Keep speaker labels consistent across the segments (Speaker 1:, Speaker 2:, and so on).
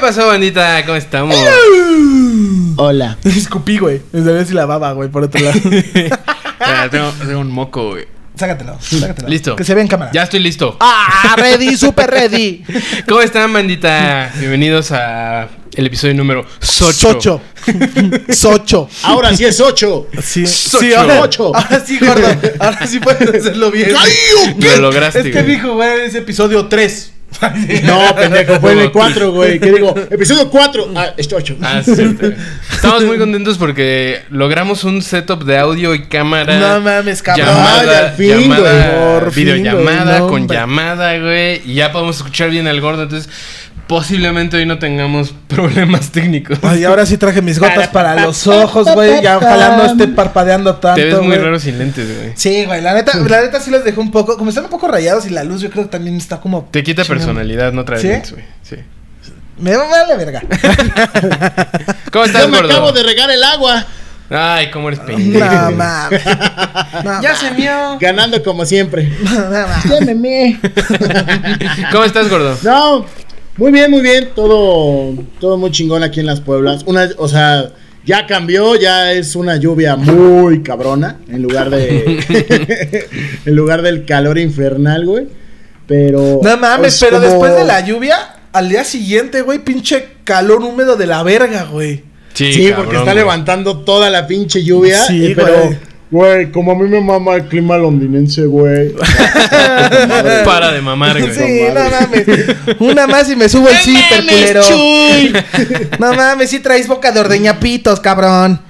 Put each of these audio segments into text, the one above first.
Speaker 1: pasó, bandita? ¿Cómo estamos?
Speaker 2: Hola.
Speaker 3: Escupí, güey. Me sabía si la baba, güey, por otro lado.
Speaker 1: Espera, tengo, tengo un moco, güey.
Speaker 3: sácatelo, sácatelo.
Speaker 1: Listo.
Speaker 3: Que se vea en cámara.
Speaker 1: Ya estoy listo.
Speaker 2: Ah, ready, super ready.
Speaker 1: ¿Cómo están, bandita? Bienvenidos a el episodio número 8.
Speaker 3: Socho. Socho.
Speaker 2: Ahora sí es 8.
Speaker 3: Sí, sí
Speaker 1: Socho.
Speaker 3: ahora,
Speaker 2: Socho.
Speaker 3: ahora sí, gordo. Ahora sí puedes hacerlo bien.
Speaker 1: Lo lograste,
Speaker 3: Es que
Speaker 1: güey.
Speaker 3: dijo, güey, es episodio 3.
Speaker 2: No, pendejo, fue en
Speaker 3: E
Speaker 2: el 4, güey. ¿Qué digo? Episodio 4. Ah, es 8.
Speaker 1: Ah, sí, cierto, güey. Estamos muy contentos porque logramos un setup de audio y cámara.
Speaker 3: No mames, cabrón.
Speaker 1: Ah, Llamada,
Speaker 2: Ay, al fin,
Speaker 1: llamada,
Speaker 3: güey, por fin,
Speaker 1: videollamada,
Speaker 3: güey, no,
Speaker 1: con
Speaker 3: hombre.
Speaker 1: llamada, güey. Y ya podemos escuchar bien al gordo, entonces posiblemente hoy no tengamos problemas técnicos.
Speaker 3: Ay, ahora sí traje mis gotas para los ojos, güey. Ya ojalá no esté parpadeando tanto.
Speaker 1: Te ves muy
Speaker 3: güey.
Speaker 1: raro sin lentes, güey.
Speaker 3: Sí, güey, la neta, la neta sí los dejé un poco, como están un poco rayados y la luz yo creo que también está como...
Speaker 1: Te quita
Speaker 3: chingando.
Speaker 1: personalidad no traer
Speaker 3: ¿Sí?
Speaker 1: lentes, güey. Sí.
Speaker 3: Me va a la verga.
Speaker 1: ¿Cómo estás,
Speaker 2: Yo me
Speaker 1: gordo?
Speaker 2: acabo de regar el agua.
Speaker 1: Ay, cómo eres pendejo.
Speaker 3: No mames. No,
Speaker 1: ya se mió.
Speaker 2: Ganando como siempre.
Speaker 3: no, no, mames.
Speaker 2: Ya me meé.
Speaker 1: ¿Cómo estás, gordo?
Speaker 2: No, muy bien, muy bien. Todo, todo muy chingón aquí en las Pueblas. Una, o sea, ya cambió, ya es una lluvia muy cabrona. En lugar de. en lugar del calor infernal, güey. Pero.
Speaker 3: No mames,
Speaker 2: pues,
Speaker 3: pero
Speaker 2: como-
Speaker 3: después de la lluvia, al día siguiente, güey, pinche calor húmedo de la verga, güey.
Speaker 2: Sí,
Speaker 1: cabrón,
Speaker 2: porque está
Speaker 1: güey.
Speaker 2: levantando toda la pinche lluvia.
Speaker 3: Sí,
Speaker 2: eh, pero,
Speaker 3: güey.
Speaker 2: güey, como a mí me mama el clima londinense, güey. Madre.
Speaker 1: Para de mamar, güey.
Speaker 3: Sí, pues no
Speaker 2: Madre.
Speaker 3: mames. Una más y me subo el zipper, culero. No mames, sí traes boca de ordeñapitos, cabrón.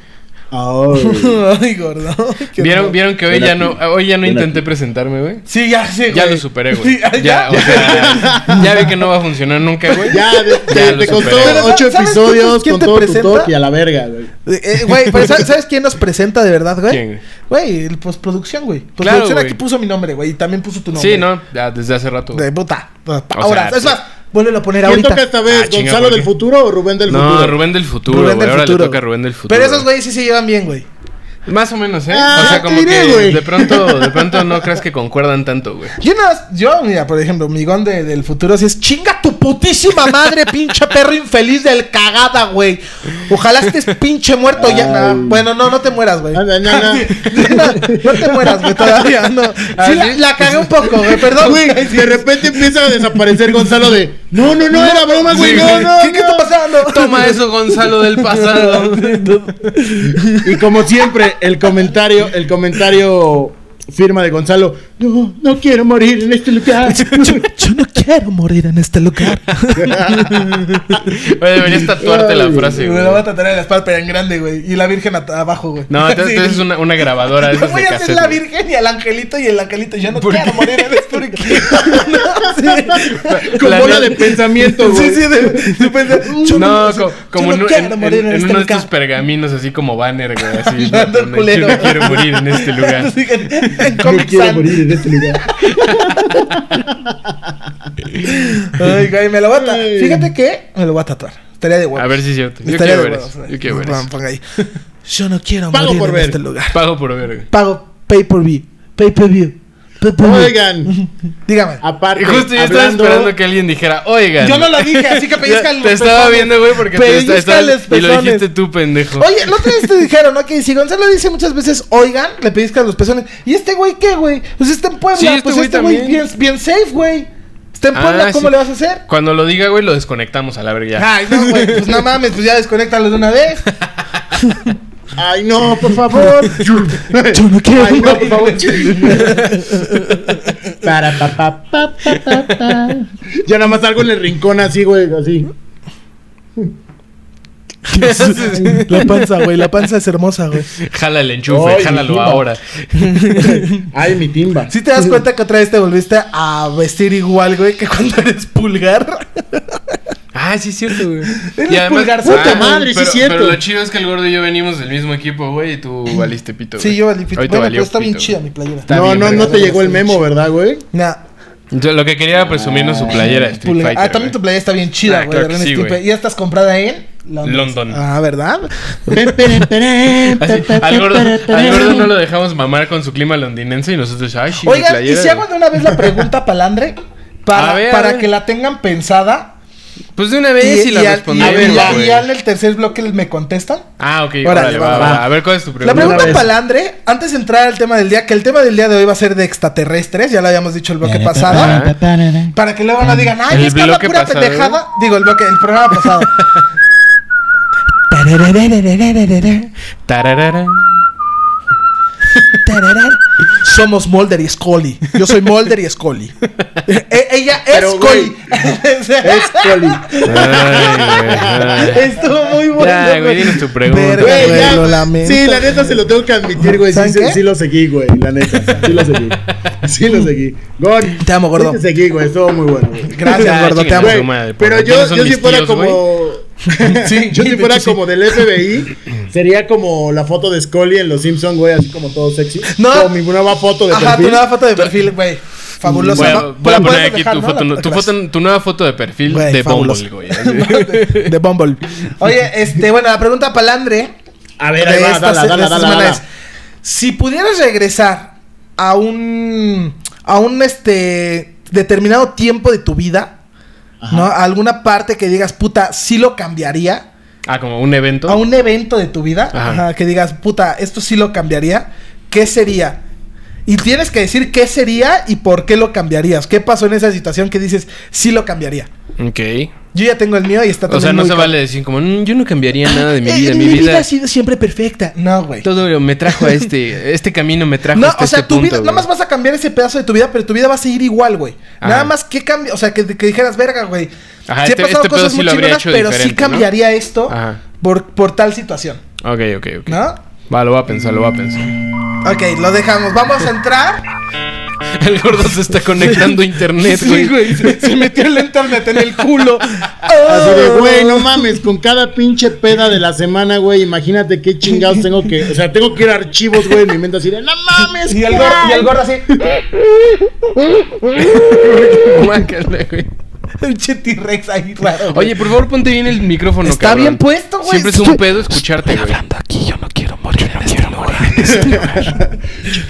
Speaker 2: Ay.
Speaker 3: Ay, gordo. qué
Speaker 1: ¿Vieron,
Speaker 3: horror.
Speaker 1: vieron que hoy
Speaker 2: Ven
Speaker 1: ya
Speaker 2: aquí.
Speaker 1: no, hoy ya no
Speaker 2: Ven
Speaker 1: intenté presentarme, güey.
Speaker 3: Sí, ya sé,
Speaker 1: Ya
Speaker 3: güey.
Speaker 1: lo superé, güey.
Speaker 3: Sí,
Speaker 1: ya, o sea, ya vi que no va a funcionar nunca, güey.
Speaker 2: Ya, de-
Speaker 1: Ya
Speaker 2: te-
Speaker 1: lo
Speaker 2: te contó
Speaker 1: superé.
Speaker 3: Pero,
Speaker 2: ocho
Speaker 3: ¿sabes quién-
Speaker 2: episodios
Speaker 3: quién
Speaker 2: con
Speaker 3: te
Speaker 2: todo tu
Speaker 3: presenta?
Speaker 2: toque a la verga, güey.
Speaker 3: Eh, Güey, pero ¿sabes- ¿sabes quién nos presenta de verdad, güey?
Speaker 1: ¿Quién?
Speaker 2: ¿Eh?
Speaker 3: Güey, el postproducción, güey. Postproducción
Speaker 1: Claro,
Speaker 3: aquí
Speaker 1: güey.
Speaker 3: puso mi nombre, güey. Y también puso tu nombre.
Speaker 1: sí, no, ya desde hace rato. güey.
Speaker 3: De puta.
Speaker 1: sea,
Speaker 3: Ahora, es
Speaker 1: sí.
Speaker 3: más, vuélvelo a poner
Speaker 2: ¿Quién
Speaker 3: ahorita.
Speaker 2: toca esta vez?
Speaker 1: Ah, chinga,
Speaker 2: ¿Gonzalo
Speaker 1: ¿por
Speaker 2: del
Speaker 1: qué?
Speaker 2: futuro o Rubén del
Speaker 1: No,
Speaker 2: futuro?
Speaker 1: Rubén del futuro,
Speaker 3: Rubén
Speaker 1: güey.
Speaker 3: del
Speaker 1: Ahora le
Speaker 3: futuro.
Speaker 1: toca a Rubén del futuro.
Speaker 3: Pero esos güeyes sí se llevan bien, güey.
Speaker 1: Más o menos, ¿eh?
Speaker 2: Ah,
Speaker 1: o sea, como
Speaker 2: te diré,
Speaker 1: que
Speaker 2: güey.
Speaker 1: de pronto, de pronto no creas que concuerdan tanto, güey.
Speaker 3: Yo nada más- yo, mira, por ejemplo, mi gon de- del futuro sí es chinga tu putísima madre, pinche perro infeliz del cagada, güey. Ojalá estés pinche muerto ya.
Speaker 2: Ay.
Speaker 3: No, bueno, no, no te mueras, güey.
Speaker 2: Ah, no, no, no.
Speaker 3: No, no te mueras, güey, todavía, no. Sí, la, la cagué un poco, güey, perdón.
Speaker 2: Ah, Güey, de repente empieza a desaparecer Gonzalo de. No, no, no, era broma, güey. No, no.
Speaker 3: ¿Qué, qué está
Speaker 2: no".
Speaker 3: pasando?
Speaker 1: Toma eso, Gonzalo del pasado.
Speaker 2: Y como siempre, el comentario, el comentario firma de Gonzalo. No, no quiero morir en este lugar.
Speaker 3: Yo, yo no quiero morir en este lugar.
Speaker 1: Güey, deberías tatuarte la
Speaker 2: Ay,
Speaker 1: frase,
Speaker 3: me lo voy a
Speaker 1: güey.
Speaker 3: tatuar en la espalda, pero en grande, güey. Y la virgen at- abajo, güey.
Speaker 1: No,
Speaker 3: Sí.
Speaker 1: entonces es una, una grabadora de
Speaker 3: Yo
Speaker 1: esas
Speaker 3: voy
Speaker 1: Ah, de
Speaker 3: a ser la
Speaker 1: cassette. güey.
Speaker 3: virgen y al angelito y el angelito. Yo no quiero morir en este lugar.
Speaker 2: Con
Speaker 1: La
Speaker 2: bola
Speaker 1: neta-
Speaker 2: de pensamiento, güey.
Speaker 3: Sí, sí, de, de pensar, yo
Speaker 1: No,
Speaker 3: yo
Speaker 1: co- como
Speaker 3: no
Speaker 1: en, un-
Speaker 3: quiero
Speaker 1: en-
Speaker 3: morir
Speaker 1: en- en
Speaker 3: este
Speaker 1: uno de
Speaker 3: lugar.
Speaker 1: estos pergaminos, así como banner, güey. Así,
Speaker 3: Ando
Speaker 1: no, no,
Speaker 3: culero.
Speaker 1: yo no quiero morir en este lugar.
Speaker 3: Sí, en- en
Speaker 2: No
Speaker 3: Comic
Speaker 2: quiero
Speaker 3: Sans.
Speaker 2: morir en este lugar.
Speaker 3: Ay, güey, me lo voy a tatuar.
Speaker 2: Ay.
Speaker 3: Fíjate que me lo voy a tatuar. Estaría de huevos.
Speaker 1: A ver si es cierto. Yo
Speaker 3: Estaría
Speaker 1: quiero
Speaker 3: de
Speaker 1: ver
Speaker 3: huevos.
Speaker 1: eso. Yo quiero ver
Speaker 3: Pon-
Speaker 1: eso.
Speaker 3: ponga ahí. Yo no quiero
Speaker 2: Pago
Speaker 3: morir
Speaker 2: por
Speaker 3: en
Speaker 2: ver.
Speaker 3: este lugar.
Speaker 1: Pago por ver, güey.
Speaker 3: Pago pay per view. Pay per view. Pay per view.
Speaker 2: Oigan,
Speaker 3: Dígame.
Speaker 2: aparte.
Speaker 1: Y justo yo estaba
Speaker 2: hablando-
Speaker 1: esperando que alguien dijera, oigan.
Speaker 3: Yo no lo dije, así que
Speaker 1: Ya,
Speaker 3: pellizcan
Speaker 1: Te
Speaker 3: los
Speaker 1: estaba
Speaker 3: pezones.
Speaker 1: viendo, güey, porque te
Speaker 3: Pellizcan
Speaker 1: está- estabas-
Speaker 3: los
Speaker 1: Y lo
Speaker 3: pezones.
Speaker 1: dijiste tú, pendejo.
Speaker 3: Oye, la otra vez te dijeron, ¿no? Que si Gonzalo dice muchas veces, oigan, le pellizcan los pezones. ¿Y este güey qué, güey? Pues está en Puebla,
Speaker 1: Sí, este
Speaker 3: pues
Speaker 1: güey
Speaker 3: este güey
Speaker 1: también.
Speaker 3: bien, bien safe, güey. Está en
Speaker 1: Ah,
Speaker 3: Puebla, ¿cómo
Speaker 1: sí.
Speaker 3: le vas a hacer?
Speaker 1: Cuando lo diga, güey, lo desconectamos a la verga.
Speaker 3: Ay, no, güey, pues no mames, pues ya desconéctalo de una vez.
Speaker 2: Ay, no, por favor.
Speaker 3: Yo no quiero
Speaker 2: Ay, no, por
Speaker 3: morir.
Speaker 2: favor. Para, pa, pa, pa, pa, pa, pa. Ya nada más salgo en el rincón así, güey, así.
Speaker 3: La panza, güey, la panza es hermosa, güey.
Speaker 1: Jala el enchufe,
Speaker 2: Ay,
Speaker 1: jálalo
Speaker 2: mira.
Speaker 1: ahora.
Speaker 2: Ay, mi timba.
Speaker 3: Si te das cuenta que otra vez te volviste a vestir igual, güey, que cuando eres pulgar.
Speaker 1: Ah, sí es cierto, güey.
Speaker 3: Eres pulgarzote,
Speaker 1: Ah,
Speaker 2: madre, sí
Speaker 1: pero-
Speaker 2: es cierto.
Speaker 1: Pero lo chido es que el gordo y yo venimos del mismo equipo, güey, y tú valiste pito.
Speaker 3: Sí,
Speaker 1: güey.
Speaker 3: yo valí pito.
Speaker 1: Hoy te
Speaker 3: Bueno,
Speaker 1: valió
Speaker 3: pero está bien
Speaker 1: pito,
Speaker 3: chida mi
Speaker 1: güey.
Speaker 3: playera.
Speaker 1: Está
Speaker 2: No,
Speaker 1: bien,
Speaker 2: no,
Speaker 1: verga.
Speaker 2: no te llegó el memo, ¿verdad, güey?
Speaker 3: Nah,
Speaker 1: Yo lo que quería presumirnos su playera de Street
Speaker 3: pulgar.
Speaker 1: Fighter.
Speaker 3: Ah, también
Speaker 1: güey.
Speaker 3: tu playera está bien chida,
Speaker 1: Ah,
Speaker 3: güey.
Speaker 1: claro
Speaker 3: de
Speaker 1: que
Speaker 3: Ren
Speaker 1: sí,
Speaker 3: Stimpy.
Speaker 1: güey.
Speaker 3: Y ya estás comprada en Londres.
Speaker 1: London.
Speaker 3: Ah, ¿verdad?
Speaker 1: Así, al, gordo, al gordo no lo dejamos mamar con su clima londinense y nosotros, ay, sí, mi
Speaker 3: Oigan, ¿y
Speaker 1: playera,
Speaker 3: si hago
Speaker 1: güey.
Speaker 3: de una vez la pregunta palandre? Para,
Speaker 1: A ver, a
Speaker 3: para
Speaker 1: ver.
Speaker 3: que la tengan pensada.
Speaker 1: Pues de una vez y, la
Speaker 3: al-
Speaker 1: respondemos.
Speaker 3: y al- y al-
Speaker 1: güey.
Speaker 3: y al del tercer bloque me contestan.
Speaker 1: Ah, ok. órale,
Speaker 3: Órale,
Speaker 1: va,
Speaker 3: va,
Speaker 1: va.
Speaker 2: va.
Speaker 1: A ver, ¿cuál es tu
Speaker 3: La
Speaker 1: pregunta?
Speaker 3: pregunta
Speaker 2: vez.
Speaker 3: palandre, antes de entrar al tema del día, que el tema del día de hoy va a ser de extraterrestres, ya lo habíamos dicho el bloque pasado.
Speaker 1: Ah,
Speaker 3: Para que luego no digan,
Speaker 1: El
Speaker 3: ay, es que habla
Speaker 1: bloque
Speaker 3: pura
Speaker 1: pasado. ¿eh?
Speaker 3: pendejada. Digo, el bloque, el programa pasado.
Speaker 1: Tararara.
Speaker 3: Tararán. Somos Mulder y Scully. Yo soy Mulder y Scully. E- ella es
Speaker 2: Pero,
Speaker 3: Scully.
Speaker 2: Es Coli.
Speaker 1: Ay, güey, ay.
Speaker 3: Estuvo muy bueno.
Speaker 1: Ya, güey, dinos tu pregunta.
Speaker 3: Verga,
Speaker 2: Güey,
Speaker 3: güey,
Speaker 2: ya,
Speaker 3: lo lamento.
Speaker 2: Sí, la neta se lo tengo que admitir, güey. Sí,
Speaker 3: ¿Saben
Speaker 2: sí,
Speaker 3: qué?
Speaker 2: sí lo seguí, güey. La neta. Sí lo seguí. Sí lo seguí. Gon.
Speaker 3: Te amo, gordo.
Speaker 2: Sí te seguí, güey. Estuvo muy bueno, güey.
Speaker 3: Gracias,
Speaker 1: Ya,
Speaker 3: gordo, te
Speaker 1: chinga
Speaker 3: amo.
Speaker 1: su
Speaker 2: Güey,
Speaker 1: madre,
Speaker 2: pero
Speaker 1: porque no
Speaker 2: yo,
Speaker 1: son
Speaker 2: yo si
Speaker 1: mis
Speaker 2: fuera
Speaker 1: tíos,
Speaker 2: como.
Speaker 3: Sí,
Speaker 2: yo si
Speaker 3: de
Speaker 2: fuera
Speaker 3: hecho, sí.
Speaker 2: como del FBI, sería como la foto de Scully en Los Simpsons, güey, así como todo sexy.
Speaker 3: No.
Speaker 2: Como mi nueva foto de
Speaker 3: Ajá, tu
Speaker 2: perfil.
Speaker 3: nueva foto de perfil, güey. Fabulosa.
Speaker 1: Voy a,
Speaker 3: ¿no?
Speaker 1: voy a poner
Speaker 3: La puedes
Speaker 1: aquí
Speaker 3: dejar,
Speaker 1: tu,
Speaker 3: ¿no?
Speaker 1: foto,
Speaker 3: La-
Speaker 1: tu,
Speaker 3: la-
Speaker 1: foto, tu nueva foto de perfil
Speaker 3: Güey,
Speaker 1: de
Speaker 3: fabuloso.
Speaker 1: Bumble, güey. así.
Speaker 3: de Bumble. Oye, este, bueno, la pregunta palandre.
Speaker 2: A ver,
Speaker 3: de
Speaker 2: ahí va,
Speaker 3: esta
Speaker 2: dala,
Speaker 3: se-
Speaker 2: dala,
Speaker 3: de esta
Speaker 2: dala,
Speaker 3: semana
Speaker 2: dala.
Speaker 3: es, Si pudieras regresar a un a un este determinado tiempo de tu vida, ¿no? A alguna parte que digas, "Puta, sí lo cambiaría."
Speaker 1: Ah, como un evento.
Speaker 3: A un evento de tu vida,
Speaker 1: Ajá.
Speaker 3: ajá, que digas, "Puta, esto sí lo cambiaría." ¿Qué sería? Y tienes que decir qué sería y por qué lo cambiarías. ¿Qué pasó en esa situación que dices, "Sí lo cambiaría"?
Speaker 1: Ok.
Speaker 3: Yo ya tengo el mío y está
Speaker 1: O sea,
Speaker 3: también
Speaker 1: no
Speaker 3: muy
Speaker 1: se
Speaker 3: cabrón.
Speaker 1: vale decir como, "Mm, yo no cambiaría nada de mi
Speaker 3: Eh,
Speaker 1: vida.
Speaker 3: mi
Speaker 1: Mi
Speaker 3: vida
Speaker 1: vida,
Speaker 3: ha sido siempre perfecta. No, güey.
Speaker 1: todo me trajo a este, este camino me trajo
Speaker 3: No,
Speaker 1: hasta
Speaker 3: o sea,
Speaker 1: este
Speaker 3: tu
Speaker 1: punto,
Speaker 3: vida, nada
Speaker 1: güey.
Speaker 3: más vas a cambiar ese pedazo de tu vida, pero tu vida va a seguir igual, güey.
Speaker 1: Ajá.
Speaker 3: Nada más que cambia, o sea, que, que dijeras, verga, güey.
Speaker 1: Ajá,
Speaker 3: sí
Speaker 1: este-
Speaker 3: he pasado
Speaker 1: este pedo
Speaker 3: cosas
Speaker 1: sí
Speaker 3: muy
Speaker 1: lo habría
Speaker 3: chingonas,
Speaker 1: hecho
Speaker 3: pero sí
Speaker 1: diferente, ¿no?
Speaker 3: cambiaría esto
Speaker 1: Ajá.
Speaker 3: por, por tal situación,
Speaker 1: Ok, ok, ok.
Speaker 3: ¿no? Mm.
Speaker 1: Va, lo voy a pensar, lo voy a pensar.
Speaker 3: Ok, lo dejamos. Vamos a entrar.
Speaker 1: El gordo se está conectando a internet, güey.
Speaker 3: Se, se metió el internet en el culo. Oh.
Speaker 2: Así de, güey, no mames, con cada pinche peda de la semana, güey, imagínate qué chingados tengo que. O sea, tengo que ir a archivos, güey, en mi mente así de, no mames,
Speaker 3: Y el, gordo, y el gordo así.
Speaker 1: Guácala, güey.
Speaker 3: Un T-Rex ahí raro. güey.
Speaker 1: Oye, por favor, ponte bien el micrófono,
Speaker 3: Está
Speaker 1: cabrón.
Speaker 3: bien puesto, güey.
Speaker 1: Siempre es un
Speaker 3: Estoy-
Speaker 1: pedo escucharte, güey.
Speaker 3: este
Speaker 1: este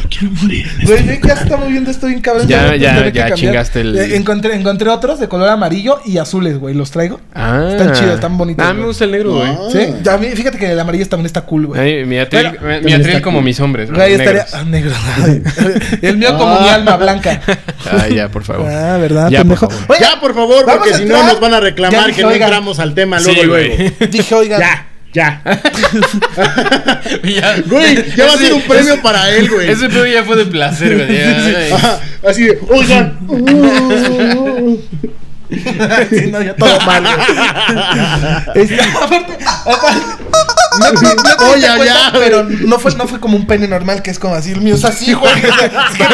Speaker 3: Güey, yo ya estamos viendo esto bien cabrón.
Speaker 1: Ya,
Speaker 3: de repente
Speaker 1: ya,
Speaker 3: tener que
Speaker 1: ya
Speaker 3: cambiar.
Speaker 1: chingaste el-
Speaker 3: Eh, encontré, encontré otros de color amarillo y azules, güey. ¿Los traigo?
Speaker 1: Ah.
Speaker 3: Están chidos, están bonitos,
Speaker 1: Ah,
Speaker 3: güey.
Speaker 1: me gusta el negro, güey.
Speaker 2: Ah.
Speaker 3: Sí. Ya, mi- fíjate que el amarillo también está cool, güey.
Speaker 1: Ay, Mi atril,
Speaker 3: Bueno,
Speaker 1: mi- mi
Speaker 2: también
Speaker 1: atril
Speaker 2: está
Speaker 1: como
Speaker 2: cool.
Speaker 1: mis hombres. ¿no?
Speaker 3: Güey, estaría.
Speaker 1: Negros.
Speaker 3: Ah, negro. el mío como
Speaker 2: Ah.
Speaker 3: mi alma blanca.
Speaker 1: Ay, ya, por favor.
Speaker 3: Ah, ¿verdad?
Speaker 1: Ya,
Speaker 3: pendejo?
Speaker 1: por favor.
Speaker 3: Oye,
Speaker 2: Ya, por favor,
Speaker 3: Vamos
Speaker 2: porque
Speaker 3: a
Speaker 2: si no
Speaker 3: entrar.
Speaker 2: nos van a
Speaker 3: Ya
Speaker 2: reclamar
Speaker 3: dije,
Speaker 2: que no
Speaker 3: oigan.
Speaker 2: entramos al tema
Speaker 1: Sí,
Speaker 2: luego,
Speaker 1: güey.
Speaker 2: luego.
Speaker 3: dije, oigan.
Speaker 2: Ya, ya.
Speaker 1: Ya.
Speaker 2: Güey, ya va a
Speaker 1: Ese-
Speaker 2: ser un premio
Speaker 1: ese-
Speaker 2: para él, güey.
Speaker 1: Ese pedo ya fue de placer, güey. Ya, ay.
Speaker 2: Ajá, así de, oigan. uh,
Speaker 3: Sí, no, ya todo mal, güey. Este, aparte, aparte. No, no, no te
Speaker 2: Oye,
Speaker 3: diste cuenta,
Speaker 2: ya, güey.
Speaker 3: pero no fue, no fue como un pene normal que es como así, el mío es así, güey. ¿Qué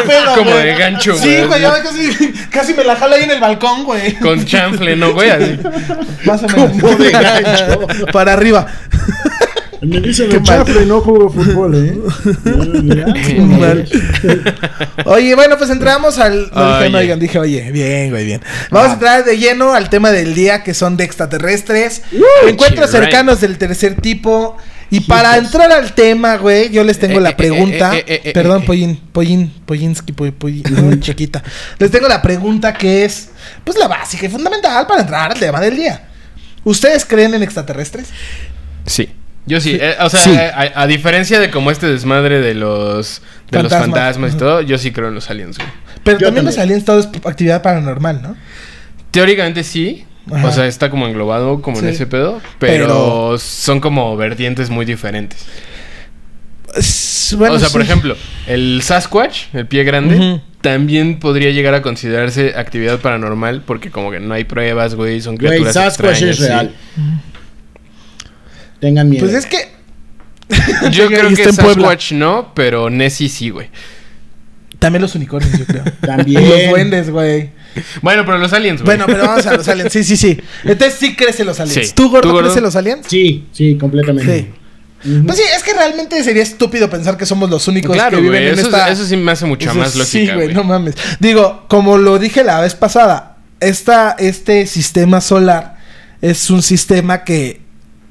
Speaker 3: pedo,
Speaker 1: Como
Speaker 3: güey?
Speaker 1: de gancho,
Speaker 3: Sí,
Speaker 1: güey.
Speaker 3: güey, ya casi, casi me la jala ahí en el balcón, güey.
Speaker 1: Con chanfle, ¿no, güey? Así.
Speaker 3: Más o menos.
Speaker 2: Como de gancho.
Speaker 3: Para arriba.
Speaker 2: Me dicen
Speaker 3: Qué
Speaker 2: el
Speaker 3: mal.
Speaker 2: chafle, no juego fútbol, ¿eh?
Speaker 3: Qué mal. Oye, bueno, pues entramos al. No, dije, no,
Speaker 1: Oye. Ah.
Speaker 3: oigan, dije, oye, bien, güey, bien. Vamos a entrar de lleno al tema del día que son de extraterrestres, encuentros
Speaker 1: right.
Speaker 3: cercanos del tercer tipo. Y para entrar al tema, güey, yo les tengo
Speaker 1: Eh, eh,
Speaker 3: la pregunta.
Speaker 1: eh, eh, eh, eh,
Speaker 3: Perdón,
Speaker 1: eh.
Speaker 3: Pollín, Pollín, Pollinsky, Poy- Poy- ay, chiquita. Les tengo la pregunta que es, pues la básica y fundamental para entrar al tema del día. ¿Ustedes creen en extraterrestres?
Speaker 1: Sí. Yo sí, eh, o sea,
Speaker 3: Sí.
Speaker 1: a, a diferencia de como este desmadre de los de los
Speaker 3: Fantasmas.
Speaker 1: fantasmas y todo, yo sí creo en los aliens, güey.
Speaker 3: Pero
Speaker 2: Yo
Speaker 3: también los
Speaker 2: también.
Speaker 3: aliens todo es actividad paranormal, ¿no?
Speaker 1: Teóricamente sí.
Speaker 3: Ajá.
Speaker 1: O sea, está como englobado como en
Speaker 3: Sí.
Speaker 1: ese pedo, pero,
Speaker 3: Pero-
Speaker 1: son como vertientes muy diferentes.
Speaker 3: Es- bueno,
Speaker 1: o sea, por
Speaker 3: sí.
Speaker 1: ejemplo, el Sasquatch, el pie grande,
Speaker 3: Ujú.
Speaker 1: también podría llegar a considerarse actividad paranormal porque como que no hay pruebas, güey, son
Speaker 2: Güey,
Speaker 1: criaturas
Speaker 2: Sasquatch
Speaker 1: extrañas,
Speaker 2: es
Speaker 1: sí.
Speaker 2: real. Tengan miedo.
Speaker 3: Pues es que
Speaker 1: Yo creo
Speaker 3: Y
Speaker 1: que
Speaker 3: está en Puebla.
Speaker 1: Sasquatch no, pero Nessie sí, güey.
Speaker 3: También los unicornios, yo creo.
Speaker 2: También.
Speaker 3: Y los duendes, güey.
Speaker 1: Bueno, pero los aliens, güey.
Speaker 3: Bueno, pero ah, vamos a los aliens. Sí, sí, sí. Entonces sí crees en los aliens.
Speaker 1: Sí.
Speaker 3: ¿Tú, gordo,
Speaker 1: ¿Tú, gordo?
Speaker 3: crees en los aliens?
Speaker 2: Sí, sí, completamente. Ujú.
Speaker 3: Pues sí, es que realmente sería estúpido pensar que somos los únicos
Speaker 1: claro,
Speaker 3: que viven
Speaker 1: güey,
Speaker 3: en
Speaker 1: eso,
Speaker 3: esta...
Speaker 1: eso sí me hace mucha
Speaker 3: Eso
Speaker 1: más
Speaker 3: Sí,
Speaker 1: lógica,
Speaker 3: güey,
Speaker 1: güey.
Speaker 3: no mames. Digo, como lo dije la vez pasada, esta, este sistema solar es un sistema que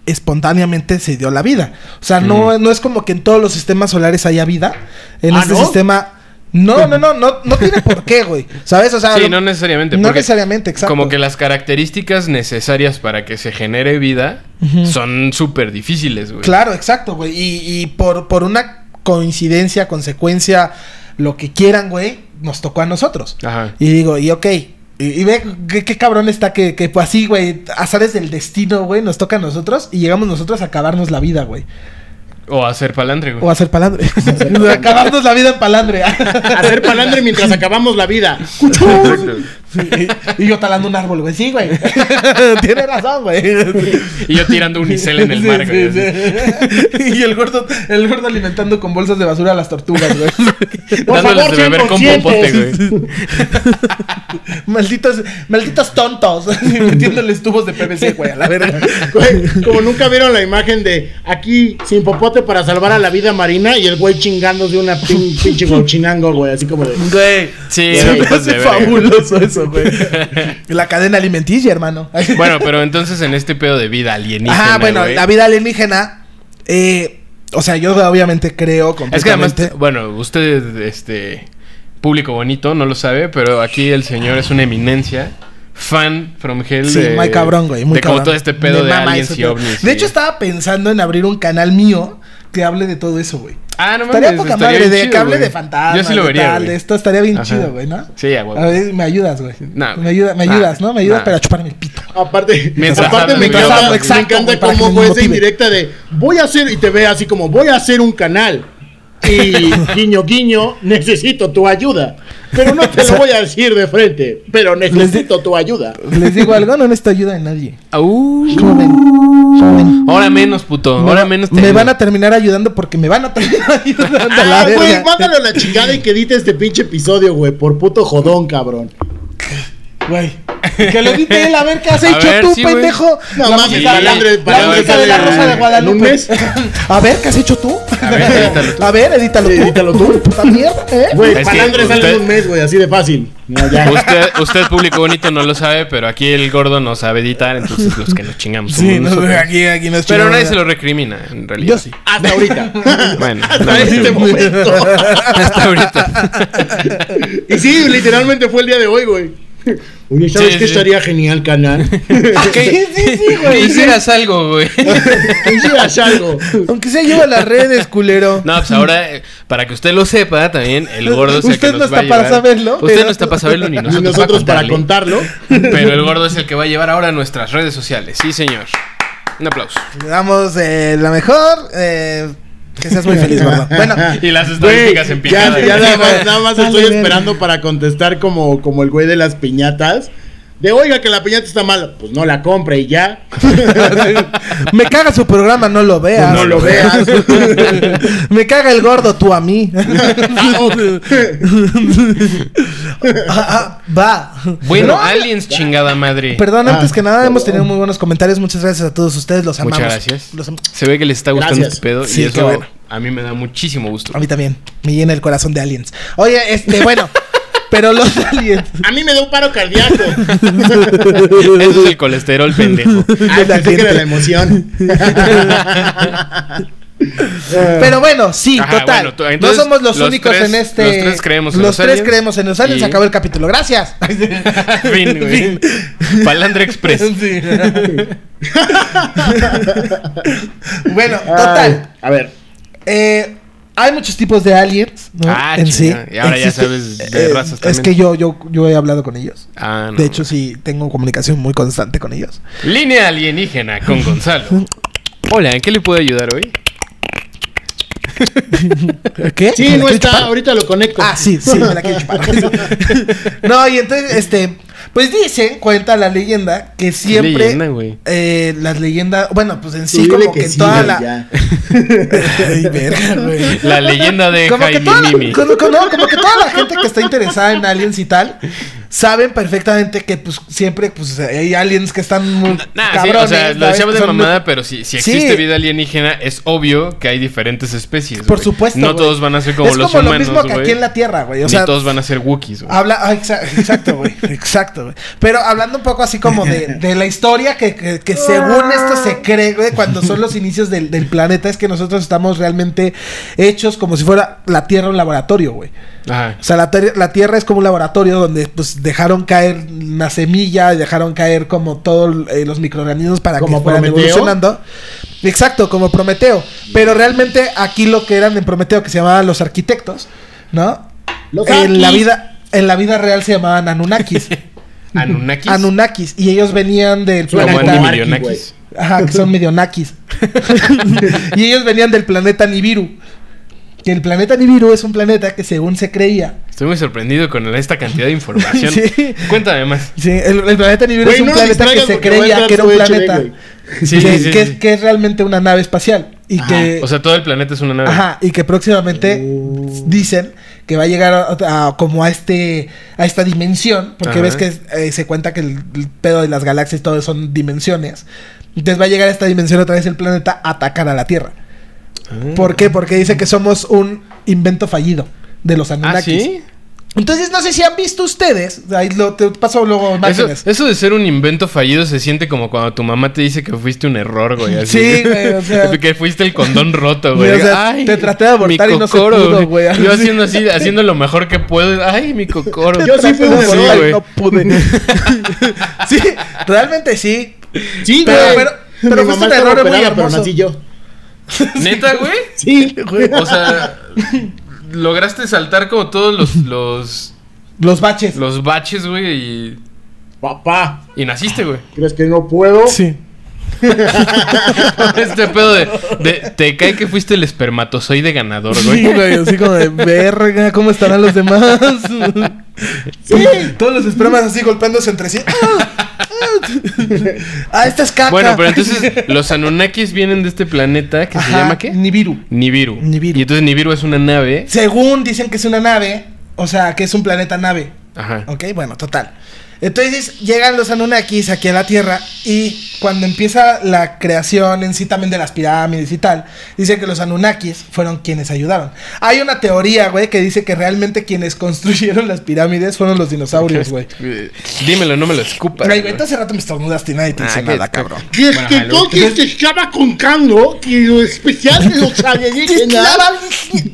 Speaker 3: espontáneamente se
Speaker 1: Mm.
Speaker 3: dio la vida. O sea, no, no es como que en todos los sistemas solares haya vida. En
Speaker 2: ¿Ah,
Speaker 3: este
Speaker 2: no?
Speaker 3: sistema No, no, no, no, no tiene por qué, güey. ¿Sabes? O sea,
Speaker 1: Sí,
Speaker 3: lo-
Speaker 1: no necesariamente.
Speaker 3: No
Speaker 1: porque
Speaker 3: necesariamente, exacto.
Speaker 1: Como que las características necesarias para que se genere vida son súper difíciles, güey.
Speaker 3: Claro, exacto, güey. Y, y por, por una coincidencia, consecuencia, lo que quieran, güey, nos tocó a nosotros.
Speaker 1: Ajá.
Speaker 3: Y digo, y ok. Y, y ve qué, qué cabrón está que, que pues así, güey, azares del destino, güey, nos toca a nosotros y llegamos nosotros a acabarnos la vida, güey.
Speaker 1: O hacer palantre, güey.
Speaker 3: O a hacer palandre. acabarnos la vida en palandre.
Speaker 2: Hacer palandre mientras acabamos la vida.
Speaker 1: Exacto.
Speaker 3: Sí, y, y yo talando un árbol, güey. Sí, güey. Tiene razón, güey.
Speaker 1: Y yo tirando unicel en el
Speaker 3: Sí,
Speaker 1: mar,
Speaker 3: sí,
Speaker 1: güey. así.
Speaker 3: sí. Y el gordo, el gordo alimentando con bolsas de basura a las tortugas, güey.
Speaker 2: Por
Speaker 1: Dándoles
Speaker 2: favor,
Speaker 1: de
Speaker 2: sean
Speaker 1: beber con
Speaker 2: conscientes.
Speaker 1: popote, güey.
Speaker 3: malditos, malditos tontos. metiéndoles tubos de PVC, güey, a la verga.
Speaker 2: Güey, Como nunca vieron la imagen de aquí sin popote para salvar a la vida marina y el güey chingándose una pin- pinche golchinango, güey, así como de.
Speaker 3: Güey.
Speaker 1: Sí,
Speaker 3: Se
Speaker 1: no te
Speaker 3: me
Speaker 1: pases de
Speaker 3: hace
Speaker 1: verga.
Speaker 3: fabuloso eso, güey. La cadena alimenticia, hermano.
Speaker 1: Bueno, pero entonces en este pedo de vida alienígena.
Speaker 3: Ajá, bueno,
Speaker 1: güey,
Speaker 3: la vida alienígena. eh, o sea, yo obviamente creo
Speaker 1: Es que además,
Speaker 3: completamente.
Speaker 1: bueno, usted, este, público bonito, no lo sabe, pero aquí el señor es una eminencia. Fan from hell.
Speaker 3: Sí,
Speaker 1: de-
Speaker 3: muy cabrón, güey. Muy
Speaker 1: de
Speaker 3: cabrón.
Speaker 1: como todo este pedo
Speaker 3: Me
Speaker 1: de
Speaker 3: mama
Speaker 1: aliens
Speaker 3: ese
Speaker 1: y
Speaker 3: pedo.
Speaker 1: ovnis.
Speaker 3: De
Speaker 1: y-
Speaker 3: hecho, estaba pensando en abrir un canal mío que hable de todo eso, güey.
Speaker 1: Ah, no mames.
Speaker 3: estaría poca madre
Speaker 1: bien
Speaker 3: de
Speaker 1: chido,
Speaker 3: que hable
Speaker 1: güey.
Speaker 3: de fantasmas.
Speaker 1: Yo sí lo
Speaker 3: de
Speaker 1: vería.
Speaker 3: tal,
Speaker 1: güey.
Speaker 3: de esto estaría bien
Speaker 1: Ajá.
Speaker 3: chido, güey, ¿no?
Speaker 1: Sí, a huevo.
Speaker 3: A ver, me ayudas, güey.
Speaker 1: Nah, güey.
Speaker 3: me ayuda, me
Speaker 1: Nah,
Speaker 3: ayudas, ¿no? Me ayudas
Speaker 1: nah.
Speaker 3: para chuparme el pito.
Speaker 2: Aparte,
Speaker 1: Mientras
Speaker 2: aparte
Speaker 1: hablan,
Speaker 2: me
Speaker 1: mientras
Speaker 2: encanta,
Speaker 1: hablan,
Speaker 2: me
Speaker 3: exacto,
Speaker 2: encanta
Speaker 3: güey, para que
Speaker 2: cómo
Speaker 3: me
Speaker 2: fue esa
Speaker 3: motive.
Speaker 2: indirecta de voy a hacer, y te ve así como voy a hacer un canal. Y guiño, guiño, necesito tu ayuda. Pero no te lo voy a decir de frente, pero necesito tu ayuda.
Speaker 3: Les digo algo, no necesito ayuda de nadie.
Speaker 1: Au.
Speaker 3: ¿Cómo ven? ¿Cómo ven?
Speaker 1: Ahora menos, puto.
Speaker 3: Me
Speaker 1: Ahora
Speaker 3: va-
Speaker 1: menos.
Speaker 3: me van a terminar ayudando porque me van a terminar ayudando. a la
Speaker 2: Ah, güey,
Speaker 3: verga.
Speaker 2: mándalo a la chingada y que edite este pinche episodio, güey, por puto jodón, cabrón.
Speaker 3: Güey. Que lo edite él a ver qué has
Speaker 1: A
Speaker 3: hecho
Speaker 1: ver,
Speaker 3: tú,
Speaker 1: sí, güey.
Speaker 3: pendejo.
Speaker 2: No
Speaker 3: la
Speaker 2: mames,
Speaker 3: música-
Speaker 2: palandre-
Speaker 3: la
Speaker 2: palandre
Speaker 3: música de la
Speaker 2: sale
Speaker 3: Rosa de
Speaker 2: en
Speaker 3: Guadalupe.
Speaker 2: un mes.
Speaker 3: A ver, ¿qué has hecho tú?
Speaker 1: A ver, edítalo tú.
Speaker 3: A ver, edítalo tú.
Speaker 2: Edítalo tú.
Speaker 3: Puta mierda, ¿eh?
Speaker 2: Güey,
Speaker 1: Es
Speaker 2: palandre
Speaker 1: que
Speaker 2: sale
Speaker 1: usted-
Speaker 2: en un mes, güey, así de fácil. No, ya.
Speaker 1: Usted, usted, público bonito, no lo sabe, pero aquí el gordo no sabe editar, entonces los que nos chingamos. somos
Speaker 3: Sí, no,
Speaker 1: nosotros.
Speaker 3: aquí, aquí no es
Speaker 1: Pero
Speaker 3: chingón,
Speaker 1: nadie
Speaker 3: ¿verdad?
Speaker 1: se lo recrimina, en realidad.
Speaker 3: Yo sí.
Speaker 2: Hasta ahorita.
Speaker 1: Bueno,
Speaker 2: Hasta
Speaker 1: no,
Speaker 2: este
Speaker 1: sí.
Speaker 2: momento.
Speaker 1: Hasta ahorita.
Speaker 2: Y sí, literalmente fue el día de hoy, güey. Oye, ¿sabes
Speaker 1: Sí,
Speaker 2: qué
Speaker 1: sí.
Speaker 2: estaría genial, canal?
Speaker 3: Sí, sí, sí,
Speaker 1: Que
Speaker 3: güey.
Speaker 1: hicieras algo, güey.
Speaker 2: Que hicieras algo.
Speaker 3: Aunque sea yo a las redes, culero.
Speaker 1: No, pues ahora, eh, para que usted lo sepa también, el gordo es el
Speaker 3: Usted
Speaker 1: que
Speaker 3: no
Speaker 1: nos va a
Speaker 3: está para
Speaker 1: llevar-
Speaker 3: saberlo,
Speaker 1: Usted
Speaker 3: pero-
Speaker 1: no está para saberlo ni
Speaker 2: Y
Speaker 1: nosotros,
Speaker 2: nosotros para
Speaker 1: contarle.
Speaker 2: contarlo.
Speaker 1: Pero el gordo es el que va a llevar ahora a nuestras redes sociales. Sí, señor. Un aplauso.
Speaker 3: Le damos eh, la mejor. eh, que seas muy feliz, gordo. Bueno,
Speaker 1: Y las
Speaker 2: Güey,
Speaker 1: estadísticas en picada.
Speaker 2: ya, ya nada más, nada más
Speaker 3: Dale,
Speaker 2: estoy
Speaker 3: verga.
Speaker 2: esperando para contestar como, como el güey de las piñatas. De oiga que la piñata está mala, pues no la compre y ya.
Speaker 3: me caga su programa, no lo veas.
Speaker 1: No lo
Speaker 2: veas.
Speaker 3: me caga el gordo, tú a mí. Ah, ah, va.
Speaker 1: Bueno,
Speaker 3: No,
Speaker 1: aliens, chingada madre.
Speaker 3: Eh, Perdón,
Speaker 2: Ah,
Speaker 3: antes que nada,
Speaker 2: perdón.
Speaker 3: hemos tenido muy buenos comentarios. Muchas gracias a todos ustedes, los amamos.
Speaker 1: Muchas gracias.
Speaker 3: Los am-
Speaker 1: Se ve que les está gustando
Speaker 2: Gracias.
Speaker 1: este pedo
Speaker 3: Sí,
Speaker 1: y
Speaker 3: qué
Speaker 1: eso
Speaker 3: bueno.
Speaker 1: a mí me da muchísimo gusto.
Speaker 3: a mí también. Me llena el corazón de aliens. Oye, este, bueno, pero los aliens.
Speaker 2: A mí me da un paro cardíaco.
Speaker 1: Eso es el colesterol pendejo.
Speaker 2: Ah, pensé que era la emoción.
Speaker 3: Pero bueno, sí,
Speaker 1: Ajá,
Speaker 3: total.
Speaker 1: bueno, tú- entonces,
Speaker 3: no somos los,
Speaker 1: los
Speaker 3: únicos
Speaker 1: tres-
Speaker 3: en este.
Speaker 1: los tres creemos en
Speaker 3: en los
Speaker 1: los
Speaker 3: tres
Speaker 1: aliens.
Speaker 3: creemos en los aliens.
Speaker 1: Y-
Speaker 3: Se acabó el capítulo. Gracias.
Speaker 1: fin, güey. Palandra Express.
Speaker 3: Sí. bueno, total.
Speaker 2: Ay, a ver.
Speaker 3: eh, hay muchos tipos de aliens, ¿no?
Speaker 1: Ah, chinga. Y ahora ya sabes de razas
Speaker 3: Eh, Es
Speaker 1: también.
Speaker 3: que yo, yo, yo he hablado con ellos.
Speaker 1: Ah, no.
Speaker 3: De hecho, sí, tengo comunicación muy constante con ellos.
Speaker 1: Línea alienígena con Gonzalo. Hola, ¿en qué le puedo ayudar hoy?
Speaker 3: ¿Qué?
Speaker 2: Sí,
Speaker 3: ¿Me la
Speaker 2: no
Speaker 3: quiero
Speaker 2: está,
Speaker 3: chupar?
Speaker 2: ahorita lo conecto.
Speaker 3: Ah, sí, sí, me la quiero chupar. no, y entonces, este. Pues dicen, cuenta la leyenda, que siempre.
Speaker 1: leyenda, güey?
Speaker 3: eh, las leyendas. Bueno, pues en sí,
Speaker 2: Tú dile
Speaker 3: como que, en
Speaker 2: sí,
Speaker 3: toda
Speaker 2: güey,
Speaker 3: la.
Speaker 2: ya.
Speaker 3: Ay, verga, güey.
Speaker 1: La leyenda de
Speaker 3: Como que,
Speaker 1: Jaime
Speaker 3: toda la,
Speaker 1: Mimi.
Speaker 3: como- como- no, como que toda la gente que está interesada en aliens y tal, saben perfectamente que pues siempre pues hay aliens que están muy
Speaker 1: Nah, sí,
Speaker 3: cabrones,
Speaker 1: o sea, lo
Speaker 3: ¿sabes?
Speaker 1: decíamos
Speaker 3: Que
Speaker 1: de
Speaker 3: son muy-
Speaker 1: mamada, pero si, si
Speaker 3: Sí.
Speaker 1: existe vida alienígena, es obvio que hay diferentes especies.
Speaker 3: Por
Speaker 1: güey.
Speaker 3: supuesto,
Speaker 1: No
Speaker 3: güey.
Speaker 1: todos van a ser como
Speaker 3: es
Speaker 1: los
Speaker 3: como
Speaker 1: humanos.
Speaker 3: lo mismo que
Speaker 1: güey.
Speaker 3: aquí en la Tierra, güey. O
Speaker 1: Ni
Speaker 3: sea,
Speaker 1: todos van a ser Wookiees, güey.
Speaker 3: Habla, ah, exa- exacto, güey. Exacto, güey. Pero hablando un poco así como de, de la historia que, que- que según esto se cree, güey, cuando son los inicios del, del planeta, es que nosotros estamos realmente hechos como si fuera la Tierra un laboratorio, güey.
Speaker 1: Ajá.
Speaker 3: O sea, la, ter- la Tierra es como un laboratorio donde pues dejaron caer una semilla y dejaron caer como todos eh, los microorganismos para
Speaker 2: ¿Como
Speaker 3: que fueran
Speaker 2: Prometeo?
Speaker 3: evolucionando. Exacto, como Prometeo. Pero realmente aquí lo que eran en Prometeo, que se llamaban los arquitectos, ¿no?
Speaker 2: Los
Speaker 3: en la
Speaker 2: Akis.
Speaker 3: vida en la vida real se llamaban Anunnakis.
Speaker 1: Anunnakis.
Speaker 3: Anunnakis. Y ellos venían del
Speaker 2: Suena
Speaker 1: Como
Speaker 2: Anunnaki,
Speaker 1: Andy
Speaker 3: planeta...
Speaker 2: Anunnaki,
Speaker 1: Milionakis.
Speaker 3: Ajá, que son medio nakis. y ellos venían del planeta Nibiru. Que el planeta Nibiru es un planeta que según se creía...
Speaker 1: Estoy muy sorprendido con esta cantidad de información.
Speaker 3: Sí.
Speaker 1: Cuéntame más.
Speaker 3: Sí, el, el planeta Nibiru
Speaker 2: Güey,
Speaker 3: es un
Speaker 2: no
Speaker 3: planeta
Speaker 2: nos
Speaker 3: que
Speaker 2: distraigas
Speaker 3: se
Speaker 2: porque voy a
Speaker 3: creía
Speaker 2: entrar
Speaker 3: que era un
Speaker 2: su HD,
Speaker 3: planeta.
Speaker 2: güey.
Speaker 1: Sí,
Speaker 3: que,
Speaker 1: sí, sí,
Speaker 3: que es,
Speaker 1: sí.
Speaker 3: que es realmente una nave espacial. Y
Speaker 2: Ajá,
Speaker 3: que.
Speaker 1: O sea, Oh. todo el planeta es una nave.
Speaker 3: ajá, y que próximamente dicen que va a llegar a, a- como a este. a esta dimensión. Porque
Speaker 1: Ajá.
Speaker 3: ves que eh, se cuenta que el, el pedo de las galaxias y todo son dimensiones. Entonces va a llegar a esta dimensión otra vez el planeta a atacar a la Tierra.
Speaker 1: Ah.
Speaker 3: ¿Por qué? Porque dice que somos un invento fallido de los
Speaker 1: ¿Ah,
Speaker 3: Anunnakis.
Speaker 1: sí?
Speaker 3: Entonces no sé si han visto ustedes. Ahí lo, te paso luego
Speaker 1: Eso,
Speaker 3: imágenes.
Speaker 1: eso de ser un invento fallido se siente como cuando tu mamá te dice que fuiste un error, güey. así.
Speaker 3: Sí, güey, o sea.
Speaker 1: que fuiste el condón roto, güey.
Speaker 3: Güey, o sea,
Speaker 1: Ay,
Speaker 3: te traté de abortar
Speaker 1: mi
Speaker 3: y no se
Speaker 1: cocoro,
Speaker 3: pudo, güey.
Speaker 1: Yo haciendo así, haciendo lo mejor que puedo. Ay, mi cocoro.
Speaker 2: Yo sí fui un
Speaker 1: Sí,
Speaker 2: error,
Speaker 1: güey.
Speaker 3: no pude. sí, realmente sí.
Speaker 2: Sí,
Speaker 3: Pero-
Speaker 2: güey.
Speaker 3: pero- pero
Speaker 2: Mi
Speaker 3: fuiste
Speaker 2: mamá
Speaker 3: un
Speaker 2: estaba
Speaker 3: error muy
Speaker 2: operada, pero
Speaker 3: hermoso.
Speaker 2: nací yo.
Speaker 1: ¿Neta, güey?
Speaker 2: Sí, güey.
Speaker 1: O sea, lograste saltar como todos los, los,
Speaker 3: Los baches.
Speaker 1: los baches, güey, y,
Speaker 2: Papá,
Speaker 1: y naciste, güey.
Speaker 2: ¿crees que no puedo?
Speaker 3: Sí.
Speaker 1: Este pedo de, de- Te cae que fuiste el espermatozoide ganador, güey.
Speaker 3: Sí, güey, así como de verga, ¿cómo estarán los demás?
Speaker 2: Sí.
Speaker 3: Todos los espermas así golpeándose entre sí. ah, esta es caca.
Speaker 1: Bueno, pero entonces los Anunnakis vienen de este planeta que se
Speaker 3: Ajá,
Speaker 1: llama qué?
Speaker 3: Nibiru.
Speaker 1: Nibiru.
Speaker 3: Nibiru.
Speaker 1: Y entonces Nibiru es una nave.
Speaker 3: Según dicen que es una nave, o sea, que es un planeta nave.
Speaker 1: Ajá.
Speaker 3: Ok, bueno, total. Entonces llegan los Anunnakis aquí a la Tierra y cuando empieza la creación en sí también de las pirámides y tal, dice que los Anunnakis fueron quienes ayudaron. Hay una teoría, güey, que dice que realmente quienes construyeron las pirámides fueron los dinosaurios, güey.
Speaker 1: Eh, Dímelo, no me lo escupas. güey.
Speaker 3: Güey, güey, tú hace rato me estornudaste y nadie te
Speaker 1: Ah,
Speaker 3: dice
Speaker 1: qué-
Speaker 3: nada,
Speaker 1: qué-
Speaker 3: cabrón.
Speaker 2: Que es
Speaker 1: Bueno,
Speaker 2: que
Speaker 1: ajá, luego-
Speaker 2: Toki te estaba contando que lo especial de los alienígenas.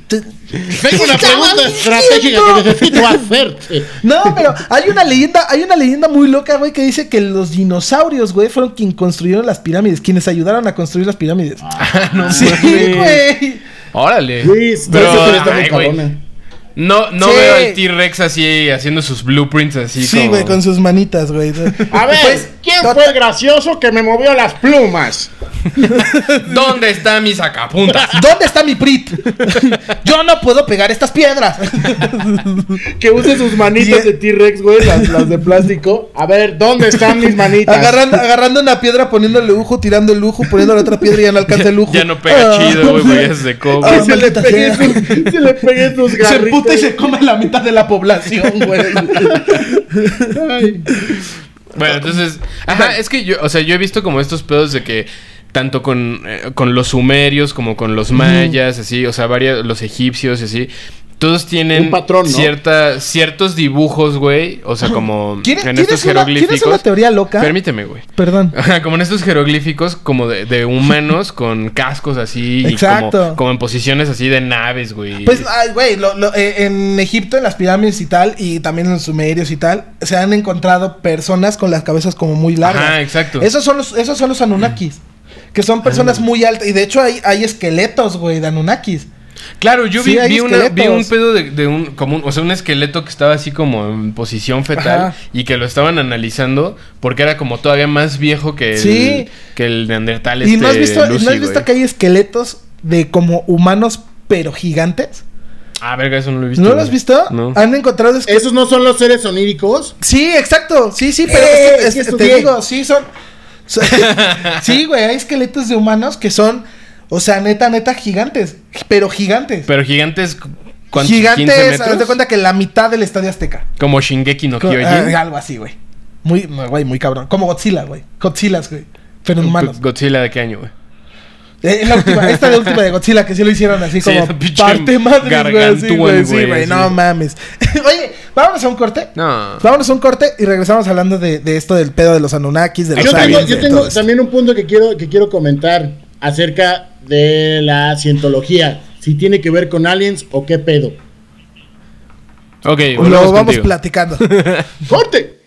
Speaker 2: Tengo una
Speaker 3: Estaba
Speaker 2: pregunta
Speaker 3: diciendo.
Speaker 2: estratégica que necesito hacerte.
Speaker 3: No, pero hay una leyenda, hay una leyenda muy loca, güey, que dice que los dinosaurios, güey, fueron quienes construyeron las pirámides, quienes ayudaron a construir las pirámides. sí,
Speaker 1: Ah, mames.
Speaker 3: güey.
Speaker 1: Órale.
Speaker 2: Luis,
Speaker 1: Pero,
Speaker 2: no, esa historia está muy
Speaker 1: ay, güey,
Speaker 2: cabrona.
Speaker 1: No, no
Speaker 3: Sí.
Speaker 1: veo al T-Rex así haciendo sus blueprints así.
Speaker 3: Sí,
Speaker 1: como-
Speaker 3: güey, con sus manitas, güey.
Speaker 2: A ver,
Speaker 3: Pues,
Speaker 2: ¿quién
Speaker 3: tot-
Speaker 2: fue el gracioso que me movió las plumas?
Speaker 1: ¿Dónde está mi sacapuntas?
Speaker 3: ¿Dónde está mi Prit? Yo no puedo pegar estas piedras.
Speaker 2: Que use sus manitas de T-Rex, güey, las, las de plástico. A ver, ¿dónde están mis manitas?
Speaker 3: Agarran- agarrando una piedra, poniéndole ujo, tirando el ujo, poniéndole otra piedra y ya no alcanza el ujo.
Speaker 1: Ya no pega
Speaker 3: Ah.
Speaker 1: chido, güey, porque ya se secó,
Speaker 3: Ah,
Speaker 1: güey.
Speaker 2: Que se, le
Speaker 3: maldita
Speaker 2: pegue
Speaker 3: sea.
Speaker 2: sus- se le peguen sus
Speaker 3: Se
Speaker 2: garritas.
Speaker 3: emputa y se come la mitad de la población, güey.
Speaker 2: Ay.
Speaker 1: Bueno, entonces, ajá, es que yo, o sea, yo he visto como estos pedos de que tanto con, eh, con los sumerios como con los mayas, así, o sea, varios, los egipcios y así, todos tienen
Speaker 2: Un patrón, ¿no?
Speaker 1: cierta, ciertos dibujos, güey, o sea, como
Speaker 3: ¿Quieres,
Speaker 1: en estos
Speaker 3: ¿quieres, una,
Speaker 1: jeroglíficos.
Speaker 3: ¿Quieres una teoría loca?
Speaker 1: Permíteme, güey.
Speaker 3: Perdón.
Speaker 1: Ajá, como en estos jeroglíficos como de, de humanos con cascos así y como,
Speaker 3: Exacto.
Speaker 1: como en posiciones así de naves, güey.
Speaker 3: Pues, ay, güey, lo- lo- eh, en Egipto, en las pirámides y tal, y también en los sumerios y tal, se han encontrado personas con las cabezas como muy largas.
Speaker 1: Ajá, exacto.
Speaker 3: Esos son los, esos son los Anunnakis. Que son personas muy altas. Y de hecho hay, hay esqueletos, güey, de Anunnakis.
Speaker 1: Claro, yo
Speaker 3: Sí,
Speaker 1: vi,
Speaker 3: hay
Speaker 1: vi una- vi un
Speaker 3: esqueletos.
Speaker 1: pedo de, de un, como un- o sea, un esqueleto que estaba así como en posición fetal
Speaker 3: Ajá.
Speaker 1: y que lo estaban analizando porque era como todavía más viejo que el,
Speaker 3: Sí.
Speaker 1: que el neandertal
Speaker 3: y no has
Speaker 1: este
Speaker 3: visto,
Speaker 1: Lucy,
Speaker 3: ¿no has visto
Speaker 1: güey.
Speaker 3: que hay esqueletos de como humanos, pero gigantes.
Speaker 1: Ah, verga, eso no lo he visto.
Speaker 3: ¿No
Speaker 1: güey.
Speaker 3: los has visto?
Speaker 1: No.
Speaker 3: Han encontrado esqueletos.
Speaker 2: ¿Esos no son los seres oníricos?
Speaker 3: Sí, exacto. Sí, sí, pero
Speaker 2: ¡Eh!
Speaker 3: es- es-
Speaker 2: Sí
Speaker 3: te
Speaker 2: estudié.
Speaker 3: digo, sí son. son- sí, güey, hay esqueletos de humanos que son, o sea, neta, neta, gigantes. Pero gigantes.
Speaker 1: Pero gigantes ¿Cuántos? ¿15
Speaker 3: Gigante es,
Speaker 1: metros?
Speaker 3: haz de cuenta que la mitad del estadio Azteca.
Speaker 1: Como Shingeki no
Speaker 3: Co-
Speaker 1: Kyojin.
Speaker 3: ah, algo así, güey. Muy, no, güey, muy cabrón. Como Godzilla, güey. Godzillas, güey. Pero humanos.
Speaker 1: Godzilla de qué año, güey.
Speaker 3: Eh, es la última, esta es la última de Godzilla que sí lo hicieron así
Speaker 1: Sí,
Speaker 3: como
Speaker 1: esa pinche
Speaker 3: parte madre, güey. así,
Speaker 1: gargantúan,
Speaker 3: güey. Sí,
Speaker 1: güey,
Speaker 3: güey,
Speaker 1: así.
Speaker 3: no mames. Oye, vámonos a un corte.
Speaker 1: No.
Speaker 3: Vámonos a un corte y regresamos hablando de, de esto del pedo de los Anunnakis, de los
Speaker 2: Yo tengo,
Speaker 3: aliens,
Speaker 2: yo
Speaker 3: de
Speaker 2: tengo
Speaker 3: todo eso.
Speaker 2: también un punto que quiero, que quiero comentar acerca de la cientología. Si tiene que ver con aliens o qué pedo.
Speaker 1: Ok, volvemos
Speaker 3: Lo vamos
Speaker 1: contigo.
Speaker 3: platicando.
Speaker 2: ¡Corte!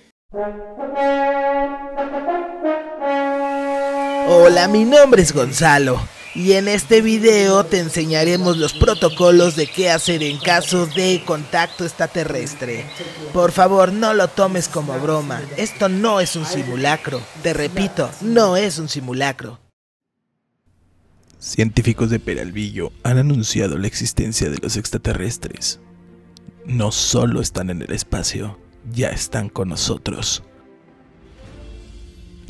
Speaker 4: Hola, mi nombre es Gonzalo y en este video te enseñaremos los protocolos de qué hacer en caso de contacto extraterrestre. Por favor, no lo tomes como broma. Esto no es un simulacro. Te repito, no es un simulacro.
Speaker 5: Científicos de Peralvillo han anunciado la existencia de los extraterrestres. No solo están en el espacio, ya están con nosotros.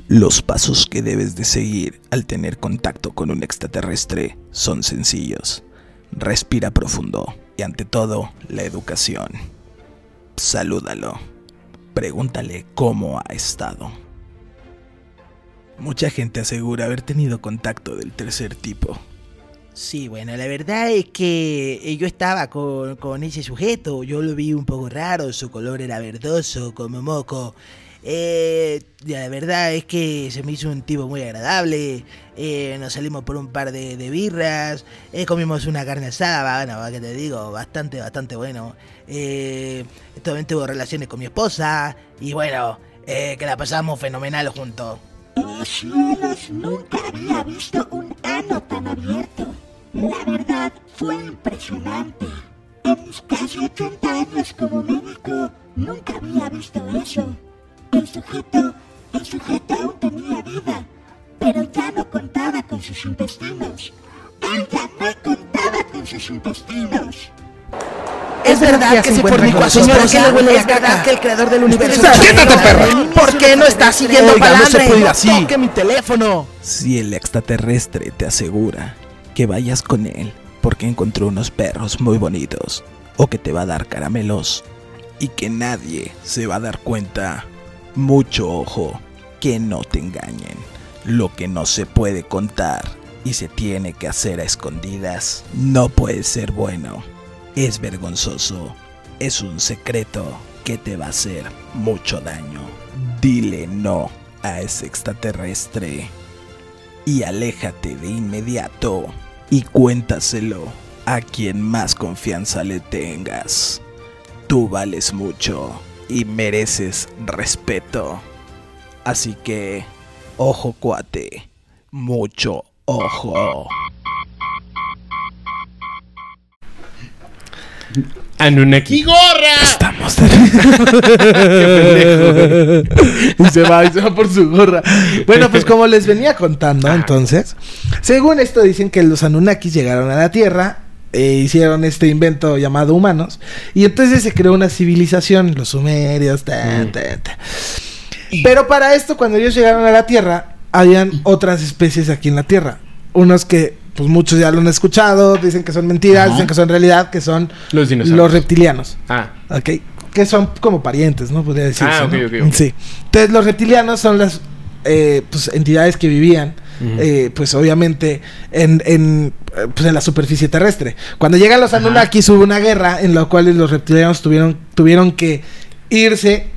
Speaker 5: Los pasos que debes de seguir al tener contacto con un extraterrestre son sencillos. Respira profundo y ante todo, la educación. Salúdalo. Pregúntale cómo ha estado. Mucha gente asegura haber tenido contacto del tercer tipo.
Speaker 4: Sí, bueno, la verdad es que eh, yo estaba con, con ese sujeto, yo lo vi un poco raro, su color era verdoso, como moco. Eh, la verdad es que se me hizo un tipo muy agradable, eh, nos salimos por un par de, de birras, eh, comimos una carne asada, bueno, que te digo, bastante, bastante bueno. Eh, también tuve relaciones con mi esposa y bueno, eh, que la pasamos fenomenal juntos.
Speaker 6: ¡Oh cielos! Nunca había visto un ano tan abierto. La verdad, fue impresionante. En mis casi 80 años como médico, nunca había visto eso. El sujeto, el sujeto aún tenía vida, pero ya no contaba con sus intestinos. Él ya no contaba con sus intestinos.
Speaker 4: Es verdad que se fornicó a su esposa. Es verdad que el creador del universo. ¡Quítate, perra! ¿Por qué no estás siguiendo
Speaker 5: Oiga, no se
Speaker 4: palandre?
Speaker 5: puede ir así.
Speaker 4: toque mi teléfono!
Speaker 5: Si el extraterrestre te asegura que vayas con él porque encontró unos perros muy bonitos o que te va a dar caramelos y que nadie se va a dar cuenta, mucho ojo, que no te engañen. Lo que no se puede contar y se tiene que hacer a escondidas no puede ser bueno. Es vergonzoso. Es un secreto que te va a hacer mucho daño. Dile no a ese extraterrestre y aléjate de inmediato y cuéntaselo a quien más confianza le tengas. Tú vales mucho y mereces respeto. Así que, ojo cuate, mucho ojo.
Speaker 1: Anunnaki.
Speaker 2: ¡Y gorra!
Speaker 5: Estamos de
Speaker 3: Y se va, y se va por su gorra. Bueno, pues como les venía contando, entonces, según esto dicen que los Anunnakis llegaron a la Tierra e hicieron este invento llamado humanos. Y entonces se creó una civilización, los sumerios, ta, ta, ta. Pero para esto, cuando ellos llegaron a la Tierra, habían otras especies aquí en la Tierra. Unos que, pues muchos ya lo han escuchado, dicen que son mentiras,
Speaker 2: Ajá.
Speaker 3: dicen que son realidad, que son
Speaker 1: Los dinosaurios.
Speaker 3: los reptilianos.
Speaker 1: Ah.
Speaker 3: Ok. Que son como parientes, ¿no? Podría decirse.
Speaker 1: Ah, ok,
Speaker 3: ¿no?
Speaker 1: ok, ok.
Speaker 3: Sí. Entonces, los reptilianos son las eh, pues, entidades que vivían, eh, pues obviamente, en, en, eh, pues, en la superficie terrestre. Cuando llegan los Anunnakis hubo una guerra en la cual los reptilianos tuvieron, tuvieron que irse.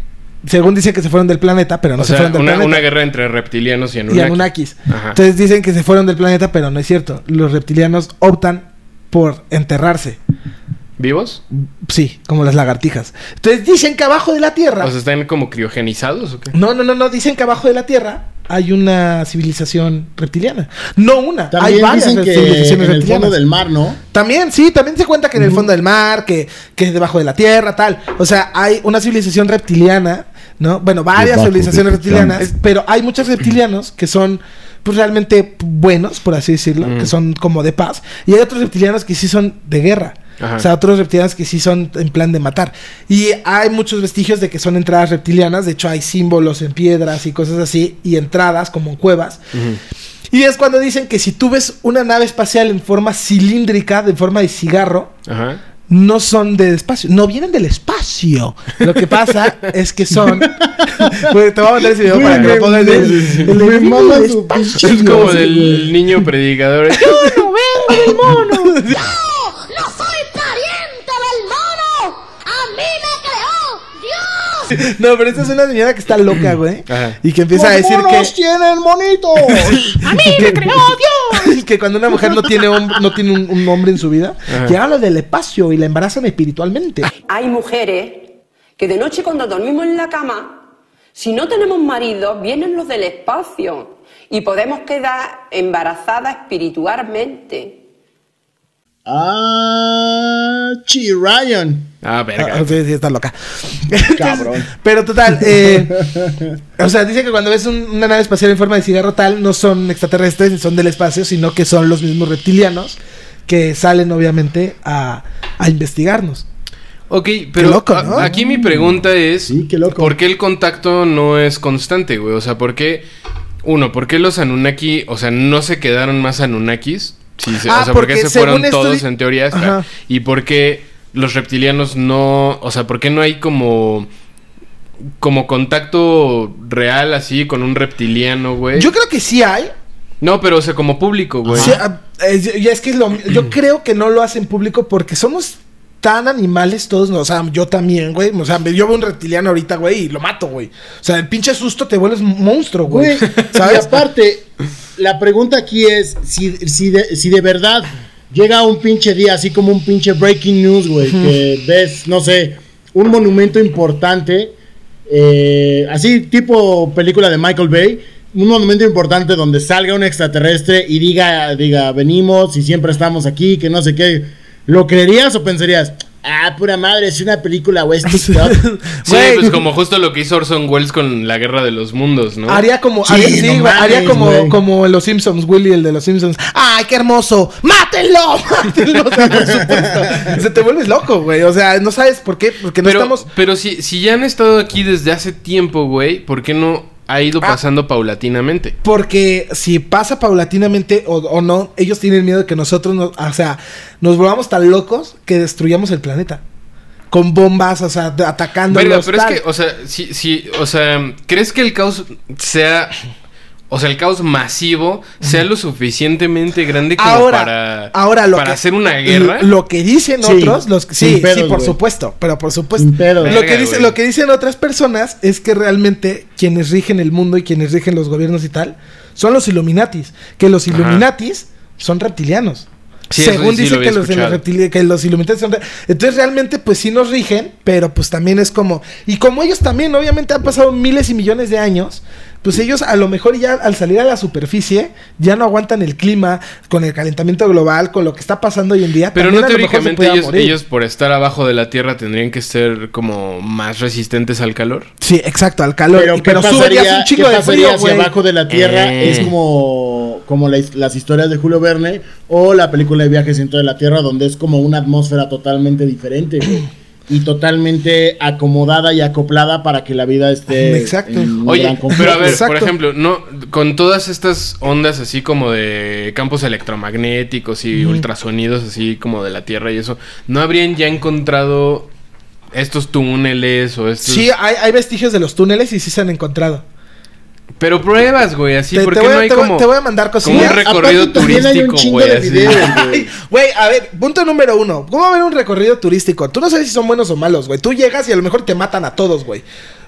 Speaker 3: Según dicen que se fueron del planeta, pero no
Speaker 1: o
Speaker 3: se
Speaker 1: sea,
Speaker 3: fueron del
Speaker 1: una,
Speaker 3: planeta.
Speaker 1: una guerra entre reptilianos y
Speaker 3: y
Speaker 1: Anunnaki.
Speaker 3: Anunnakis.
Speaker 1: Ajá.
Speaker 3: Entonces dicen que se fueron del planeta, pero no es cierto. Los reptilianos optan por enterrarse.
Speaker 1: ¿Vivos?
Speaker 3: Sí, como las lagartijas. Entonces dicen que abajo de la Tierra.
Speaker 1: O sea, ¿están como criogenizados o qué?
Speaker 3: No, no, no, no. Dicen que abajo de la Tierra hay una civilización reptiliana. No una, hay
Speaker 2: También
Speaker 3: varias
Speaker 2: dicen que en
Speaker 3: civilizaciones
Speaker 2: el fondo
Speaker 3: reptilianas.
Speaker 2: del mar, ¿no?
Speaker 3: También, sí, también se cuenta que en el fondo del mar, que, que es debajo de la Tierra, tal. O sea, hay una civilización reptiliana, ¿no? Bueno, varias
Speaker 2: Debajo de
Speaker 3: civilizaciones
Speaker 2: la
Speaker 3: reptilianas, pero hay muchos reptilianos que son pues realmente buenos, por así decirlo,
Speaker 2: Mm.
Speaker 3: que son como de paz. Y hay otros reptilianos que sí son de guerra.
Speaker 1: Ajá.
Speaker 3: O sea, otros reptilianos que sí son en plan de matar. Y hay muchos vestigios de que son entradas reptilianas. De hecho, hay símbolos en piedras y cosas así. Y entradas como en cuevas. Y es cuando dicen que si tú ves una nave espacial en forma cilíndrica, de forma de cigarro,
Speaker 1: Ajá.
Speaker 3: no son del espacio, no vienen del espacio. Lo que pasa es que son. Güey, te voy a mandar ese video para que lo pongas. en el- en el
Speaker 2: Me
Speaker 3: video
Speaker 2: mama
Speaker 3: del
Speaker 2: su
Speaker 3: espacio.
Speaker 2: pinche
Speaker 1: Es como
Speaker 2: voz, güey.
Speaker 1: del niño predicador.
Speaker 7: ¡No soy pariente del mono! ¡A mí me creó Dios!
Speaker 3: No, pero esta es una señora que está loca, güey.
Speaker 1: Ajá.
Speaker 3: Y que empieza a
Speaker 2: ¡Los
Speaker 3: decir
Speaker 2: monos
Speaker 3: que,
Speaker 2: tienen monitos!
Speaker 3: que cuando una mujer no tiene, hom- no tiene un, un hombre en su vida, llegan los del espacio y la embarazan espiritualmente.
Speaker 8: Hay mujeres que de noche cuando dormimos en la cama, si no tenemos marido, vienen los del espacio y podemos quedar embarazadas espiritualmente.
Speaker 2: ah, Chi Ryan.
Speaker 1: Ah,
Speaker 3: Ah,
Speaker 1: verga.
Speaker 3: sí, sí, está loca. Entonces,
Speaker 2: Cabrón.
Speaker 3: Pero total, eh, o sea, dice que cuando ves un- una nave espacial en forma de cigarro tal, no son extraterrestres ni son del espacio, sino que son los mismos reptilianos que salen obviamente a, a investigarnos.
Speaker 1: Ok, pero
Speaker 3: loco,
Speaker 1: a-
Speaker 3: ¿no?
Speaker 1: aquí mi pregunta es,
Speaker 2: Sí, qué loco.
Speaker 1: ¿por qué el contacto no es constante, güey? O sea, ¿por qué, uno, por qué los Anunnaki, o sea, no se quedaron más Anunnakis? Sí, se-
Speaker 3: Ah,
Speaker 1: o sea, ¿por qué
Speaker 3: porque
Speaker 1: se fueron
Speaker 3: según
Speaker 1: todos
Speaker 3: estudi-
Speaker 1: en teoría hasta?
Speaker 3: Ajá.
Speaker 1: ¿Y por qué los reptilianos no, o sea, por qué no hay como, como contacto real así con un reptiliano, güey?
Speaker 3: Yo creo que sí hay.
Speaker 1: No, pero o sea, como público, güey.
Speaker 3: Sí, ah, es- y es que es lo- yo creo que no lo hacen público porque somos tan animales todos, no, o sea, yo también, güey, o sea, yo veo un reptiliano ahorita, güey, y lo mato, güey. O sea, el pinche susto te vuelves monstruo, güey.
Speaker 2: Güey, Y
Speaker 3: ¿Sabes?
Speaker 2: aparte, la pregunta aquí es si, si, de, si de verdad llega un pinche día, así como un pinche breaking news, güey, que ves, no sé, un monumento importante, eh, así tipo película de Michael Bay, un monumento importante donde salga un extraterrestre y diga, diga, venimos y siempre estamos aquí, que no sé qué, ¿lo creerías o pensarías? Ah, pura madre, es una película, güey, es TikTok.
Speaker 1: Sí,
Speaker 3: ah, Güey.
Speaker 1: pues como justo lo que hizo Orson Welles con la Guerra de los Mundos, ¿no?
Speaker 3: Haría como,
Speaker 2: Sí,
Speaker 3: haría, sí,
Speaker 2: no
Speaker 3: güey,
Speaker 2: mames,
Speaker 3: haría como,
Speaker 2: güey.
Speaker 3: como en los Simpsons, Willy, el de los Simpsons. ¡Ay, qué hermoso! ¡Mátenlo! ¡Mátenlo! O sea, por supuesto. Se te vuelves loco, güey. O sea, no sabes por qué, porque no
Speaker 1: pero,
Speaker 3: estamos.
Speaker 1: Pero si, si ya han estado aquí desde hace tiempo, güey, ¿por qué no ha ido
Speaker 3: Ah.
Speaker 1: pasando paulatinamente?
Speaker 3: Porque si pasa paulatinamente o, o no, ellos tienen miedo de que nosotros, nos, o sea, nos volvamos tan locos que destruyamos el planeta. Con bombas, o sea, de- atacándolos.
Speaker 1: Verga, pero
Speaker 3: tal.
Speaker 1: es que, o sea, si, si, o sea, ¿crees que el caos sea. O sea, el caos masivo sea lo suficientemente grande como
Speaker 3: ahora,
Speaker 1: para,
Speaker 3: ahora lo
Speaker 1: para
Speaker 3: que-
Speaker 1: hacer una guerra.
Speaker 3: Lo que dicen
Speaker 2: Sí,
Speaker 3: otros, los
Speaker 2: sin
Speaker 3: sí, sí,
Speaker 2: pedos,
Speaker 3: por
Speaker 2: güey.
Speaker 3: supuesto, pero por supuesto.
Speaker 2: Sin pedos.
Speaker 3: Lo que
Speaker 1: Verga,
Speaker 3: dice,
Speaker 1: güey.
Speaker 3: lo que dicen otras personas es que realmente quienes rigen el mundo y quienes rigen los gobiernos y tal son los Illuminatis, que los Illuminatis son reptilianos.
Speaker 1: Sí, eso
Speaker 3: Según
Speaker 1: sí lo
Speaker 3: dicen
Speaker 1: había
Speaker 3: que, los, de los
Speaker 1: escuchado.
Speaker 3: reptili- que los Illuminatis son... re- Entonces realmente pues sí nos rigen, pero pues también es como... Y como ellos también obviamente han pasado miles y millones de años, pues ellos a lo mejor ya al salir a la superficie ya no aguantan el clima con el calentamiento global, con lo que está pasando hoy en día.
Speaker 1: Pero
Speaker 3: también
Speaker 1: no
Speaker 3: a lo mejor se
Speaker 1: teóricamente
Speaker 3: pudiera
Speaker 1: ellos,
Speaker 3: morir.
Speaker 1: ellos por estar abajo de la tierra tendrían que ser como más resistentes al calor.
Speaker 3: Sí, exacto, al calor.
Speaker 2: Pero,
Speaker 3: Y-
Speaker 2: ¿qué
Speaker 3: Pero,
Speaker 2: pasaría,
Speaker 3: subirías un chico
Speaker 2: qué
Speaker 3: de
Speaker 2: pasaría
Speaker 3: frío,
Speaker 2: si
Speaker 3: güey.
Speaker 2: abajo de la Tierra
Speaker 1: Eh.
Speaker 2: es como, como la his- las historias de Julio Verne o la película de Viajes dentro de la Tierra, donde es como una atmósfera totalmente diferente, güey, Y totalmente acomodada y acoplada para que la vida esté.
Speaker 3: Exacto.
Speaker 2: en un gran
Speaker 1: Oye,
Speaker 2: conflicto.
Speaker 1: pero a ver,
Speaker 3: Exacto.
Speaker 1: por ejemplo, no con todas estas ondas así como de campos electromagnéticos y ultrasonidos así como de la Tierra y eso, ¿no habrían ya encontrado estos túneles o estos
Speaker 3: Sí, hay, hay vestigios de los túneles y sí se han encontrado.
Speaker 1: Pero pruebas, güey, así
Speaker 3: te,
Speaker 1: porque
Speaker 3: te voy,
Speaker 1: no
Speaker 3: a-
Speaker 1: hay
Speaker 3: te voy-
Speaker 1: como
Speaker 3: te voy a mandar
Speaker 1: como un
Speaker 3: cosillas.
Speaker 2: Aparte,
Speaker 1: recorrido
Speaker 2: también hay un
Speaker 1: turístico,
Speaker 2: chingo
Speaker 1: güey,
Speaker 2: de
Speaker 1: así.
Speaker 2: videos,
Speaker 3: Ay, Güey, a ver, punto número uno. ¿Cómo va a haber un recorrido turístico? Tú no sabes si son buenos o malos, güey. Tú llegas y a lo mejor te matan a todos, güey.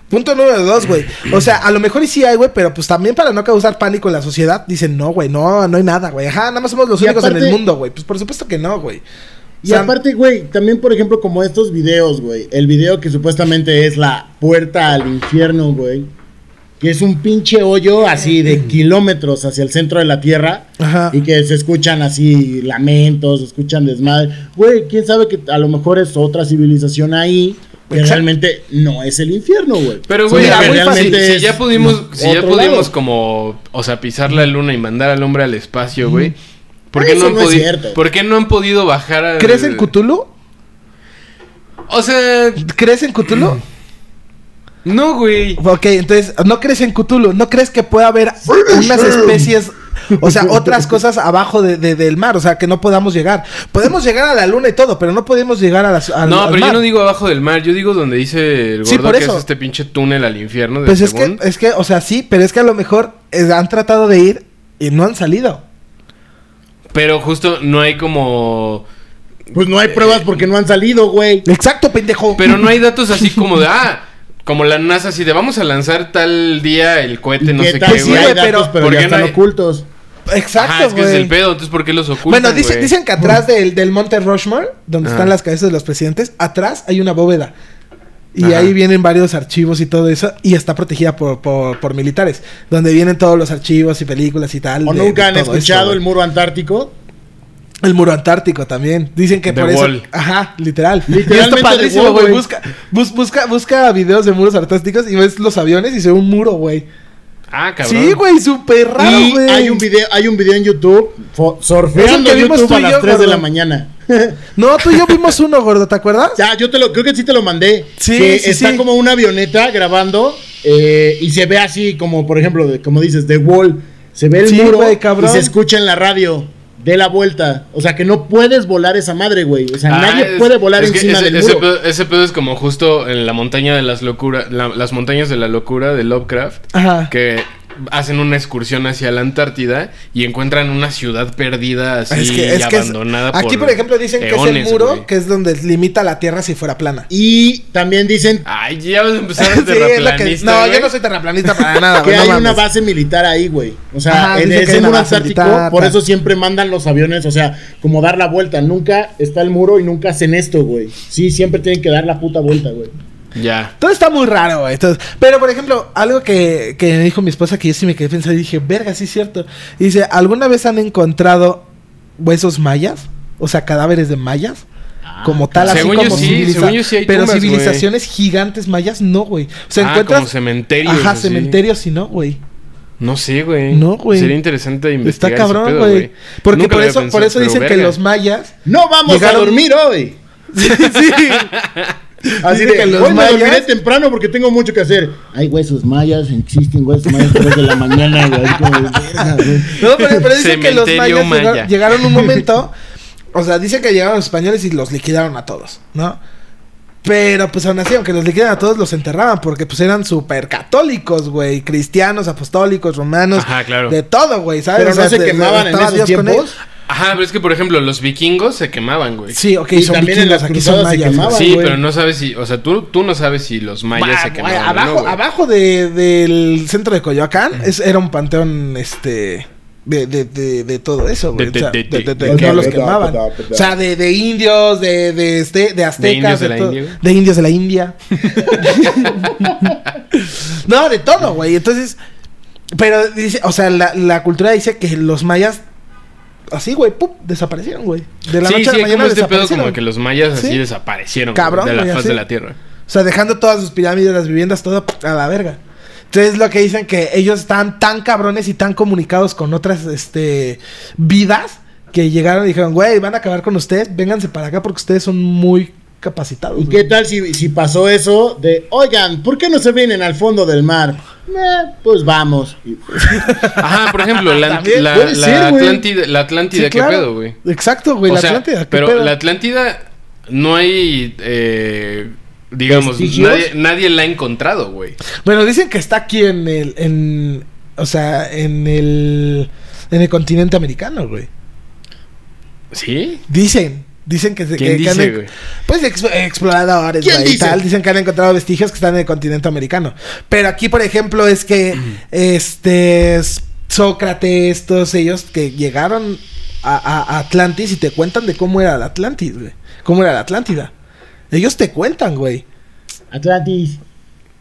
Speaker 3: Punto número dos, güey. O sea, a lo mejor y sí hay, güey, pero pues también para no causar pánico en la sociedad, dicen, no, güey, no, no hay nada, güey. Ajá, nada más somos los
Speaker 2: Y
Speaker 3: únicos en el
Speaker 2: aparte-
Speaker 3: mundo, güey. Pues por supuesto que no, güey.
Speaker 2: Y
Speaker 3: O sea,
Speaker 2: aparte, güey, también, por ejemplo, como estos videos, güey. El video que supuestamente es la puerta al infierno, güey. Que es un pinche hoyo así de kilómetros hacia el centro de la tierra.
Speaker 3: Ajá.
Speaker 2: Y que se escuchan así lamentos, se escuchan desmadre. Güey, quién sabe que a lo mejor es otra civilización ahí. Que
Speaker 3: Exacto.
Speaker 2: realmente no es el infierno, güey.
Speaker 1: Pero güey,
Speaker 3: Mira,
Speaker 1: a ver,
Speaker 3: muy
Speaker 1: realmente
Speaker 2: fácil.
Speaker 1: si, ya pudimos, si ya
Speaker 2: Otro
Speaker 1: pudimos
Speaker 2: lado.
Speaker 1: como, o sea, pisar la luna y mandar al hombre al espacio, güey. ¿Por qué,
Speaker 2: Eso
Speaker 1: no han
Speaker 2: no es
Speaker 1: podi-
Speaker 2: cierto.
Speaker 1: ¿Por qué no han podido bajar al...
Speaker 3: ¿crees en Cthulhu?
Speaker 1: O sea,
Speaker 3: ¿Crees en Cthulhu?
Speaker 1: no, güey.
Speaker 3: Ok, entonces, ¿no crees en Cthulhu? ¿No crees que pueda haber unas especies O sea, otras cosas abajo de- de- del mar, o sea, que no podamos llegar. Podemos llegar a la luna y todo, pero no podemos llegar a las. al-
Speaker 1: No,
Speaker 3: al
Speaker 1: pero yo
Speaker 3: mar.
Speaker 1: no digo abajo del mar, yo digo donde dice el
Speaker 3: Sí,
Speaker 1: gordo
Speaker 3: por
Speaker 1: que es
Speaker 3: eso.
Speaker 1: este pinche túnel al infierno de
Speaker 3: Pues es que,
Speaker 1: según.
Speaker 3: es que, o sea, sí, pero es que a lo mejor eh, han tratado de ir y no han salido.
Speaker 1: Pero justo no hay como
Speaker 2: Pues no hay pruebas porque no han salido, güey.
Speaker 3: Exacto, pendejo.
Speaker 1: pero no hay datos así como de ah, como la NASA así de vamos a lanzar tal día el cohete, Este, no
Speaker 2: ¿Qué
Speaker 1: sé
Speaker 2: tal?
Speaker 1: qué,
Speaker 2: Sí,
Speaker 3: Sí,
Speaker 1: güey.
Speaker 2: hay
Speaker 3: güey,
Speaker 2: datos,
Speaker 3: pero-
Speaker 2: pero
Speaker 1: ¿por
Speaker 2: ya
Speaker 1: qué no
Speaker 2: están
Speaker 1: hay-
Speaker 2: ocultos.
Speaker 1: Ajá,
Speaker 3: Exacto,
Speaker 1: es que es el
Speaker 3: güey.
Speaker 1: pedo, entonces ¿por qué los ocultan?
Speaker 3: Bueno, dicen,
Speaker 1: güey?
Speaker 3: dicen que atrás del, del monte Rushmore, donde
Speaker 1: Ajá.
Speaker 3: están las cabezas de los presidentes, atrás hay una bóveda. Y
Speaker 1: Ajá.
Speaker 3: ahí vienen varios archivos y todo eso. Y está protegida por, por, por militares. Donde vienen todos los archivos y películas y tal.
Speaker 2: O
Speaker 3: de-
Speaker 2: nunca
Speaker 3: de
Speaker 2: han
Speaker 3: todo
Speaker 2: escuchado
Speaker 3: esto,
Speaker 2: el muro antártico.
Speaker 3: güey. El muro antártico también. Dicen que
Speaker 1: The
Speaker 3: por
Speaker 1: Wall.
Speaker 3: eso. Ajá, literal. Y
Speaker 2: Literalmente
Speaker 3: esto
Speaker 2: The
Speaker 3: padrísimo,
Speaker 2: Wall,
Speaker 3: güey.
Speaker 2: güey.
Speaker 3: Busca, bus- busca, busca videos de muros antárticos y ves los aviones y se ve un muro, güey.
Speaker 1: Ah, cabrón.
Speaker 3: Sí, güey, súper raro,
Speaker 2: Y
Speaker 3: güey.
Speaker 2: hay un video, hay un video en YouTube fo- surfeando
Speaker 3: que vimos
Speaker 2: YouTube
Speaker 3: tú
Speaker 2: a
Speaker 3: y
Speaker 2: las
Speaker 3: yo,
Speaker 2: 3 de la
Speaker 3: gordo.
Speaker 2: mañana.
Speaker 3: No, tú y yo vimos uno, gordo, ¿te acuerdas?
Speaker 2: Ya, yo te lo, creo que sí te lo mandé.
Speaker 3: Sí,
Speaker 2: que
Speaker 3: sí,
Speaker 2: está
Speaker 3: sí.
Speaker 2: como una avioneta grabando eh, y se ve así, como por ejemplo, de- como dices, The Wall. Se ve el
Speaker 3: Sí,
Speaker 2: muro
Speaker 3: güey, cabrón.
Speaker 2: y se escucha en la radio. De la vuelta. O sea que no puedes volar esa madre, güey. O sea,
Speaker 1: Ah,
Speaker 2: nadie
Speaker 1: es-
Speaker 2: puede volar
Speaker 1: es que
Speaker 2: encima
Speaker 1: ese,
Speaker 2: del
Speaker 1: ese
Speaker 2: muro.
Speaker 1: Pedo, ese pedo es como justo en la montaña de las locuras, las montañas de la locura de Lovecraft.
Speaker 3: Ajá.
Speaker 1: que hacen una excursión hacia la Antártida y encuentran una ciudad perdida así
Speaker 3: Es que, es
Speaker 1: y
Speaker 3: que es-
Speaker 1: abandonada
Speaker 3: aquí, por ejemplo, dicen que es
Speaker 1: eones,
Speaker 3: el muro,
Speaker 1: güey.
Speaker 3: que es donde limita la tierra si fuera plana.
Speaker 2: Y también dicen
Speaker 1: Ay, ya vas a empezar a
Speaker 3: Sí, es lo que-
Speaker 1: terraplanista,
Speaker 3: no,
Speaker 1: güey.
Speaker 3: yo no soy terraplanista para nada.
Speaker 2: que
Speaker 3: güey, no
Speaker 2: hay
Speaker 3: mames.
Speaker 2: una base militar ahí, güey. O sea,
Speaker 3: Ajá, dicen
Speaker 2: en
Speaker 3: que hay
Speaker 2: ese
Speaker 3: una
Speaker 2: muro
Speaker 3: base
Speaker 2: antártico,
Speaker 3: militar,
Speaker 2: por
Speaker 3: tal.
Speaker 2: eso siempre mandan los aviones, o sea, como dar la vuelta. Nunca está el muro y nunca hacen esto, güey. Sí, siempre tienen que dar la puta vuelta, güey.
Speaker 1: Ya.
Speaker 3: Todo está muy raro, güey. Entonces, pero, por ejemplo, algo que, que me dijo mi esposa que yo sí me quedé pensando y dije, verga, sí es cierto. Dice, ¿alguna vez han encontrado huesos mayas? O sea, cadáveres de mayas. Como tal, así
Speaker 1: Ah, Según yo
Speaker 3: como
Speaker 1: sí,
Speaker 3: civiliza-
Speaker 1: según yo sí hay
Speaker 3: Pero
Speaker 1: tumbas, güey.
Speaker 3: civilizaciones gigantes mayas, no, güey. O sea,
Speaker 1: Ah,
Speaker 3: encuentras.
Speaker 1: como cementerios,
Speaker 3: Ajá,
Speaker 1: así.
Speaker 3: cementerios, sí, no, güey.
Speaker 1: No sé, güey.
Speaker 3: No, güey.
Speaker 1: Sería interesante investigar
Speaker 3: Está
Speaker 1: ese
Speaker 3: cabrón,
Speaker 1: pedo,
Speaker 3: güey. Porque
Speaker 1: Nunca
Speaker 3: por
Speaker 1: lo había
Speaker 3: eso, por
Speaker 1: pensado,
Speaker 3: eso
Speaker 1: pero
Speaker 3: dicen que
Speaker 1: verga.
Speaker 3: los mayas.
Speaker 2: No vamos
Speaker 3: Llegaron-
Speaker 2: a dormir hoy.
Speaker 3: Sí, sí.
Speaker 2: Así
Speaker 3: Dicen
Speaker 2: de,
Speaker 3: que los
Speaker 2: hoy
Speaker 3: mayas-
Speaker 2: me dormiré temprano porque tengo mucho que hacer. Hay huesos mayas, existen huesos mayas 3 de la mañana, güey. Así como de, "Verga, güey".
Speaker 3: No, pero, pero dicen que los
Speaker 1: Cementerio
Speaker 3: mayas llegaron-
Speaker 1: maya.
Speaker 3: llegaron un momento. O sea, dicen que llegaron los españoles y los liquidaron a todos, ¿no? Pero pues aún así, aunque los liquidaran a todos, los enterraban porque pues eran súper católicos, güey. Cristianos, apostólicos, romanos.
Speaker 1: Ajá, claro.
Speaker 3: De todo, güey, ¿sabes?
Speaker 2: Pero
Speaker 3: O sea,
Speaker 2: no se
Speaker 3: de- de-
Speaker 2: quemaban en
Speaker 3: estaba
Speaker 2: esos
Speaker 3: Dios con ellos.
Speaker 2: tiempos.
Speaker 1: Ajá, pero es que por ejemplo, los vikingos se quemaban, güey.
Speaker 3: Sí, ok,
Speaker 2: Y
Speaker 3: son
Speaker 2: también en
Speaker 3: vikingos,
Speaker 2: las
Speaker 3: aquí son
Speaker 2: cruzadas se
Speaker 3: mayas. güey.
Speaker 2: quemaban.
Speaker 1: Sí,
Speaker 2: güey.
Speaker 1: pero no sabes si, o sea, tú, tú no sabes si los mayas
Speaker 3: Bah,
Speaker 1: se
Speaker 3: güey,
Speaker 1: quemaban. o
Speaker 3: abajo,
Speaker 1: no, güey.
Speaker 3: abajo de- del centro de Coyoacán es- era un panteón, este, de, de, de, de todo eso, güey.
Speaker 1: De-
Speaker 3: O sea,
Speaker 1: de- de-
Speaker 3: de- de-
Speaker 1: de-
Speaker 3: de-
Speaker 2: de-
Speaker 3: no los
Speaker 2: de-
Speaker 3: quemaban.
Speaker 2: de- de- de-
Speaker 3: O sea, de, de indios, de, de, este- de aztecas,
Speaker 1: indios de
Speaker 3: de,
Speaker 1: la
Speaker 3: todo.
Speaker 1: India, güey.
Speaker 3: de indios de la India. no, de todo, güey. Entonces, pero dice, o sea, la, la cultura dice que los mayas, así, güey, pum, desaparecieron, güey. De la
Speaker 1: sí,
Speaker 3: noche a
Speaker 1: sí, como
Speaker 3: la mañana
Speaker 1: este pedo
Speaker 3: desaparecieron.
Speaker 1: como que los mayas así
Speaker 3: Sí.
Speaker 1: desaparecieron güey,
Speaker 3: Cabrón,
Speaker 1: de la
Speaker 3: güey,
Speaker 1: faz
Speaker 3: así.
Speaker 1: de la tierra.
Speaker 3: O sea, dejando todas sus pirámides, las viviendas, todo a la verga. Entonces lo que dicen que ellos estaban tan cabrones y tan comunicados con otras este, vidas que llegaron y dijeron, güey, van a acabar con ustedes, vénganse para acá porque ustedes son muy capacitados.
Speaker 2: ¿Y
Speaker 3: güey".
Speaker 2: qué tal si, si pasó eso de, oigan, ¿por qué no se vienen al fondo del mar? "Eh, pues vamos. Y-
Speaker 1: Ajá, por ejemplo, la,
Speaker 3: También
Speaker 1: la-
Speaker 2: puede
Speaker 1: la
Speaker 2: ser, güey.
Speaker 1: Atlántida, la Atlántida,
Speaker 3: Sí,
Speaker 1: ¿qué
Speaker 3: claro.
Speaker 1: pedo, güey?
Speaker 3: Exacto, güey,
Speaker 1: O
Speaker 3: la
Speaker 1: sea,
Speaker 3: Atlántida, ¿qué
Speaker 1: pero
Speaker 3: pedo?
Speaker 1: la Atlántida no hay, eh, digamos,
Speaker 2: ¿Vestigios?
Speaker 1: nadie, nadie la ha encontrado, güey.
Speaker 3: Bueno, dicen que está aquí en el, en, o sea, en el, en el continente americano, güey.
Speaker 1: ¿Sí?
Speaker 3: Dicen, dicen que... se-
Speaker 1: ¿Quién
Speaker 3: que- que han
Speaker 1: dice,
Speaker 3: en-
Speaker 1: güey?
Speaker 3: Pues ex- exploradores,
Speaker 2: ¿Quién
Speaker 3: güey, y
Speaker 2: dice?
Speaker 3: tal. Dicen que han encontrado vestigios que están en el continente americano. Pero aquí, por ejemplo, es que este S- Sócrates, todos ellos que llegaron a, a- a Atlantis y te cuentan de cómo era la Atlantis, güey. Cómo era la Atlántida. Ellos te cuentan, güey.
Speaker 2: Atlantis.